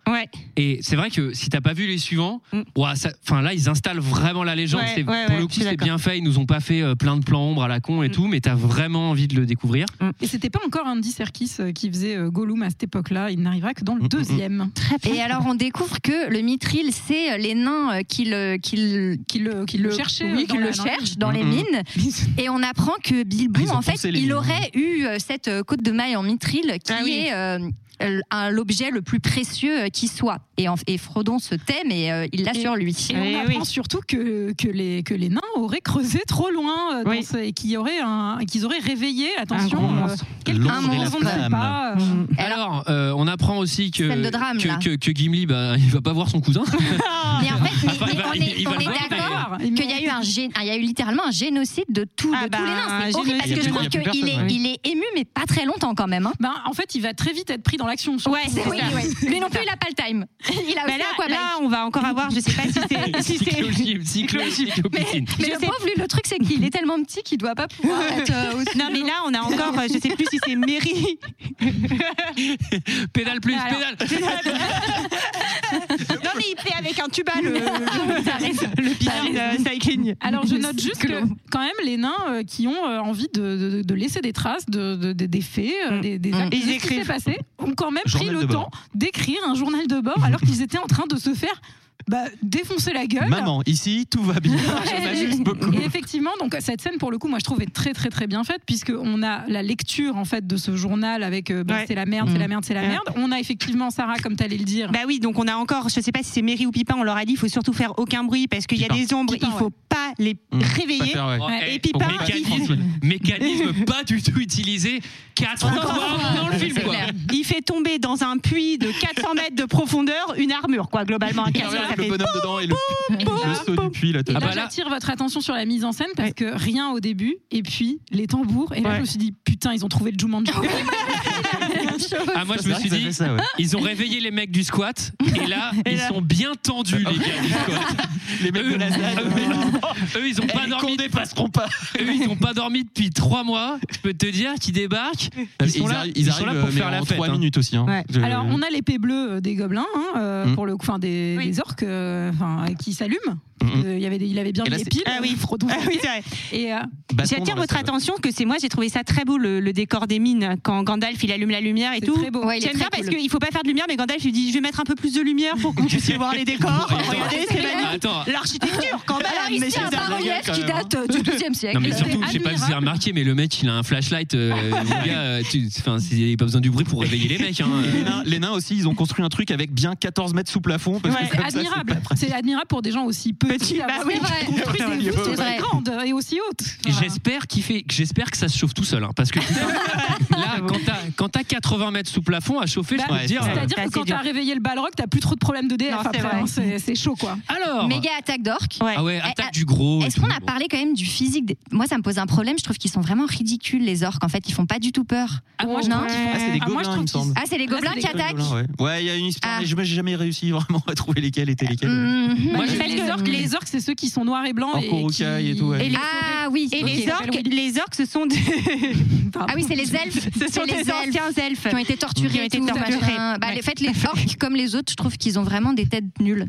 Et c'est vrai que si t'as pas vu les suivants, ouah, ça- enfin là ils installent vraiment la légende. Ouais, C'est- ouais, pour ouais, le je coup suis c'est d'accord. bien fait, ils nous ont pas fait euh, plein de plans ombres à la con et tout, mais t'as vraiment envie de le découvrir. Et c'était pas encore Andy Serkis euh, qui faisait euh, Gollum à cette époque-là. Il n'arrivera que Mm, dans le deuxième. Et alors, on découvre que le mithril, c'est euh, les nains euh, qui le, qui le, qui le, qui le cherchaient, oui, euh, qui dans le la- dans la cherchent mine. dans les Mhm. mines. Et on apprend que Bilbo, Ils ont en fait, poncé les il mines. aurait eu euh, cette euh, côte de maille en mithril Ah qui est euh, l- un- l'objet le plus précieux euh, qui soit. Et, en- et Frodon se tait, mais euh, il l'a sur lui. Et on apprend surtout que, que, les, que les nains auraient creusé trop loin euh, dans ce- et qu'ils auraient, un- et qu'ils auraient réveillé, attention, gros euh, monstre. quelqu'un- L'ombre un et la monstre, on ne sait flamme. pas, euh, Mm. Alors, euh, on apprend aussi Scène que, de drame, là. que, que, que Gimli, bah, il va pas voir son cousin. Mais en fait, mais- Enfin, mais il va- on il- est, il va on le est voir, d'accord qu'il y a eu un gén- il y a eu littéralement un génocide de, tout, de tous les nains. un C'est horrible parce génocide. Il que je y a trouve plus personne, qu'il est, ouais. il est ému, mais pas très longtemps quand même. hein. Ben, en fait, il va très vite être pris dans l'action. Ouais, c'est- oui, ouais. Lui non plus, il a pas le time. Il a Bah aussi là, un quoi là, on va encore avoir, je sais pas si c'est. si c'est- Cyclogie, cyclo- cyclopétine. Mais le pauvre, lui, le truc, c'est qu'il est tellement petit qu'il doit pas pouvoir être. euh, aussi non mais là on a encore euh, je sais plus si c'est Mary pédale plus Alors, pédale non mais il fait avec un tuba le le Bjorn, euh, cycling Alors je note juste que quand même les nains euh, qui ont euh, envie de, de- de laisser des traces de, de- de- des faits, euh, des, des actes, Mm. Ils de ce qui écrivent. s'est passé, ont quand même Journal pris de le bord. temps d'écrire un journal de bord alors qu'ils étaient en train de se faire bah, défoncer la gueule. Maman, ici, tout va bien. Je m'amuse beaucoup. Et effectivement, donc cette scène pour le coup, moi je trouve est très très très bien faite puisque on a la lecture en fait de ce journal avec euh, bah, Ouais. c'est la merde, c'est la merde, c'est la Ouais. merde. On a effectivement Sarah comme t'allais le dire. bah oui donc on a encore je sais pas si c'est Mary ou Pipin on leur a dit il faut surtout faire aucun bruit parce qu'il y a Pipin. des ombres Pipin, il faut ouais. pas les Hmm. réveiller et Pipin il, mécanisme, mécanisme pas du tout utilisé quatre fois dans le film. Quoi. il fait tomber dans un puits de 400 mètres de profondeur une armure quoi globalement un casque ça Avec fait le bonhomme dedans et le, le saut du puits. ah bah Là, Et Ah t'as- bah là, j'attire votre attention sur la mise en scène parce que rien au début, et puis les tambours. Et là, je me suis dit, putain, ils ont trouvé le Jumanji. Ah, moi, je C'est me vrai suis que ça dit, fait ça, ouais. ils ont réveillé les mecs du squat, et là, ils sont bien tendus, les gars du squat. les mecs de la Eux, ils ont pas dormi. dépasseront pas. Eux, ils ont pas dormi depuis trois mois. Je peux te dire qu'ils débarquent. Ils sont là, arri- ils sont là arrivent, pour euh, faire mais la en fête. trois hein. minutes aussi. hein. Je- Alors, on a l'épée bleue euh, des gobelins, hein, euh, Mm. pour le coup, enfin des, des orques euh, enfin, qui s'allument. Euh, il, y avait des- il avait bien Et là, mis les c'est- piles. Ah oui. Frodon. Ah oui, c'est vrai. Et euh, Bâton dans J'attire la votre salle. attention que c'est moi, j'ai trouvé ça très beau le, le décor des mines quand Gandalf il allume la lumière et C'est tout. très beau. Ouais, il est J'aime très bien parce cool. qu'il faut pas faire de lumière, mais Gandalf il dit je vais mettre un peu plus de lumière pour que vous puissiez voir les décors. Attends. Regardez, c'est magnifique. Attends. L'architecture quand même. Alors, ici, messieurs, un dames. bas-relief quand qui même, hein. date euh, du 12e siècle. Non Ah, mais surtout, je sais pas si vous avez remarqué, mais le mec, il a un flashlight. euh, le gars, euh, tu- enfin, c'est- il a pas besoin du bruit pour réveiller les mecs. hein. Et les, nains, les nains aussi, ils ont construit un truc avec bien 14 mètres sous plafond. Parce ouais, que c'est comme ça, pas admirable. C'est admirable pour des gens aussi petits. d'avoir bah oui. C'est vrai. construit Ouais, des ouais, voûtes ouais. aussi grandes et aussi hautes. Et J'espère qu'il fait, que j'espère que ça se chauffe tout seul, hein, parce que putain, là, quand t'as- quand t'as 80 mètres sous plafond à chauffer, Bah, je peux te dire. Bah, euh, C'est-à-dire que quand t'as réveillé le balrog, t'as plus trop de problèmes de DF Non, c'est après. vrai. hein, C'est c'est chaud, quoi. Alors. Méga attaque d'orques. Ah ouais, attaque Eh, du gros. et Est-ce tout. qu'on a parlé quand même du physique des- Moi, ça me pose un problème. Je trouve qu'ils sont vraiment ridicules, les orques. En fait, ils font pas du tout peur. Ah, moi, je Non trouve qu'ils font- Ah, c'est des gobelins, il me semble. Ah, c'est les gobelins qui attaquent. Gobelins, hein, ouais. Ouais, il y a une histoire, mais je Ah. j'ai jamais réussi vraiment à trouver lesquels étaient lesquels. Mhm. Bah, Moi, en j'ai- fait, les orques, les orques, c'est ceux qui sont noirs et blancs. Encore et qui- rocaille et tout, ouais. et les- Ah oui. Et Ok, les j'appelle orques, les orques, ce sont des. Ah oui, c'est les elfes. Ce sont C'est les des anciens elfes. Qui ont été torturés. Qui ont été et tout, torturés. machin. Bah, Ouais. les- En fait, les orques, comme les autres, je trouve qu'ils ont vraiment des têtes nulles.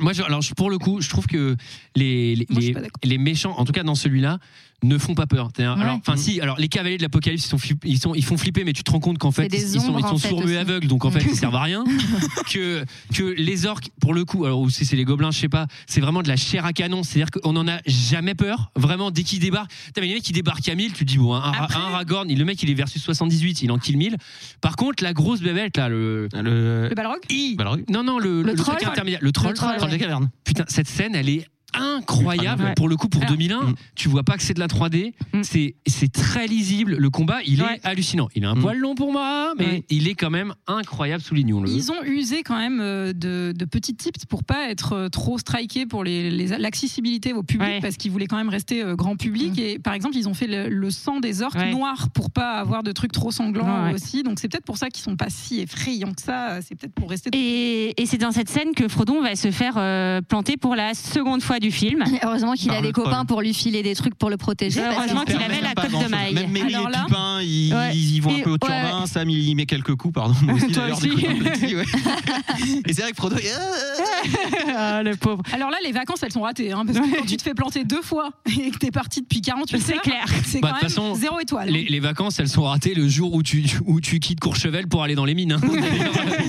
Moi, je- alors je- pour le coup, je trouve que les les, les- les méchants, en tout cas dans celui-là, ne font pas peur. T'es un- Alors, enfin si, alors les cavaliers de l'apocalypse ils sont flipp- ils sont ils font flipper, mais tu te rends compte qu'en fait C'est des ils sont ombres, ils sont en fait, sourds aussi. muets aveugles, donc en fait ils servent à rien. que que les orques pour le coup, alors ou si c'est les gobelins, je sais pas, c'est vraiment de la chair à canon, c'est-à-dire qu'on en a jamais peur. Vraiment dès qu'ils débarquent, t'as mais les mecs qui débarquent à 1000, tu te dis bon un, un- un Aragorn, il- le mec il est versus 78, il en kill 1000. Par contre la grosse bébête là le Ah, le, balrog, non non le Le truc troll. intermédiaire, le troll, Le troll, ouais. des cavernes. Putain cette scène elle est incroyable Ouais. pour le coup pour Alors- 2001 mm. tu vois pas que c'est de la 3D c'est c'est très lisible le combat il est hallucinant il est un Mm. poil long pour moi mais il est quand même incroyable soulignons-le Ils ont usé quand même euh, de, de petits tips pour pas être euh, trop strikés pour les- les- l'accessibilité au public parce qu'ils voulaient quand même rester euh, grand public. Et par exemple, ils ont fait le, le sang des orques Ouais. noir pour pas avoir de trucs trop sanglants Ouais, ouais. aussi. Donc c'est peut-être pour ça qu'ils sont pas si effrayants que ça. Euh, C'est peut-être pour rester. Et, et c'est dans cette scène que Frodon va se faire euh, planter pour la seconde fois du film. Oh, Heureusement qu'il a des copains pour lui filer des trucs pour le protéger. parce Ah, Heureusement que- qu'il avait la pas coque de grand-chose. maille. Même Merry Alors et là- Pipin, ils, Ouais. ils y vont un Et- peu au ouais, turbin. ouais. Sam, il y met quelques coups, pardon. Moi aussi, Toi d'ailleurs, aussi. des coups de plexi, ouais. Et c'est vrai que Frodo. euh, ah, le pauvre. Alors là, les vacances, elles sont ratées. hein, parce que quand tu te fais planter deux fois et que t'es parti depuis 48 heures, c'est clair. C'est Bah, quand de toute même façon, zéro étoile. hein. les, les vacances elles sont ratées le jour où tu où tu quittes Courchevel pour aller dans les mines hein.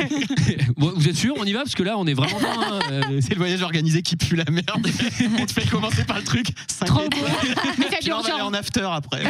Bon, vous êtes sûr on y va parce que là on est vraiment loin, hein. Euh, C'est le voyage organisé qui pue la merde. On te fait commencer par le truc. cinq Trop étoiles. Tu vas en aller en after après.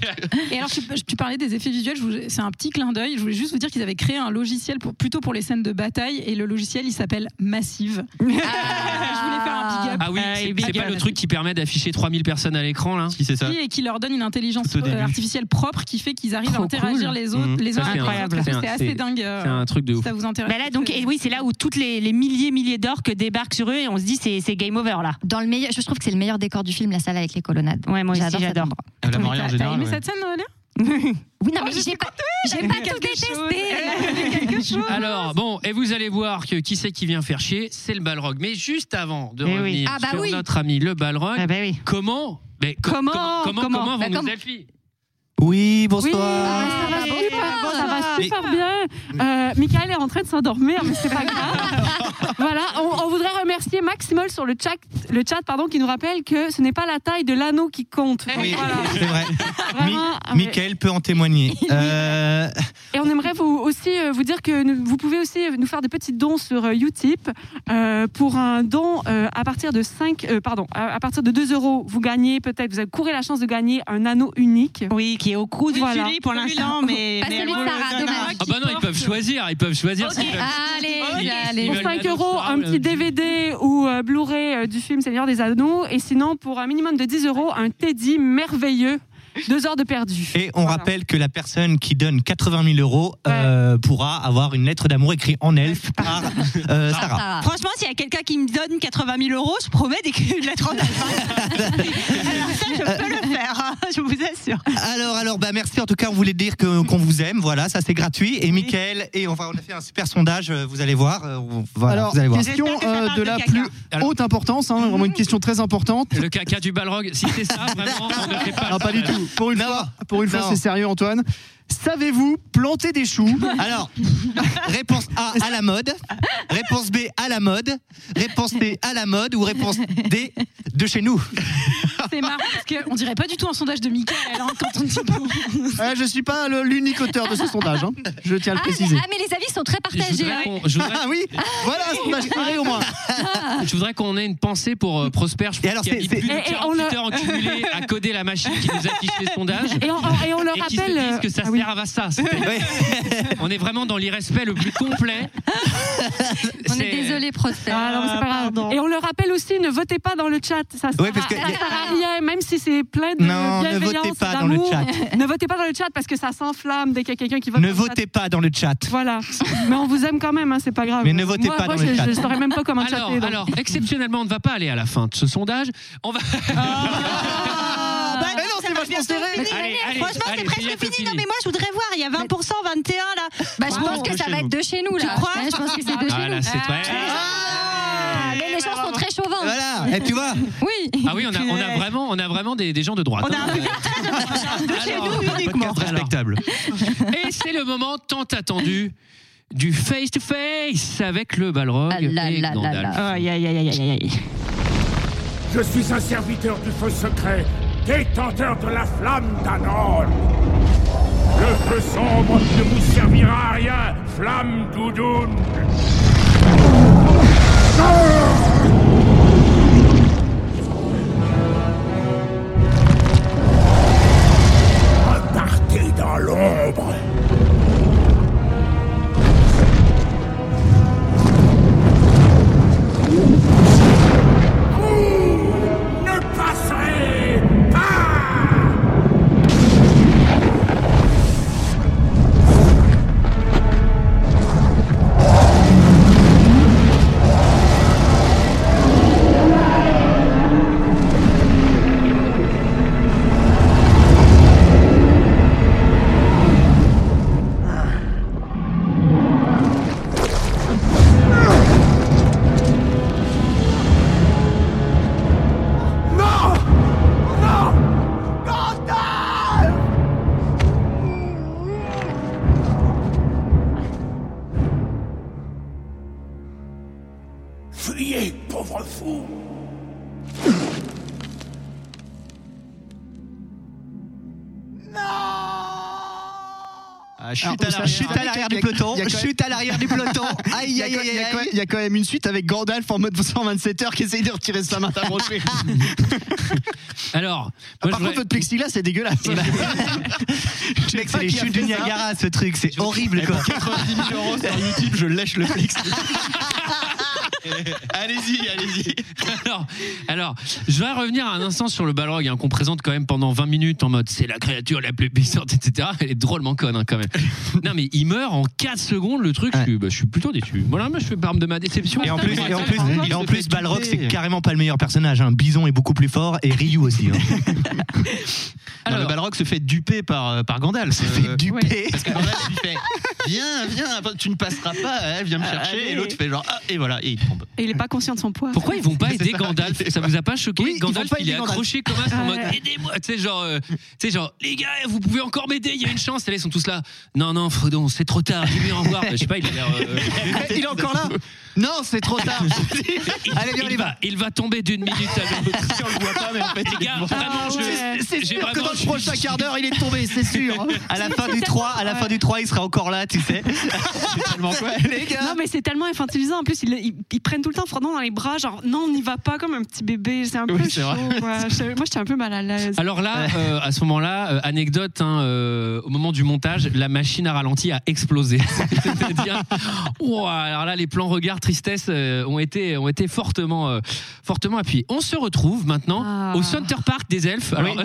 Et alors, tu, tu parlais des effets visuels, je voulais- c'est un petit clin d'œil. Je voulais juste vous dire qu'ils avaient créé un logiciel pour, plutôt pour les scènes de bataille, et le logiciel, il s'appelle Massive. Ah. je voulais faire un big up. ah oui c'est- c'est pas le truc qui permet d'afficher 3000 personnes à l'écran là si c'est Oui, Et qui leur donne une intelligence Tout au début. euh, artificielle propre qui fait qu'ils arrivent Trop à interagir cool. les autres, Mhm. les Ça, uns c'est avec les incroyable. autres. C'est un- C'est c'est- assez dingue. euh, c'est un truc de si ouf. Ça vous intéresse Bah là, donc, et oui, c'est là où toutes les, les milliers, milliers d'orques débarquent sur eux et on se dit c'est c'est game over là. Dans le meilleur, je trouve que c'est le meilleur décor du film, la salle avec les colonnades. Ouais, moi aussi, cet j'adore. endroit. Ah, la Maria, en général, ouais. scène, Léa Oui, Oh, non, mais j'ai pas, j'ai pas tout détesté. Alors, bon, et vous allez voir que qui c'est qui vient faire chier, c'est le Balrog. Mais juste avant de Eh oui. revenir Ah bah sur oui. notre ami le Balrog, comment, mais co- Comment, comment, comment comment Bah, vont comme- nos elfes Oui, bonsoir. Ah, Ah, Ça va super, bonsoir. ça va super bien. Euh, Michael est en train de s'endormir, mais c'est pas grave. voilà, on, on voudrait remercier Maximol sur le chat, le chat pardon, qui nous rappelle que ce n'est pas la taille de l'anneau qui compte. Donc voilà. C'est vrai. Mi- Vraiment, ah, mais- Michael peut en témoigner. Euh, Et on aimerait vous aussi euh, vous dire que nous- vous pouvez aussi euh, nous faire des petits dons sur euh, Utip. Euh, pour un don euh, à partir de 5, pardon, à, à partir de 2 euros, vous gagnez peut-être, vous avez courez la chance de gagner un anneau unique. Oui, qui est au cou de Julie, pour l'instant, mais- Pas mais celui de elle- Sarah, elle- dommage. Ah bah non, ils peuvent choisir, ils peuvent choisir. s'ils veulent. Allez, Ok. allez. Ah, Ils Pour veulent 5 la euros, Dora, un ou la- petit DVD ou euh, Blu-ray euh, du film Seigneur des Anneaux. Et sinon, pour un minimum de 10 euros, un Teddy merveilleux. Deux heures de perdu. Et on rappelle que la personne qui donne 80 000 euros euh, pourra avoir une lettre d'amour écrite en elfe par euh, Sarah. Franchement, s'il y a quelqu'un qui me donne 80 000 euros, je promets d'écrire la 30 Alors ça, je peux le faire, hein, je vous assure. Alors, alors, bah merci. En tout cas, on voulait dire que- qu'on vous aime. Voilà, ça c'est gratuit. Et Michael, et enfin, on a fait un super sondage. euh, Vous allez voir. euh, on- voilà, Alors, vous allez voir. question euh, de la plus haute importance, hein, vraiment une Mmh. question très importante. Le caca du Balrog, si c'est ça, vraiment, on ne fait pas. Non, pas du tout. Pour une fois, pour une fois, Non. c'est sérieux, Antoine. Savez-vous planter des choux Alors, réponse A à la mode, réponse B à la mode, réponse C à la mode ou réponse D de chez nous. C'est marrant parce qu'on dirait pas du tout un sondage de Michael hein, quand on dit Euh, je suis pas le- l'unique auteur de ce sondage. hein. Je tiens à le Ah, préciser. mais- ah, mais les avis sont très Je partagés. voudrais hein. qu'on- je voudrais- Ah oui, voilà un sondage carré au moins. Je voudrais qu'on ait une pensée pour euh, Prosper. Je pense alors, qu'il c'est- habite plus de c'est- Et- et on 48 a- heures en cumulé à coder la machine qui nous affiche les sondages. Et on- et on leur qu'ils se rappelle, disent euh, que ça ah sert oui. à ça. C'est-à-dire- On est vraiment dans l'irrespect le plus complet. On est désolé, Prosper. Ah, non, mais c'est pas grave. Et on le rappelle aussi, ne votez pas dans le chat. Ça sert, Ouais, parce que à- y a- ça sert à rien, même si c'est plein de Non, ne bienveillance, votez pas dans le d'amour. chat. Ne votez pas dans le chat parce que ça s'enflamme dès qu'il y a quelqu'un qui vote. Ne dans le votez chat. pas dans le chat. Voilà. Mais on vous aime quand même, hein, c'est pas grave. Mais ne votez Moi- pas moi, dans le je- chat. Je saurais même pas comment alors, chatter. donc. alors, exceptionnellement, on ne va pas aller à la fin de ce sondage. On va. Ah, bah, Ah, mais non, c'est vachement serré. Allez, allez, Franchement, allez, c'est presque bientôt fini. fini. Non, mais moi, je voudrais voir. Il y a 20 21 là. Bah, je pense que ça va être de chez nous, là. Tu crois Ouais, Je pense que c'est de Ah chez là, nous. c'est vrai. Ah, Mais les gens sont très chauvins. Voilà, et tu vois Oui. Ah oui, on a, on a vraiment, on a vraiment des, des gens de droite. hein. Alors, podcast respectable. Oh, Et c'est le moment tant attendu du face to face avec le Balrog Ah là et là là Gandalf. là. Aïe, aïe, aïe, aïe, aïe, aïe. Je suis un serviteur du faux secret détenteur de la flamme d'Anon. Le feu sombre ne vous servira à rien, flamme doudoune. Repartez dans l'ombre. Ne passerez pas Non Non Gandalf Fuyez, pauvre fou Ah, chute à l'arrière- chute à l'arrière du peloton, chute à l'arrière du peloton. Aïe, aïe, aïe, aïe, aïe. Il y a quand même une suite avec Gandalf en mode 127 heures qui essaye de retirer sa main branchée. Alors, Ah, Par contre, votre plexiglas, c'est dégueulasse. Je mec, c'est les chutes du Niagara, ce truc, c'est horrible Eh quoi. ben, 90 000 euros sur YouTube, je lèche le flex. allez-y, allez-y. alors, alors, je vais revenir un instant sur le Balrog hein, qu'on présente quand même pendant 20 minutes en mode c'est la créature la plus puissante, etc. Elle est drôlement conne hein, quand même. Non mais il meurt en 4 secondes le truc, je, suis, bah, je suis plutôt déçu. Voilà, moi je fais part de ma déception. Et en plus, et en plus, et en plus Balrog, c'est carrément carrément pas le meilleur personnage. Hein. Bison est beaucoup plus fort et Ryu aussi. hein. Alors, le Balrog se fait duper par, euh, par Gandalf. Se fait duper. Parce que Gandalf lui fait Viens, viens, tu ne passeras pas, hein, viens me chercher. allez. Et l'autre fait genre Ah, et voilà, et il tombe. Et il est pas conscient de son poids. Pourquoi ils vont pas aider Gandalf Ça vous a pas choqué Oui, ils vont Gandalf, pas il aider est Gandalf. accroché comme un en mode Ouais. aidez-moi. Tu sais genre, euh, tu sais genre, les gars, vous pouvez encore m'aider. Il y a une chance. Et là, ils sont tous là. Non, non, Frodon, c'est trop tard. Dis-lui au revoir. Bah, Je sais pas, il a l'air. euh, Il est encore là Non, c'est trop tard. Allez, viens, on y il va, va. il va tomber d'une minute à l'autre. on le voit pas, mais en fait, les gars, vraiment, je- Ah, C'est j'ai sûr que vraiment- dans le prochain quart d'heure, il est tombé, c'est sûr. hein. À la fin du 3, à la fin du 3, il sera encore là, tu sais. Non, mais c'est tellement infantilisant. En plus, ils, ils- ils prennent tout le temps Frodon dans les bras, genre non, on n'y va pas comme un petit bébé. C'est un peu Oui, c'est chaud. vrai. Moi, Je- moi, j'étais un peu mal à l'aise. Alors là, euh, à ce moment-là, euh, anecdote, hein, euh, au moment du montage, la machine à ralenti a explosé. C'est-à-dire, ouah, alors là, les plans regard tristesse euh, ont été ont été fortement euh, fortement appuyés. On se retrouve maintenant Ah. au Center Park des elfes. Alors, eux,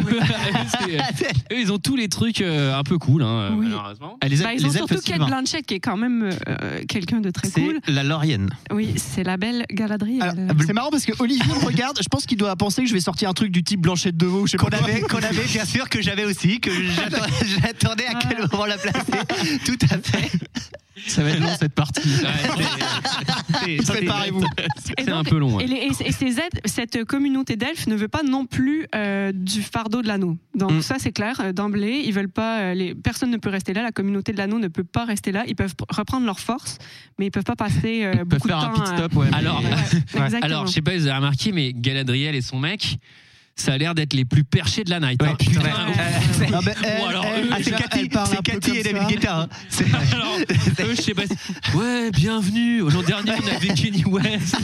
c'est- euh, eux, ils ont tous les trucs euh, un peu cool, hein, Oui. malheureusement. Ah, Bah, ils ont surtout Kate Blanchett qui est quand même euh, quelqu'un de très cool. La Laurienne. Oui, c'est la belle Galadriel. C'est marrant parce que Olivier me regarde, je pense qu'il doit penser que je vais sortir un truc du type blanchette de veau, je sais Qu'on pas quoi. avait, qu'on avait, bien sûr, que j'avais aussi, que j'attends- j'attendais à quel moment la Ah. placer. Tout à fait. Ça va être long cette partie. Préparez-vous. Et C'est donc, un peu long. ouais. Et, les- et- et ces aides- cette communauté d'elfes ne veut pas non plus euh, du fardeau de l'anneau. Donc Mm. ça c'est clair euh, d'emblée, ils veulent pas. euh, les, personne ne peut rester là. La communauté de l'anneau ne peut pas rester là. Ils peuvent p- reprendre leur force, mais ils peuvent pas passer euh, beaucoup de temps. à- Alors, Ouais, exactement. alors, je sais pas, si vous avez remarqué, mais Galadriel et son mec. Ça a l'air d'être les plus perchés de la night. hein. Putain, ouf. Ah, ben, Ou alors, elle- eux, ah, c'est déjà, Cathy, elle parle c'est un peu Cathy comme et ça. David Guetta. hein. C'est- Alors, eux, je sais pas. si- Ouais, bienvenue. Au l'an dernier, on avait Kenny West.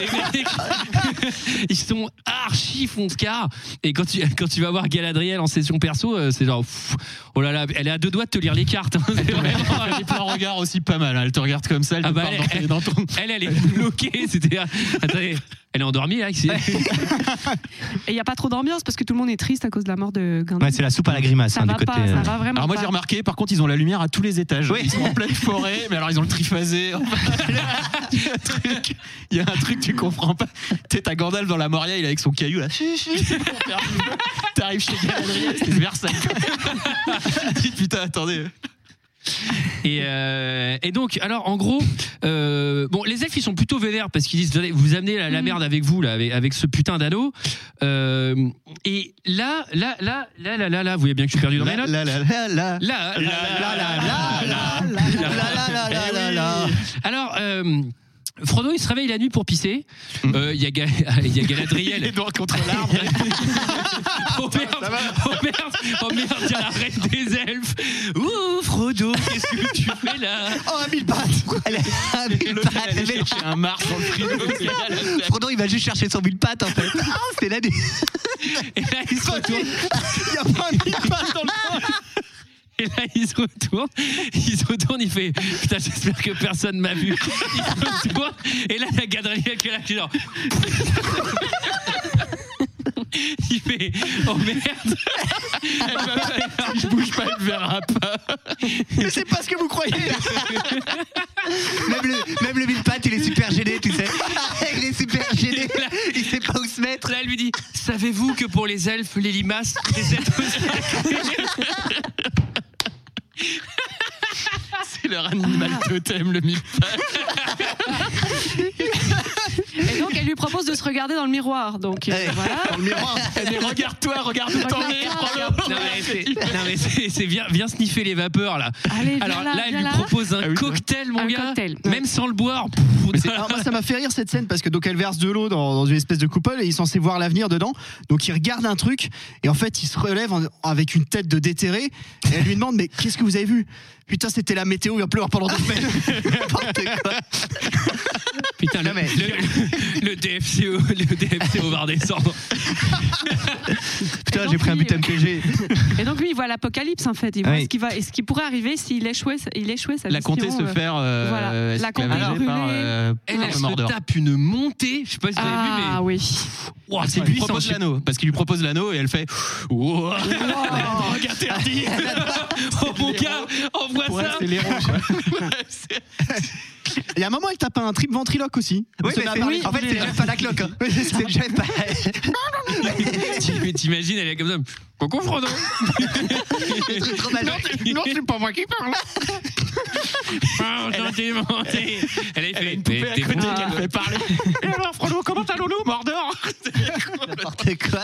Les mecs, ils sont archi fonce-car. Et quand tu, quand tu vas voir Galadriel en session perso, euh, c'est genre, pff, oh là là, elle est à deux doigts de te lire les cartes. hein. C'est vraiment- Elle est en regard aussi pas mal. hein. Elle te regarde comme ça, elle Ah te bah, parle elle- dans, tes- dans ton. Elle, elle est bloquée. C'était. Attendez, elle est endormie là, ici. Et il n'y a pas trop d'ambiance parce que tout le monde est triste à cause de la mort de Gandalf. Ouais, c'est la soupe à la grimace Ça hein, du va côté. pas, euh. ça va vraiment Alors moi pas. j'ai remarqué, par contre ils ont la lumière à tous les étages. Oui. Ils sont en pleine forêt, mais alors ils ont le triphasé. Il y a un truc- il y a un truc tu comprends pas. T'es à Gandalf dans la Moria, il est avec son caillou là. Chut, chut. T'arrives chez Galadriel, c'est Versailles. Dis, Putain attendez. euh, Et, euh, et donc, alors en gros, euh, bon, les elfes ils sont plutôt vénères parce qu'ils disent Attendez, vous amenez la, la merde avec vous là, avec, avec ce putain d'anneau. Euh, et là, là, là, là, là, là, là, vous voyez bien que je suis perdu dans mes notes. Là, là, là, là. Là, là, là, là, là, là, là, là, là, là, là, là, là. Alors, Eh euh, Frodo, il se réveille la nuit pour pisser. Euh, Il y, a Ga- il y a Galadriel. Les doigts contre l'arbre. oh merde, oh merde, oh merde, il y a la reine des elfes. Ouh, Frodo, qu'est-ce que tu fais là Oh, à mille pattes Elle est à mille L'autre, pattes, elle elle allait est là. chercher un marc dans le frigo. Frodo, il va juste chercher son mille pattes en fait. Ah, c'est là des. Et là, il se retourne. Il y a pas un mille pattes dans le coin. Et là, il se retourne, il se retourne, il fait Putain, j'espère que personne m'a vu. Il se retourne, et là, la Gadriel qui est là, qui est genre. Il fait Oh merde Elle m'a pas- Je bouge pas, elle me verra pas. Mais c'est pas ce que vous croyez Même le, même le mille pattes, il est super gêné, tu sais. Il est super gêné. Il sait pas où se mettre. Là, elle lui dit Savez-vous que pour les elfes, les limaces, les êtres sacrés C'est leur animal totem, le mille Et donc, elle lui propose de se regarder dans le miroir. Donc, euh, voilà. Elle dit, regarde-toi, regarde où t'en es. Non, mais c'est- non, mais c'est c'est- viens, viens sniffer les vapeurs là. Allez, viens Alors là, là, elle viens lui là. propose un cocktail, mon gars. Même sans le boire. Mais c'est- alors moi ça m'a fait rire cette scène parce que donc elle verse de l'eau dans, dans une espèce de coupole et il est censé voir l'avenir dedans donc il regarde un truc et en fait il se relève en- avec une tête de déterré et elle lui demande mais qu'est-ce que vous avez vu putain c'était la météo il va pleuvoir pendant deux semaines N'importe quoi. Putain, le, le, le DFCO, le DFCO va redescendre. Putain, j'ai pris un but MPG. Et donc, lui, il voit l'apocalypse, en fait. Il voit Oui. ce, qui va, et ce qui pourrait arriver s'il échouait, il échouait sa La mission, comté se euh, faire. euh, voilà. La comté esclavager brûlée. par, euh, Elle, elle par se Mordor. tape une montée. Je sais pas si vous avez vu, mais. Ah oui. Ouah, Parce c'est qu'il lui puissant, propose je sais- l'anneau. Parce qu'il lui propose l'anneau et elle fait. Wow. Drogue interdite. Oh mon gars, envoie Pour elle, ça c'est l'héros, il y a un moment elle tape un trip ventriloque aussi Oui, Ça mais m'a c'est- parlé. en fait, c'est Jeff Panaclock. hein. C'est Jeff Tu- T'imagines, elle est comme ça. Coucou Frodo Non, c'est- non, c'est pas moi qui parle Ah, gentiment, t'es- Elle a fait. poupée à t'es côté bon. qu'elle fait parler. Et alors, Frodo, comment t'as loulou, Mordor N'importe quoi.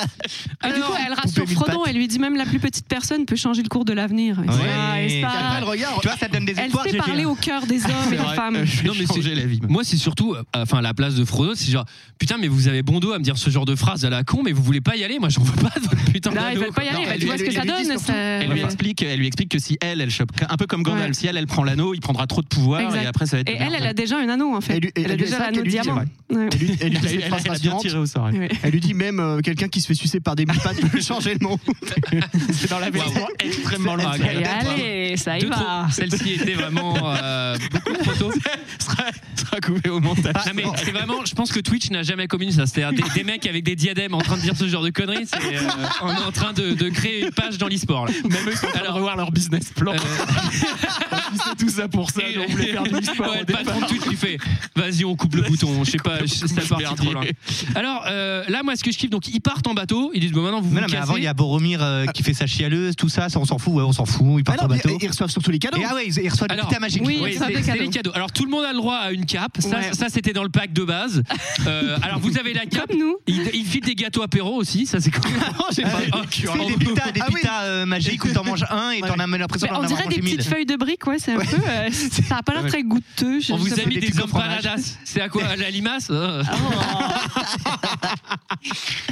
Et du coup, elle rassure poupée mille Frodon pattes. et lui dit même la plus petite personne peut changer le cours de l'avenir. Et ça, et ça, Tu vois, ça donne des elle espoirs. sait Gégé. hein. parler au cœur des hommes et des femmes. Euh, Non, mais c'est- Moi, c'est surtout, euh, enfin, à la place de Frodo, c'est genre, putain, mais vous avez bon dos à me dire ce genre de phrase à la con, mais vous voulez pas y aller. Moi, j'en veux pas de votre putain Non, ils d'anneau, veulent pas y quoi. aller, Non, bah, elle tu lui- vois ce elle que lui- ça elle lui dit donne, surtout- ça- Elle lui, Ouais. explique, elle lui explique que si elle, elle chope, un peu comme Gandalf, si elle, elle prend l'anneau, il prendra trop de pouvoir et Exact. après ça va être. Et elle, elle a déjà un anneau en fait. lui- elle, elle a lui dit déjà ça, l'anneau qu'elle lui dit, diamant. Ouais. elle lui, elle lui dit Elle a- cette elle phrase a bien rassurante. tiré au sort, hein. elle. Ouais. Elle lui dit même euh, quelqu'un qui se fait sucer par des mille pattes peut changer le monde C'est dans la version extrêmement longue. Et Allez, ça y De trop. va. Celle-ci était vraiment euh, beaucoup trop tôt. Ah, sera, sera coupé au montage. Non, mais c'est vraiment, je pense que Twitch n'a jamais commis ça. C'est-à-dire des, des mecs avec des diadèmes en train de dire ce genre de conneries. C'est, euh, on est en train de, de créer une page dans l'e-sport. là. euh, Même eux, ils sont en train de revoir leur business plan. C'est tout ça pour ça, Et- nous, on voulait faire de l'histoire Ouais, au le patron de départ. Twitch qui fait vas-y on coupe le bouton je sais pas je- c'est parti trop loin alors euh, là moi ce que je kiffe donc ils partent en bateau ils disent bon maintenant vous vous Mais non, mais cassez. avant, il y a Boromir euh, qui fait sa chialeuse, tout ça, ça on s'en fout, ouais, on s'en fout, il part en Ah non, bateau. ils, ils reçoivent surtout les cadeaux Et ah ouais, ils, ils reçoivent Alors, du putain magique. oui, c'est c'est les cadeaux. Alors tout le monde a le droit à une cape. Ça, Ouais. ça, c'était dans le pack de base. Euh, alors vous avez la cape. Comme nous. Il, il file des gâteaux apéro aussi. Ça c'est cool. Ah, Ah oh, C'est des pitas, des pitas euh, magiques où t'en manges un et t'en as l'impression Mais d'en on avoir dirait des mangé mille. petites feuilles de briques, ouais, c'est un peu. euh, ça a pas l'air très goûteux. je- On je vous sais a pas. mis des petits hommes fromage. paladas. C'est à quoi à La limace euh.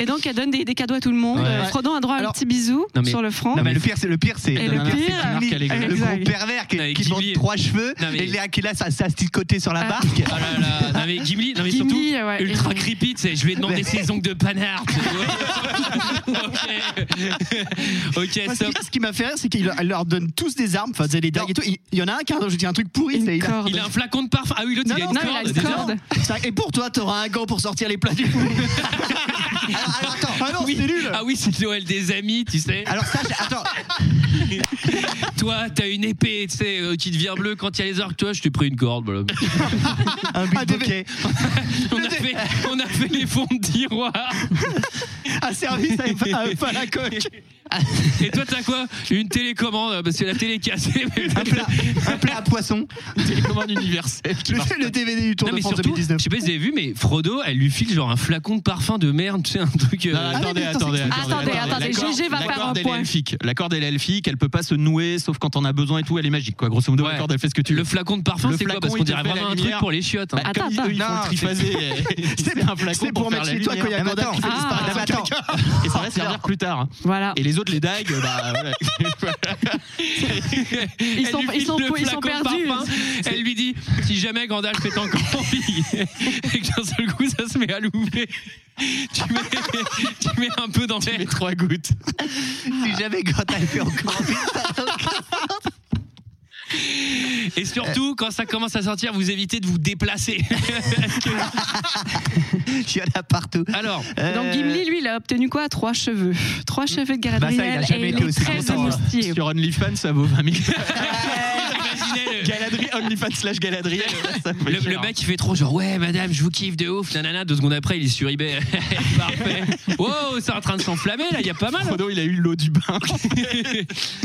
Et donc, elle donne des, des cadeaux à tout le monde. Ouais. Euh, Frodon a droit à un Alors- petit bisou Non, mais- sur le front. Non, mais le pire, c'est le pire, c'est Et le le, pire, pire, c'est Gimli, Marc Allegri. le gros Exact. pervers qui, Non, mais qui demande Gimli- trois cheveux Non, mais- et là, qui là, ça, ça se petite côté sur la Ah. barque. Oh là là. Non mais Gimli, non mais Gimli, surtout ouais, ultra et- creepy. tu sais, Je vais demander ses ongles de panard. tu sais. ok. Ok. Parce Stop. que ce qui m'a fait rire, c'est qu'il elle leur donne tous des armes, enfin, c'est des dagues et tout. Il il y en a un qui a un- je dis un truc pourri, Une c'est il a- corde. Il a un flacon de parfum. Ah oui, l'autre Non, il a non, une non, il a corde. une déjà. corde. Et pour toi, t'auras un gant pour sortir les plats du four. Alors, alors, attends, Ah non, Oui. c'est nul. Ah oui, c'est Noël des amis, tu sais. alors ça, j'ai- attends, Toi, t'as une épée, tu sais, euh, qui devient bleue quand il y a les orques. Toi, je t'ai pris une corde. voilà. un but de bokeh. On a fait, on a fait les fonds de tiroir. Un service à, à, à la coque. Et toi, t'as quoi Une télécommande, parce que la télé est cassée. un, plat, à poisson. Une télécommande universelle. qui Le- marche le pas. DVD du Tour Non, de mais France surtout, 2019. Je sais pas si vous avez vu, mais Frodo, elle lui file genre un flacon de parfum de merde, tu sais, un truc. euh, Ah, attendez, attendez, attendez, attendez, La corde- GG va la faire corde, un elle est point. elfique. La corde, elle est elfique, elle peut pas se nouer sauf quand on a besoin et tout, elle est magique quoi. Grosso modo, la corde, elle fait ce que tu veux. Le flacon de parfum, Le c'est quoi Parce flacon, qu'on il te dirait fait la vraiment un truc lumière. pour les chiottes. hein. Bah, comme eux, ils font le triphasé. C'est un flacon C'est pour faire mettre la chez toi lumière. quand il y a Mais Gandalf attends, qui fait ah, disparaître mais son attends. Et ça va servir plus tard. Voilà. Et les autres, les dagues, bah voilà. Ils sont- ils sont- ils sont perdus. Elle lui dit si jamais Gandalf est encore en vie et que d'un seul coup ça se met à louper, tu mets, tu mets un peu Ah. dans tu mets trois gouttes. Si jamais Gandalf est encore en vie, ça n'a aucun sens. Et surtout, quand ça commence à sortir, vous évitez de vous déplacer. Parce que- Il y en a partout. Alors, Donc Gimli, lui, il a obtenu quoi Trois cheveux. Trois cheveux de Bah Galadriel et les treize de hein. moustiers. Sur OnlyFans, ça vaut 20 000. Galadriel, OnlyFans slash Galadriel. ça fait Le, le cher. mec il fait trop genre ouais madame je vous kiffe de ouf nanana deux secondes après il est sur eBay parfait wow c'est en train de s'enflammer là il y a pas mal hein. Frodo il a eu l'eau du bain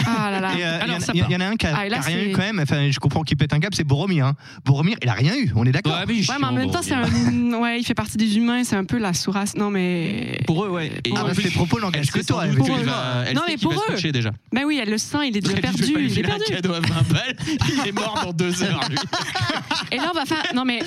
Ah là là. Et, euh, Alors, ça il y, en a- il y en part. a un qui a, Ah, et là, qui a rien c'est- eu quand même. Enfin, je comprends qu'il pète un câble, c'est Boromir. hein. Boromir, il a rien eu. On est d'accord. Ouais, mais en même temps, c'est un- ouais, il fait partie des humains, c'est un peu la sourasse. Non, mais. Pour eux, ouais. Et Ah, bah, ses propos n'engagent que toi. Pour eux, non, mais pour eux. déjà. Ben oui, elle le sent, il est déjà Elle dit, je vais perdu. pas lui Il est filer un perdu. cadeau à 20 balles, il est mort dans deux heures, lui. Et là, on va faire. Non, mais.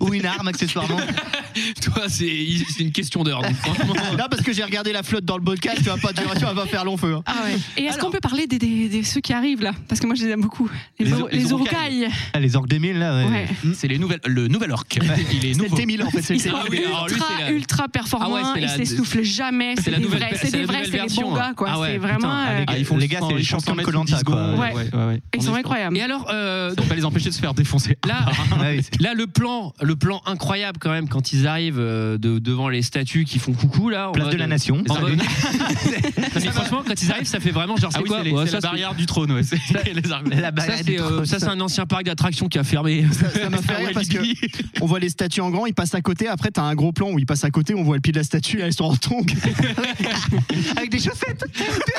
Ou une arme, accessoirement. toi c'est c'est une question d'heure donc, franchement Là, parce que j'ai regardé la flotte dans le podcast, tu vas pas de duration, elle va faire long feu. hein. Ah ouais. Et est-ce qu'on peut parler des, des- des- ceux qui arrivent là Parce que moi, je les aime beaucoup. Les, Les- or- les les Uruk-hai. Uruk-hai. Ah, les orques 2000, là. ouais. Ouais. C'est les nouvelles, le nouvel orc. Il est nouveau. T1000, en fait, c'est le Ils sont Ah oui, alors lui, ultra, c'est la- ultra Ah ouais, performants, c'est ils la- s'essoufflent jamais. c'est C'est la des nouvelle- vrais, c'est c'est des la vrais, nouvelle c'est les version, bons hein. gars, quoi. Ah ouais, C'est putain, vraiment. euh, Ah, ils font Les gars, c'est les ils font champions de 100 mètres Koh-Lanta, sous 10 quoi. secondes. Ouais. Ils On sont est- incroyables. et alors euh, Faut pas les empêcher de se faire défoncer. Ah Là, là, le plan, le plan incroyable quand même quand ils arrivent euh, de- devant les statues qui font coucou là. en Place de mode- la Nation. en mode- Mais franchement, quand ils arrivent, ça fait vraiment genre Ah c'est oui, quoi c'est les- Ouais, c'est ça, la c'est- barrière du trône, ouais. c'est- les armes. La Ça balade. c'est euh, ça, c'est un ancien parc d'attractions qui a fermé. Ça m'a fait rire parce que on voit les statues en grand, ils passent à côté. Après, t'as un gros plan où ils passent à côté, on voit le pied de la statue, elles sont en tongs. Avec des chaussettes.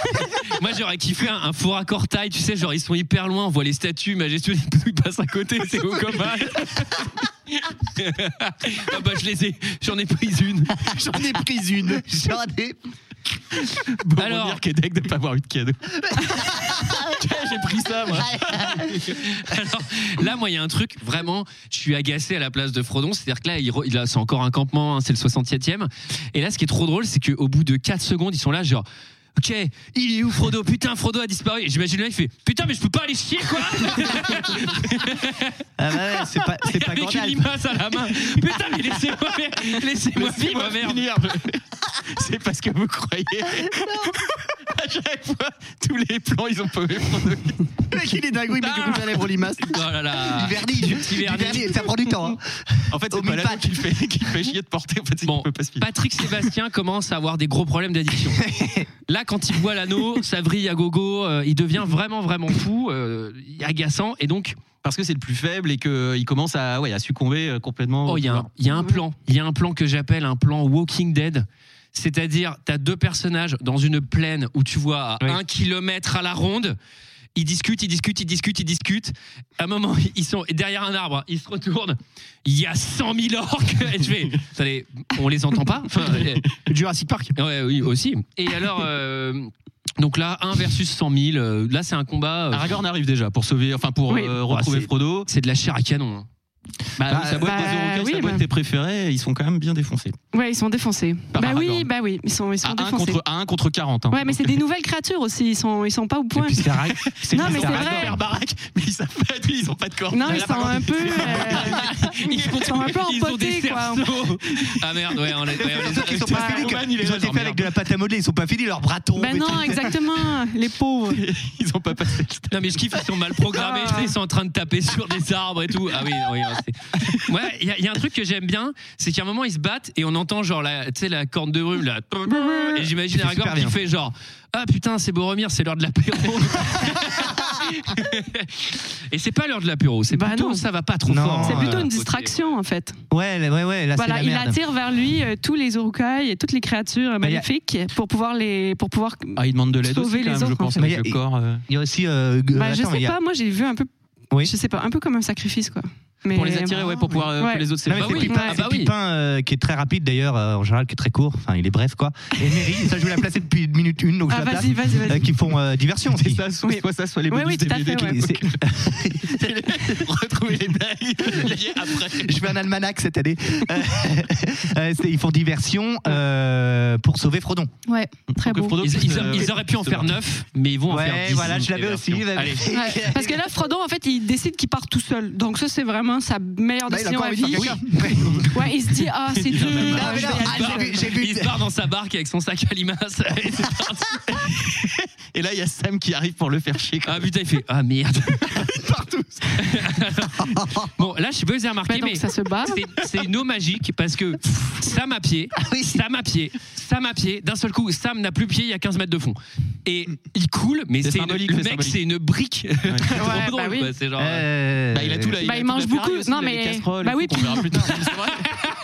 Moi j'aurais kiffé un, un faux raccord taille, tu sais, genre ils sont hyper loin, on voit les statues majestueuses, ils passent à côté, c'est au combat. ah bah je les ai, j'en ai pris une. J'en ai pris une. J'en ai. Bon, Alors- Alors... dire Québec de pas avoir eu de cadeau. J'ai pris ça, moi. Alors, là, moi, il y a un truc, vraiment, je suis agacé à la place de Frodon. C'est-à-dire que là, il re- il a- c'est encore un campement, hein, c'est le 67e. Et là, ce qui est trop drôle, c'est qu'au bout de 4 secondes, ils sont là, genre. Ok, il est où Frodo Putain, Frodo a disparu. Et J'imagine le mec qui fait Putain, mais je peux pas aller chier quoi Ah, bah, ouais, c'est pas, c'est pas Avec une Gandalf. limace à la main. Putain, mais laissez-moi faire- laissez-moi vivre, Laissez-moi merde. finir. C'est parce que vous croyez. À chaque fois, tous les plans, ils ont pas eu Le mec, il est dingue, il met du rouge à lèvres aux limaces. Oh là là. Du vernis. Du, Petit du vernis. vernis. Ça prend du temps. hein. En fait, Au c'est pas la mille-pattes. qui fait, qui fait chier de porter. En fait, c'est qu'il peut pas se filer. Patrick Sébastien commence à avoir des gros problèmes d'addiction. Là, quand il voit l'anneau, ça vrille à gogo, euh, il devient vraiment, vraiment fou, euh, agaçant. Et donc, Parce que c'est le plus faible et qu'il commence à, ouais, à succomber euh, complètement. Bah oh, il y, a un- il y a un plan. Il y a un plan que j'appelle un plan Walking Dead. C'est-à-dire, tu as deux personnages dans une plaine où tu vois à un kilomètre à la ronde. Ils discutent, ils discutent, ils discutent, ils discutent. À un moment, ils sont derrière un arbre, ils se retournent. Il y a 100 000 orques. Et je fais, attendez, on les entend pas Enfin, Jurassic Park. Ouais, oui, aussi. Et alors, euh, donc là, 1 versus 100 000. euh, Là, c'est un combat. euh, Aragorn arrive déjà pour sauver, enfin pour Oui. euh, Bah, retrouver c'est- Frodo. C'est de la chair à canon. hein. Bah, Bah, oui, sa boîte bah, des Uruk-hai, oui, sa boîte bah. des préférés, ils sont quand même bien défoncés. Ouais, ils sont défoncés. Ah, Par bah oui, Aragorn. bah oui, ils sont, ils sont À 1 défoncés. contre, à un contre 40. hein. Ouais, mais c'est des nouvelles créatures aussi, ils sont, ils sont pas au point. puis c'est Arag- c'est- Non, mais c'est c'est Aragorn. vrai. Super baraque, mais ils savent pas, ils ont pas de corps. Non, ils sont un peu. euh, Ils, sont un peu ils ont des empotés, quoi. cerceaux. Ah merde, ouais, on les, ouais, on Ah, les a- Bah, Ils sont pas finis. Roman, il est Ils là, ont été faits genre, avec merde. de la pâte à modeler. Ils sont pas finis. Leurs bras tombent. Ben et non, tout. exactement, les pauvres. Ils ont pas passé le Non, mais je kiffe, ils sont Ah. mal programmés. tu sais, Ils sont en train de taper sur des arbres et tout. Ah oui, oui. ouais, c'est- Ouais, il y, a- il y a un truc que j'aime bien, c'est qu'à un moment, ils se battent et on entend genre la, tu sais, la corne de brume, là. Et j'imagine Il fait super Aragorn qui bien. fait genre Ah putain, c'est Boromir, c'est l'heure de l'apéro. Et c'est pas l'heure de l'apéro, c'est Bah plutôt non. ça va pas trop Non, fort. C'est plutôt euh, une côté- distraction en fait. Ouais, là- ouais, ouais, là, voilà, c'est la il merde. attire vers lui euh, tous les urukai et toutes les créatures euh, y a- magnifiques pour pouvoir les pour pouvoir Ah, il demande de l'aide sauver aussi, quand les même, je autres. en pense, fait. avec le corps. euh. Il y a aussi. euh, Bah, euh, je attends, sais il y a- pas, moi j'ai vu un peu je sais pas, un peu comme un sacrifice quoi. Mais Pour les attirer, ouais, pour pouvoir, euh, que les autres Non, mais s'éloignent. c'est Pipin, Bah oui. Ah, c'est bah oui. Pipin, euh, qui est très rapide d'ailleurs, euh, en général, qui est très court. Enfin, il est bref quoi. Et Mary, ça je vais la placer depuis une minute une, donc Ah, je la place. vas-y, vas-y, vas-y. Euh, qui font euh, diversion. aussi. Soit ça, soit les Oui, bonus oui, tout à DVD fait, qui- ouais. qui- Retrouver les blagues après. Je fais un almanach cette année. Euh, euh, c'est- ils font diversion euh, pour sauver Frodon. Ouais, très euh, beau. Ils, ils- ils auraient pu en faire neuf, mais ils vont en Ouais, faire 10. voilà, je l'avais aussi, il avait- Allez. Ouais, parce que là, Frodon, en fait, il décide qu'il part tout seul. Donc ça, c'est vraiment sa meilleure Bah, il a décision pas à envie de vie. faire Ouais, il se dit ah c'est dur. Non, mais je vais non, aller il se seul. barre- Il se barre dans sa barque avec son sac à limaces. Et c'est parti. Et là, il y a Sam qui arrive pour le faire chier. Ah putain, il fait Ah merde. Partout. bon, là, je sais pas si vous avez remarqué, Ouais, Bah, donc mais ça se bat. c'est- c'est une eau magique parce que Sam a pied, Ah Sam a pied, Sam a pied. D'un seul coup, Sam n'a plus pied, il y a 15 mètres de fond. Et il coule, mais C'est c'est une- symbolique, le c'est mec, symbolique. c'est une brique. C'est trop Ouais, drôle, bah oui. quoi, c'est genre, Bah, il a tout là. Bah, il mange beaucoup. Non mais bah oui. On verra plus tard.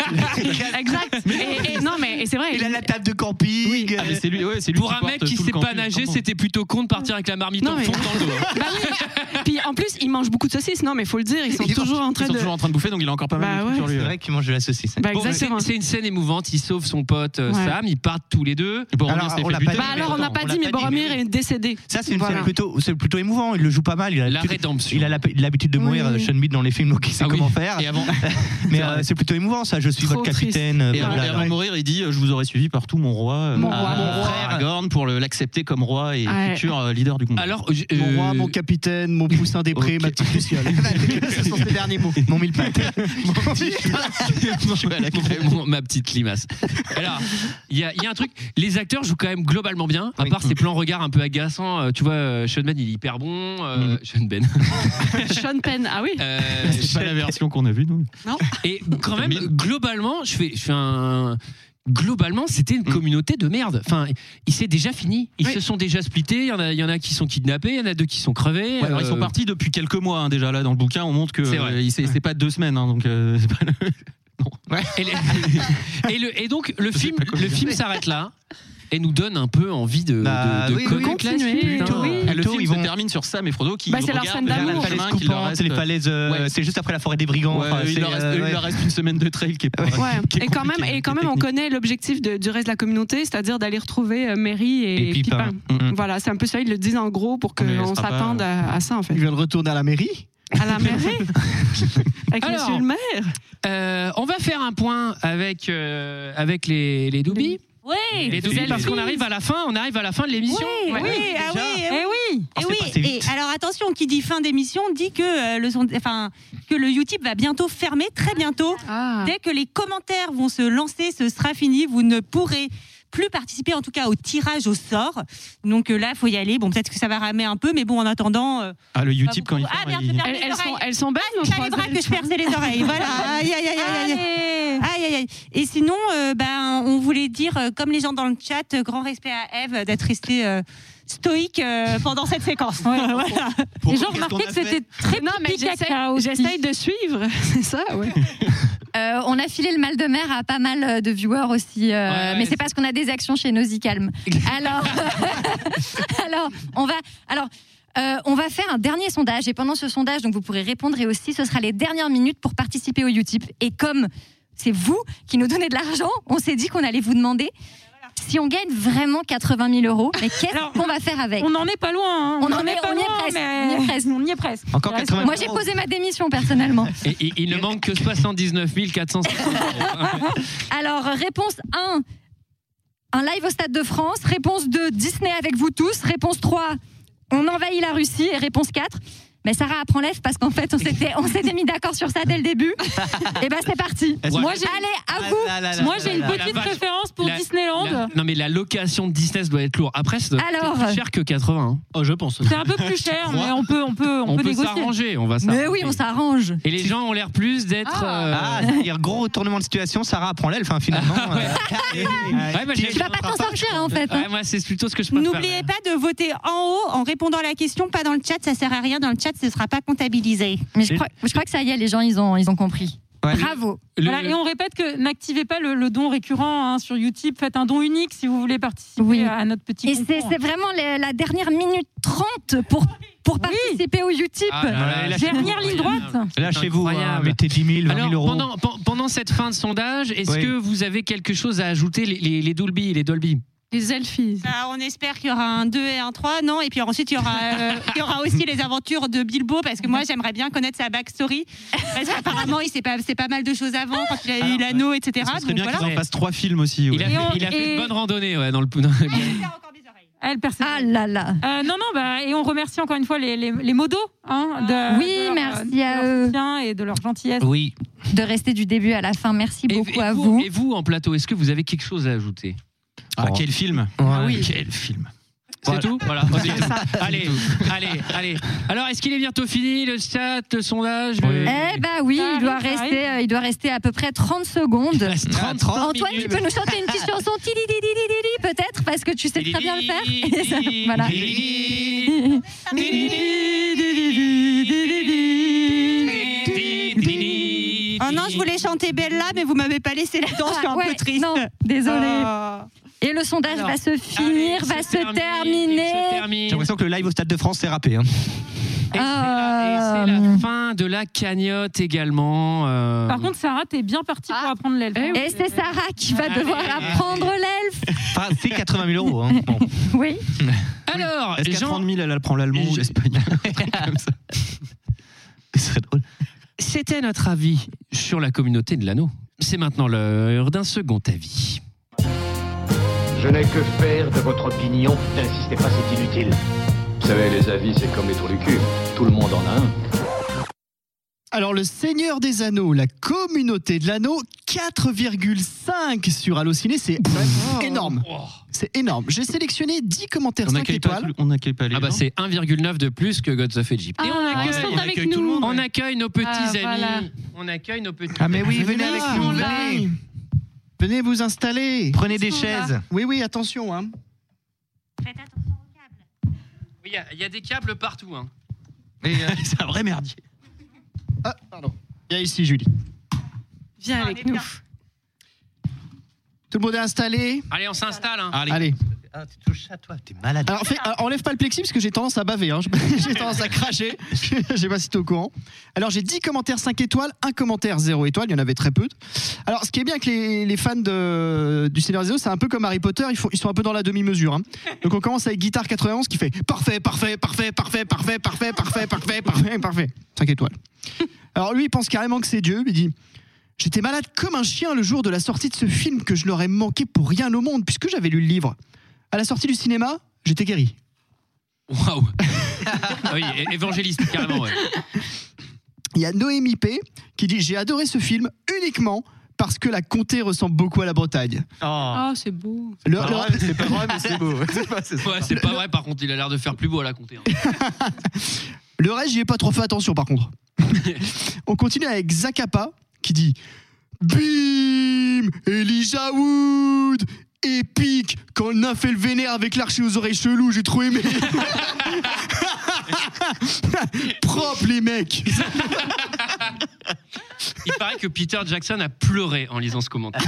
Exact. Et, et- non mais et c'est vrai. Il a la table de camping. Ah, mais c'est lui, ouais, c'est lui Pour qui un porte mec tout qui le sait pas camping, nager, comment c'était plutôt con de partir avec la marmite Non, en mais- fond dans le dos. Bah oui. Puis en plus, ils mangent beaucoup de saucisses. Non mais faut le dire, ils sont toujours en train Ils sont de. toujours en train de bouffer, donc il a encore pas mal Bah de trucs sur ouais. lui. hein. hein. C'est vrai qu'il mange de la saucisse. Bah, Bon, mais c'est exactement. c'est une scène émouvante. Il sauve son pote euh, Ouais. Sam. Ils partent tous les deux. Bon, Alors, s'est on fait l'a buter, pas Bah mais alors on attends, n'a pas on dit, mais Boromir est décédé. Ça, c'est une Voilà. scène plutôt, c'est plutôt émouvant. Il le joue pas mal. Il a La l'habitude- rédemption. Il a la- il a l'habitude de mourir, Oui. Sean Bean, dans les films, donc il sait Ah oui. comment faire. Et avant, Mais euh, c'est plutôt émouvant, ça. Je suis Trop votre capitaine. Et avant, blablabla. et avant de mourir, il dit euh, Je vous aurais suivi partout, mon roi, euh, Mon à- roi. à Mon roi. Aragorn, pour le- l'accepter comme roi et Ouais. futur euh, leader du combat. alors, je- Mon roi, euh, mon capitaine, mon poussin des prés, ok. ma petite poussiole. Ce sont ses derniers mots. Mon mille pattes. Je vais à la crème. Mon- ma petite limace. Alors, il y, a il y a un truc. Les acteurs jouent quand même globalement bien, à part Mm. ces plans regards un peu agaçants. euh, Tu vois, euh, Sean Ben, il est hyper bon. Mm. euh, Sean Ben. Sean Penn. Ah oui. Euh, C'est pas la version qu'on a vue, nous. et quand même, globalement, je fais, je fais un. Globalement, c'était une Mm. communauté de merde. Enfin, il s'est déjà fini. Ils Oui. se sont déjà splittés. Il y, en a- il y en a qui sont kidnappés, il y en a deux qui sont crevés. Ouais, alors ils sont euh, partis depuis quelques mois hein, déjà là dans le bouquin. On montre que C'est vrai. euh, il- c'est c'est pas deux semaines, hein, donc euh, c'est pas le- Et, le- et le- et donc le film, le film s'arrête là et nous donne un peu envie de, de- Bah, de oui, oui, Continuer. putain. oui. le Plutôt, film ils se vont- termine sur Sam et Frodo qui Bah, c'est leur regardent scène vers d'amour. le Les falaises chemin qu'il leur coupantes, reste. les falaises. euh, Ouais. C'est juste après la forêt des brigands. Ouais, enfin, il, c'est, leur reste, euh, il ouais. leur reste une semaine de trail qui est, pas- Ouais. qui est Et quand même, compliquée, et quand qui est même, on technique. connaît l'objectif de- du reste de la communauté, c'est-à-dire d'aller retrouver euh, Mary et, Et Pipin. Pipin. Mhm. Voilà, c'est un peu ça. Ils le disent en gros pour On y qu'on restera pas. s'attende à, à ça en fait. Il vient de retourner à la mairie. À la mairie avec Alors. Monsieur le maire. Euh, on va faire un point avec euh, avec les les Doobie. Ouais, Les Doobie, parce qu'on arrive à la fin, on arrive à la fin de l'émission. Oui, Ouais. Ah, oui, ah oui, eh oui. Eh oui. Eh c'est oui, passé et vite. alors attention, qui dit fin d'émission dit que euh, le son- enfin que le Utip va bientôt fermer, très bientôt. Ah. Dès que les commentaires vont se lancer, ce sera fini. Vous ne pourrez plus participer, en tout cas, au tirage au sort. Donc euh, là, faut y aller. Bon, peut-être que ça va ramer un peu, mais bon, en attendant. euh, Ah le bah, vous Utip quand il pouvez- Ah ferme, merde, il- je perds Elles, les elles sont, oreilles. elles sont bonnes. Ah, nos je savais pas croiselles, que je je pense. perçais les oreilles. Voilà. Aïe, aïe, aïe, aïe, aïe. Allez. Aïe, aïe, aïe. Et sinon, euh, ben, on voulait dire, euh, comme les gens dans le chat, euh, grand respect à Eve euh, d'être restée euh, stoïque euh, pendant cette séquence. Voilà. Les Pourquoi gens Qu'est-ce remarquaient qu'on que a fait c'était très Non, mais pipi j'essaie- caca aussi. j'essaye de suivre, c'est ça, ouais. Euh, on a filé le mal de mer à pas mal euh, de viewers aussi, euh, Ouais, ouais, mais c'est- c'est parce qu'on a des actions chez Nausicalm. Alors, alors on va, alors. euh, on va faire un dernier sondage et pendant ce sondage, donc vous pourrez répondre et aussi ce sera les dernières minutes pour participer au Utip. Et comme c'est vous qui nous donnez de l'argent, on s'est dit qu'on allait vous demander si on gagne vraiment 80 000 euros, mais qu'est-ce qu'on va faire avec On n'en est pas loin. On en est, on y est presque, on y est presque. On y est presque. Encore 80 Moi j'ai posé ma démission personnellement. Et, et- il ne manque que 79 400. Alors, réponse 1, un live au Stade de France. Réponse 2, Disney avec vous tous. Réponse 3, on envahit la Russie. Et réponse 4, Mais Sarah apprend l'F parce qu'en fait, on s'était, on s'était mis d'accord sur ça dès le début. Et ben, c'est parti. Est-ce que- Moi, j'ai... Allez, à vous. Ah là là là là là. La vache. La- la- non, mais la location de Disney doit être lourde. Après, c'est Alors. plus cher que 80. hein. Oh, je pense. C'est un peu plus cher, mais on peut, on peut, on On peut peut négocier. s'arranger, on va Mais s'arranger. oui, on s'arrange. Et les gens ont l'air plus d'être. euh, Ah, c'est-à-dire gros retournement de situation, Sarah apprend l'elfe hein, finalement. euh, Ouais, moi, j'ai- Tu vas pas t'en sortir, en fait, hein. Ouais, moi, c'est plutôt ce que je préfère. N'oubliez pas de voter en haut en répondant à la question, pas dans le chat, ça sert à rien. Dans le chat, ce ne sera pas comptabilisé. Mais je crois, je crois que ça y est, les gens, ils ont, ils ont compris. Bravo. Voilà, et on répète que n'activez pas le, le don récurrent hein, sur Utip. Faites un don unique si vous voulez participer à notre petit Et concours. c'est c'est vraiment les- la dernière minute 30 pour, pour participer au Utip. Ah là là, là, c'est Dernière ligne droite. Lâchez-vous, hein, mettez 10 000, 20 000 Alors, euros. pendant, pen- pendant cette fin de sondage, est-ce Oui. que vous avez quelque chose à ajouter, les, les, les Dolby, les Dolby Les elfies. Ah, on espère qu'il y aura un 2 et un 3, non Et puis ensuite, il y, aura, euh, il y aura aussi les aventures de Bilbo, parce que moi, j'aimerais bien connaître sa backstory. Parce qu'apparemment, il s'est pas, c'est pas mal de choses avant, quand il a eu l'anneau, etc. Ce serait Donc bien qu'ils voilà. en fassent trois films aussi. Il a, ouais. fait, il a fait une bonne randonnée ouais, dans le poudin. Elle persévère. Ah là là. Euh, non, non, bah, et on remercie encore une fois les, les, les modos. Hein, de, Ah. Oui, de leur, euh, merci de à leur eux. soutien et de leur gentillesse. De rester du début à la fin. Merci beaucoup à Vous, vous. Et vous, en plateau, est-ce que vous avez quelque chose à ajouter Ah, quel film oui. Quel film C'est tout Voilà. c'est tout. Allez, allez, allez. Alors, est-ce qu'il est bientôt fini, le chat, le sondage le- Eh bah oui, il doit, rester, euh, il doit rester à peu près 30 secondes. 30 Antoine, tu peux nous chanter une petite chanson ti di di di di di, peut-être parce que tu sais très bien le faire. Et ça- voilà. Oh non, je voulais chanter Bella, mais vous m'avez pas laissé le temps, je suis un peu triste. Oh. Non, Ah, désolée. Et le sondage va se finir, va se terminer. J'ai l'impression que le live au Stade de France s'est râpé. hein. C'est la fin de la cagnotte également. euh, Par contre, Sarah, t'es bien partie pour apprendre l'elfe. Ah. Eh hein. Ah, Et c'est Sarah qui va Allez. devoir apprendre l'elfe. Enfin, c'est 80 000 Ah. euros. hein. Bon. Oui. Alors, Est-ce qu'à Jean- 30 000, elle apprend l'allemand ou l'espagnol Un truc comme ça. Ce serait drôle. C'était notre avis sur la communauté de l'anneau. C'est maintenant l'heure d'un second avis. Je n'ai que faire de votre opinion. N'insistez pas, c'est inutile. Vous savez, les avis, c'est comme les trous du cul. Tout le monde en a un. Alors, le Seigneur des Anneaux, la communauté de l'anneau, 4,5 sur Allociné, c'est énorme. C'est énorme. J'ai sélectionné 10 commentaires On 5 n'accueille pas étoiles. tout- Ah bah c'est 1,9 de plus que Gods of Egypt. Et on Ah, accueille, ils sont on avec accueille tout le nous. monde. On accueille nos petits Ah, amis. voilà. On accueille nos petits Ah mais oui, amis. venez avec nous. Venez. Venez vous installer. Prenez des Ils sont chaises. là. Oui, oui, attention. Hein. Il y a- il y, a des câbles partout. hein. c'est un vrai merdier. euh, Ah, pardon. Viens ici, Julie. Viens avec nous. Tout le monde est installé Allez, on s'installe. hein. Allez. Ah, tu touches ça, toi, t'es malade. Alors, fais- alors, enlève pas le plexi parce que j'ai tendance à baver. hein. J'ai tendance à cracher. Je sais pas si t'es au courant. Alors, j'ai 10 commentaires 5 étoiles, un commentaire 0 étoile. Il y en avait très peu. Alors, ce qui est bien avec les, les fans de, du Seigneur des Anneaux, c'est un peu comme Harry Potter. Ils, font- ils sont un peu dans la demi-mesure. hein. Donc, on commence avec Guitare 91 qui fait parfait, parfait, parfait, parfait, parfait, parfait, parfait, parfait, parfait, parfait. 5 étoiles. Alors lui, il pense carrément que c'est Dieu. Il dit J'étais malade comme un chien le jour de la sortie de ce film que je n'aurais manqué pour rien au monde puisque j'avais lu le livre. À la sortie du cinéma, j'étais guéri. Waouh. Ah oui, é- évangéliste carrément. ouais. Il y a Noémie P qui dit J'ai adoré ce film uniquement parce que la comté ressemble beaucoup à la Bretagne. Oh, c'est beau. Le- pas le- vrai, c'est pas vrai, mais c'est beau. Ouais, c'est pas vrai. Par contre, il a l'air de faire plus beau à la compter. hein. Le reste, j'y ai pas trop fait attention par contre. On continue avec Zakapa qui dit Bim Elijah Wood Épique Quand on a fait le vénère avec l'archi aux oreilles cheloues, j'ai trop aimé Propre les mecs Il paraît que Peter Jackson a pleuré en lisant ce commentaire.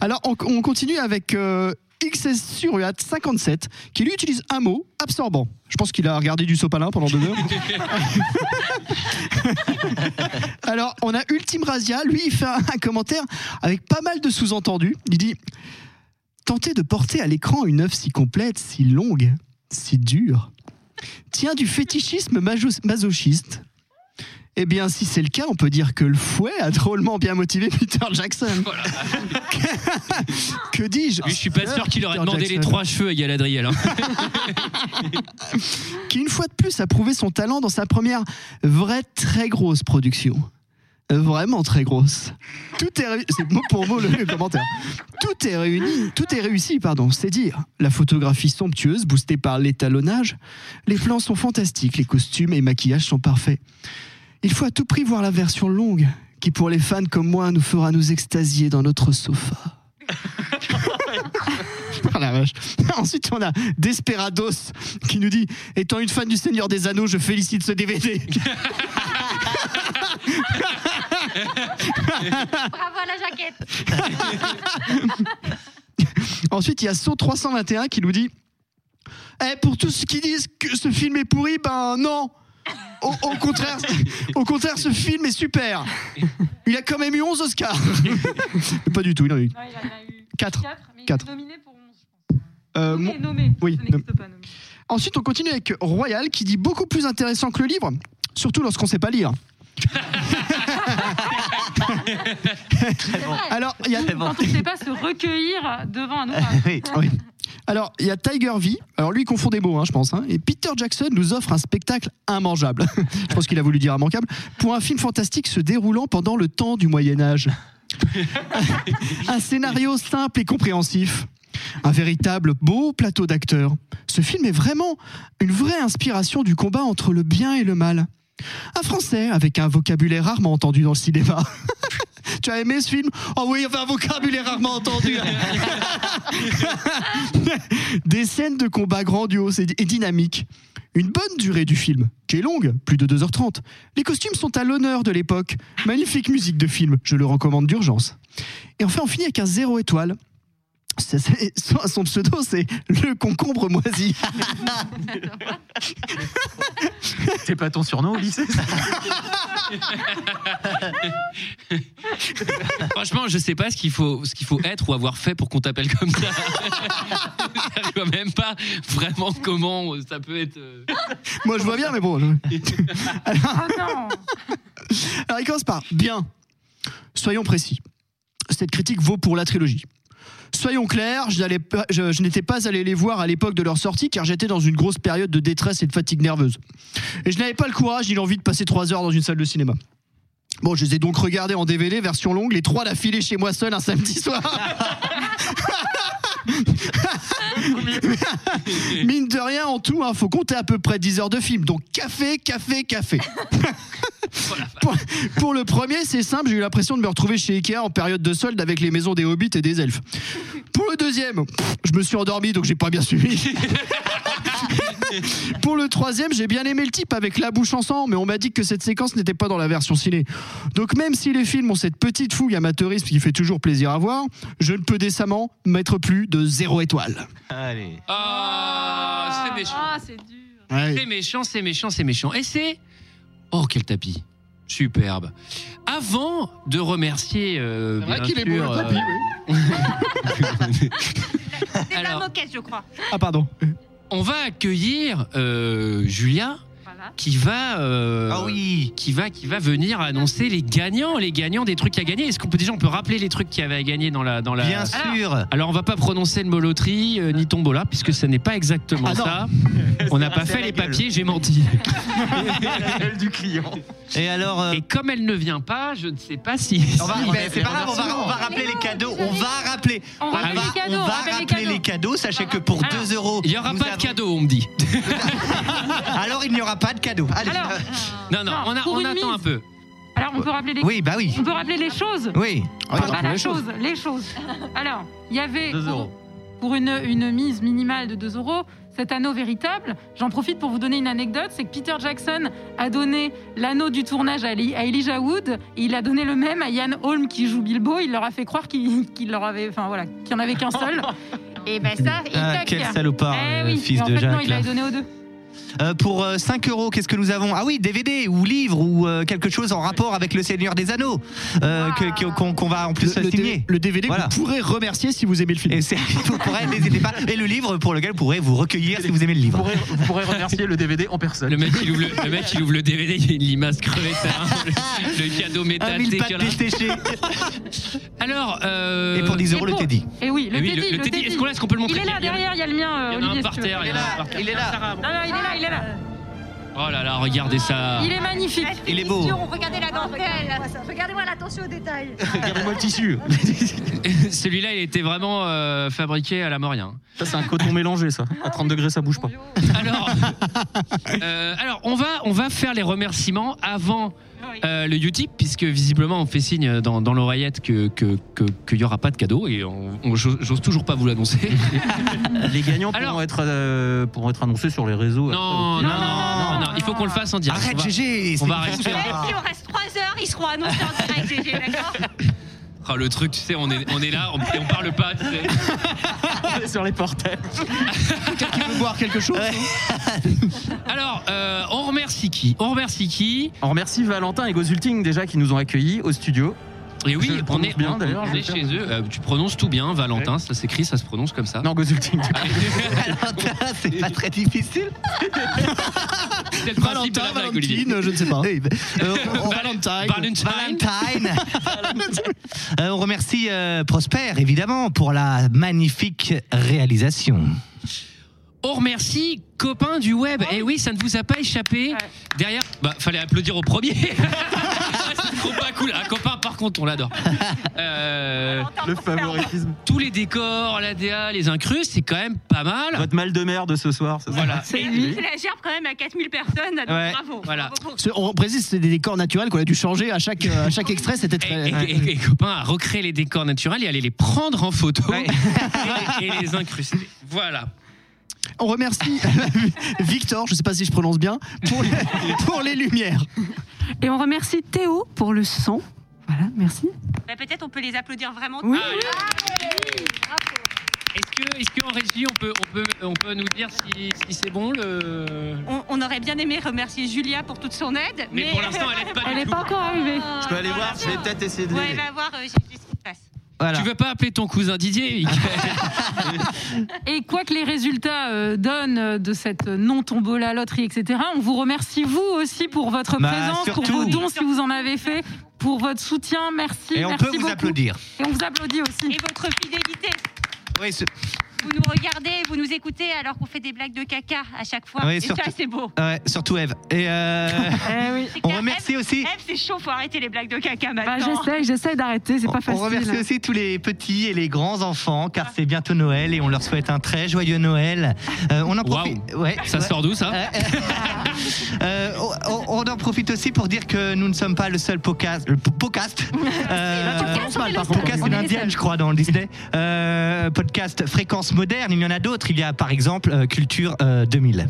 Alors, on, on continue avec euh, XS Suruat 57, qui lui utilise un mot, absorbant. Je pense qu'il a regardé du sopalin pendant deux heures. Alors, on a Ultime Razia, lui, il fait un, un commentaire avec pas mal de sous-entendus. Il dit Tenter de porter à l'écran une œuvre si complète, si longue, si dure, tient du fétichisme majo- masochiste Eh bien, si c'est le cas, on peut dire que le fouet a drôlement bien motivé Peter Jackson. que dis-je Je suis pas sûr qu'il aurait Peter demandé les Jackson. trois cheveux à Galadriel. hein. qui une fois de plus a prouvé son talent dans sa première vraie très grosse production. Euh, Vraiment très grosse. Tout est réu- c'est mot pour mot le, le commentaire. Tout est réuni, tout est réussi, pardon, c'est dire. La photographie somptueuse, boostée par l'étalonnage, les plans sont fantastiques, les costumes et maquillages sont parfaits. Il faut à tout prix voir la version longue, qui pour les fans comme moi nous fera nous extasier dans notre sofa. Ah, la vache. Ensuite, on a Desperados qui nous dit Étant une fan du Seigneur des Anneaux, je félicite ce DVD. Bravo à la jaquette. Ensuite, il y a Saut 321 qui nous dit Eh, pour tous ceux qui disent que ce film est pourri, ben non au, au contraire, au contraire, ce film est super. Il a quand même eu 11 Oscars. Pas du tout, il en a eu 4. 4. Euh, mon- Oui, nom- Ensuite, on continue avec Royal qui dit beaucoup plus intéressant que le livre, surtout lorsqu'on sait pas lire. Alors, il y a Quand on ne sait pas se recueillir devant un ouvrage. Oui. Alors, il y a Tiger V. Alors, lui, il confond des mots, hein, je pense. hein. Et Peter Jackson nous offre un spectacle immangeable. je pense qu'il a voulu dire immanquable. Pour un film fantastique se déroulant pendant le temps du Moyen-Âge. un scénario simple et compréhensif. Un véritable beau plateau d'acteurs. Ce film est vraiment une vraie inspiration du combat entre le bien et le mal. Un français avec un vocabulaire rarement entendu dans le cinéma. tu as aimé ce film Oh oui, il y avait un vocabulaire rarement entendu. Des scènes de combat grandioses et et dynamiques. Une bonne durée du film, qui est longue, plus de 2h30. Les costumes sont à l'honneur de l'époque. Magnifique musique de film, je le recommande d'urgence. Et enfin, on finit avec un zéro étoile. Ça, c'est- son, son pseudo, c'est le concombre moisi. C'est pas ton surnom au lycée Franchement, je sais pas ce qu'il faut, ce qu'il faut être ou avoir fait pour qu'on t'appelle comme ça. je vois même pas vraiment comment ça peut être. euh, Moi, je vois bien, mais bon. je- Alors... Alors, il commence par bien. Soyons précis. Cette critique vaut pour la trilogie. Soyons clairs, je, n'allais pas- je- je n'étais pas allé les voir à l'époque de leur sortie car j'étais dans une grosse période de détresse et de fatigue nerveuse. Et je n'avais pas le courage ni l'envie de passer trois heures dans une salle de cinéma. Bon, je les ai donc regardés en DVD, version longue, les trois d'affilée chez moi seul un samedi soir. Mine de rien, en tout, il faut compter à peu près 10 heures de film. Donc café, café, café. pour, pour le premier, c'est simple, j'ai eu l'impression de me retrouver chez Ikea en période de solde avec les maisons des hobbits et des elfes. Pour le deuxième, pff, je me suis endormi, donc j'ai pas bien suivi. Pour le troisième, j'ai bien aimé le type avec la bouche en sang, mais on m'a dit que cette séquence n'était pas dans la version ciné. Donc même si les films ont cette petite fougue amateuriste qui fait toujours plaisir à voir, je ne peux décemment mettre plus de zéro étoile. Allez. Ah, c'est méchant. Ouais. C'est méchant, c'est méchant, c'est méchant. Et c'est. Oh, quel tapis. Superbe. Avant de remercier. euh, C'est vrai bien qu'il est beau, sûr, euh, le tapis, C'est de la moquette, je crois. Ah, pardon. On va accueillir euh, Julien. Qui va, euh, Ah qui va, qui va venir annoncer les gagnants, les gagnants des trucs à gagner. Est-ce qu'on peut déjà, on peut rappeler les trucs qu'il y avait à gagner dans la, dans la. Bien sûr. Alors on va pas prononcer le mot loterie euh, ni tombola puisque ce n'est pas exactement Ah non. ça. On n'a pas C'est fait la les gueule. papiers, j'ai menti. du client. Et alors. euh, Et comme elle ne vient pas, je ne sais pas si. On va- si- mais c'est pas grave, on va, on va rappeler les cadeaux. On va rappeler. On on rappelle va- les cadeaux, on on va rappelle les rappeler les cadeaux. Sachez que pour 2 euros. Il n'y aura pas de cadeau, on me dit. Alors il n'y aura pas de cadeau. Allez. Euh, Non, non, on, a- pour on une attend un mise. peu. Alors, on peut rappeler les... Oui, bah oui. On peut rappeler les choses Oui. Enfin, pas la chose, les choses. Alors, il y avait... Deux pour- euros. Pour une, une mise minimale de 2 euros, cet anneau véritable, j'en profite pour vous donner une anecdote, c'est que Peter Jackson a donné l'anneau du tournage à, Eli- à Elijah Wood, et il a donné le même à Ian Holm qui joue Bilbo, il leur a fait croire qu'il qu'il leur avait, enfin voilà, qu'il n'y en avait qu'un seul. Et ben ça, il Ah, tac. quel salopard, Eh le oui, fils mais en de fait, non, Jacques, il l'avait là. donné aux deux. Euh, pour euh, 5 euros, qu'est-ce que nous avons Ah oui, DVD ou livre ou euh, quelque chose en rapport avec le Seigneur des Anneaux euh, que- que- qu'on qu'on va en plus Le- le signer. D- le DVD que vous pourrez remercier si vous aimez le film. Et c'est- vous pourrez, n'hésitez pas. Et le livre pour lequel vous pourrez vous recueillir si vous aimez le livre. Vous pourrez remercier le DVD en personne. Le mec, il ouvre le, le mec, il ouvre le DVD, il y a une limace crevée, ça, hein. le, le cadeau métal mille pattes dégueulasse. desséchées. Alors. euh, Et pour 10 euros, le Teddy. Et oui, le Eh oui, Teddy. le- le Teddy, est-ce qu'on- est-ce qu'on peut le montrer Il est là Il y en a- derrière, il y a le mien. euh, Il y en a Olivier, un par si tu veux. terre, il y en a un par terre. Sarah, Non, non, il est là, il est là. Oh là là, regardez ça. Il est magnifique. Ah. Il est beau. Regardez la dentelle. Regardez-moi l'attention aux détails. Regardez-moi le tissu. Celui-là, il était vraiment euh, fabriqué à la Morien. Ça, c'est un coton mélangé, ça. À 30 degrés, ça bouge pas. Euh, alors, on va, on va faire les remerciements avant euh, le Utip, puisque visiblement, on fait signe dans, dans l'oreillette qu'il que, que, qu'il y aura pas de cadeau, et on, on- j'ose j'ose toujours pas vous l'annoncer. Les gagnants pourront, être, euh, pourront être annoncés sur les réseaux. Non, non, Ah, non, non, non, il faut qu'on le fasse en direct. Arrête, On va- GG, On c'est va une rester. folie. Si on reste 3 heures, ils seront annoncés en direct, GG, d'accord Ah, le truc, tu sais, on est, on est là, on, et on parle pas, tu sais. On est sur les portails. Quelqu'un veut boire quelque chose Alors, euh, on remercie qui On remercie qui On remercie Valentin et Gozulting déjà qui nous ont accueillis au studio. Et oui, Je le on prononce est, bien, on- d'ailleurs, on je est le chez eux. Euh, tu prononces tout bien, Valentin, ça s'écrit, ça se prononce comme ça. Non, Gozulting. Valentin, c'est pas très difficile. C'est le principe de la blague, Olivier. Valentine, je ne sais pas. Oui, euh, on- Valentine. Valentine. Euh, on remercie euh, Prosper, évidemment, pour la magnifique réalisation. On remercie copains Oh, du web. Et oui, ça ne vous a pas échappé. Derrière, bah fallait applaudir au premier. C'est trop pas cool. Un copain, par contre, on l'adore. Euh, Le favoritisme. Tous les décors, la DA, les incrustes, c'est quand même pas mal. Votre mal de mer de ce soir. ça, ça Voilà. va. C'est la gerbe quand même à 4000 personnes, donc Ouais, bravo. Voilà. Ce- On précise, c'est des décors naturels qu'on a dû changer à chaque, euh, à chaque extrait. C'était très. Et, et- et copain a recréé les décors naturels et allé les prendre en photo et, et les incruster. Voilà. On remercie Victor, je ne sais pas si je prononce bien, pour les, pour les lumières. Et on remercie Théo pour le son. Voilà, merci. Bah, Peut-être on peut les applaudir vraiment Ah, Oui, tous. oui. Est-ce que, est-ce que en régie, on peut, on peut, on peut nous dire si, si c'est bon le. On, on aurait bien aimé remercier Julia pour toute son aide. Mais pour l'instant, elle aide pas du Elle est tout. pas encore arrivée. Ah, Je peux aller voir, je vais peut-être essayer de Ouais, l'aider. va voir, euh, j'ai vu ce qui se passe. Tu veux pas appeler ton cousin Didier Et quoi que les résultats euh, donnent euh, de cette non-tombola, loterie, etc., on vous remercie vous aussi pour votre Bah, présence, surtout. pour vos dons si vous en avez fait, pour votre soutien. Merci. Et on merci peut vous beaucoup. applaudir. Et on vous applaudit aussi. Et votre fidélité. Oui, ce- Vous nous regardez, vous nous écoutez alors qu'on fait des blagues de caca à chaque fois. oui, et surtout, ça, c'est beau. Ouais, surtout Eve. Et euh, Eh on remercie aussi. Eve, c'est chaud, faut arrêter les blagues de caca Bah, maintenant. j'essaye, j'essaye Bah, d'arrêter, c'est pas On facile. remercie aussi tous les petits et les grands enfants, car c'est bientôt Noël et on leur souhaite un très joyeux Noël. Euh, on en profite. Ouais, Ça ouais. sort d'où ça Euh, on, on en profite aussi pour dire que nous ne sommes pas le seul podcast. Le po- podcast. Euh, Là, tu le prononces mal, par contre. podcast On est les indien, seuls. je crois, dans le Disney. Euh, podcast fréquence moderne. Il y en a d'autres. Il y a par exemple euh, Culture euh, 2000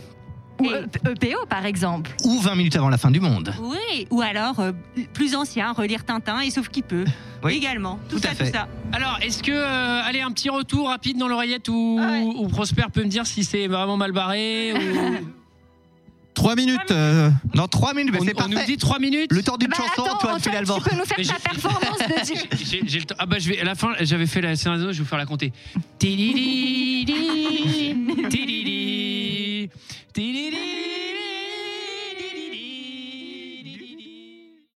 Et- euh, EPO, par exemple. ou 20 minutes avant la fin du monde. Oui, ou alors euh, plus ancien, relire Tintin et sauf qui peut. Oui. Également. Tout, Tout à ça, fait. tout ça. Alors, est-ce que. euh, allez, un petit retour rapide dans l'oreillette où, où Prosper peut me dire si c'est vraiment mal barré ou... 3 minutes. euh, Dans 3 minutes, bah, c'est On parfait. nous dit 3 minutes Le temps Bah, d'une chanson, toi, tu l'as le vent. Mais j'ai- performance de- J'ai- j'ai le temps. Ah bah, je vais, à la fin, j'avais fait la séance, je vais vous faire la compter. Tidididi.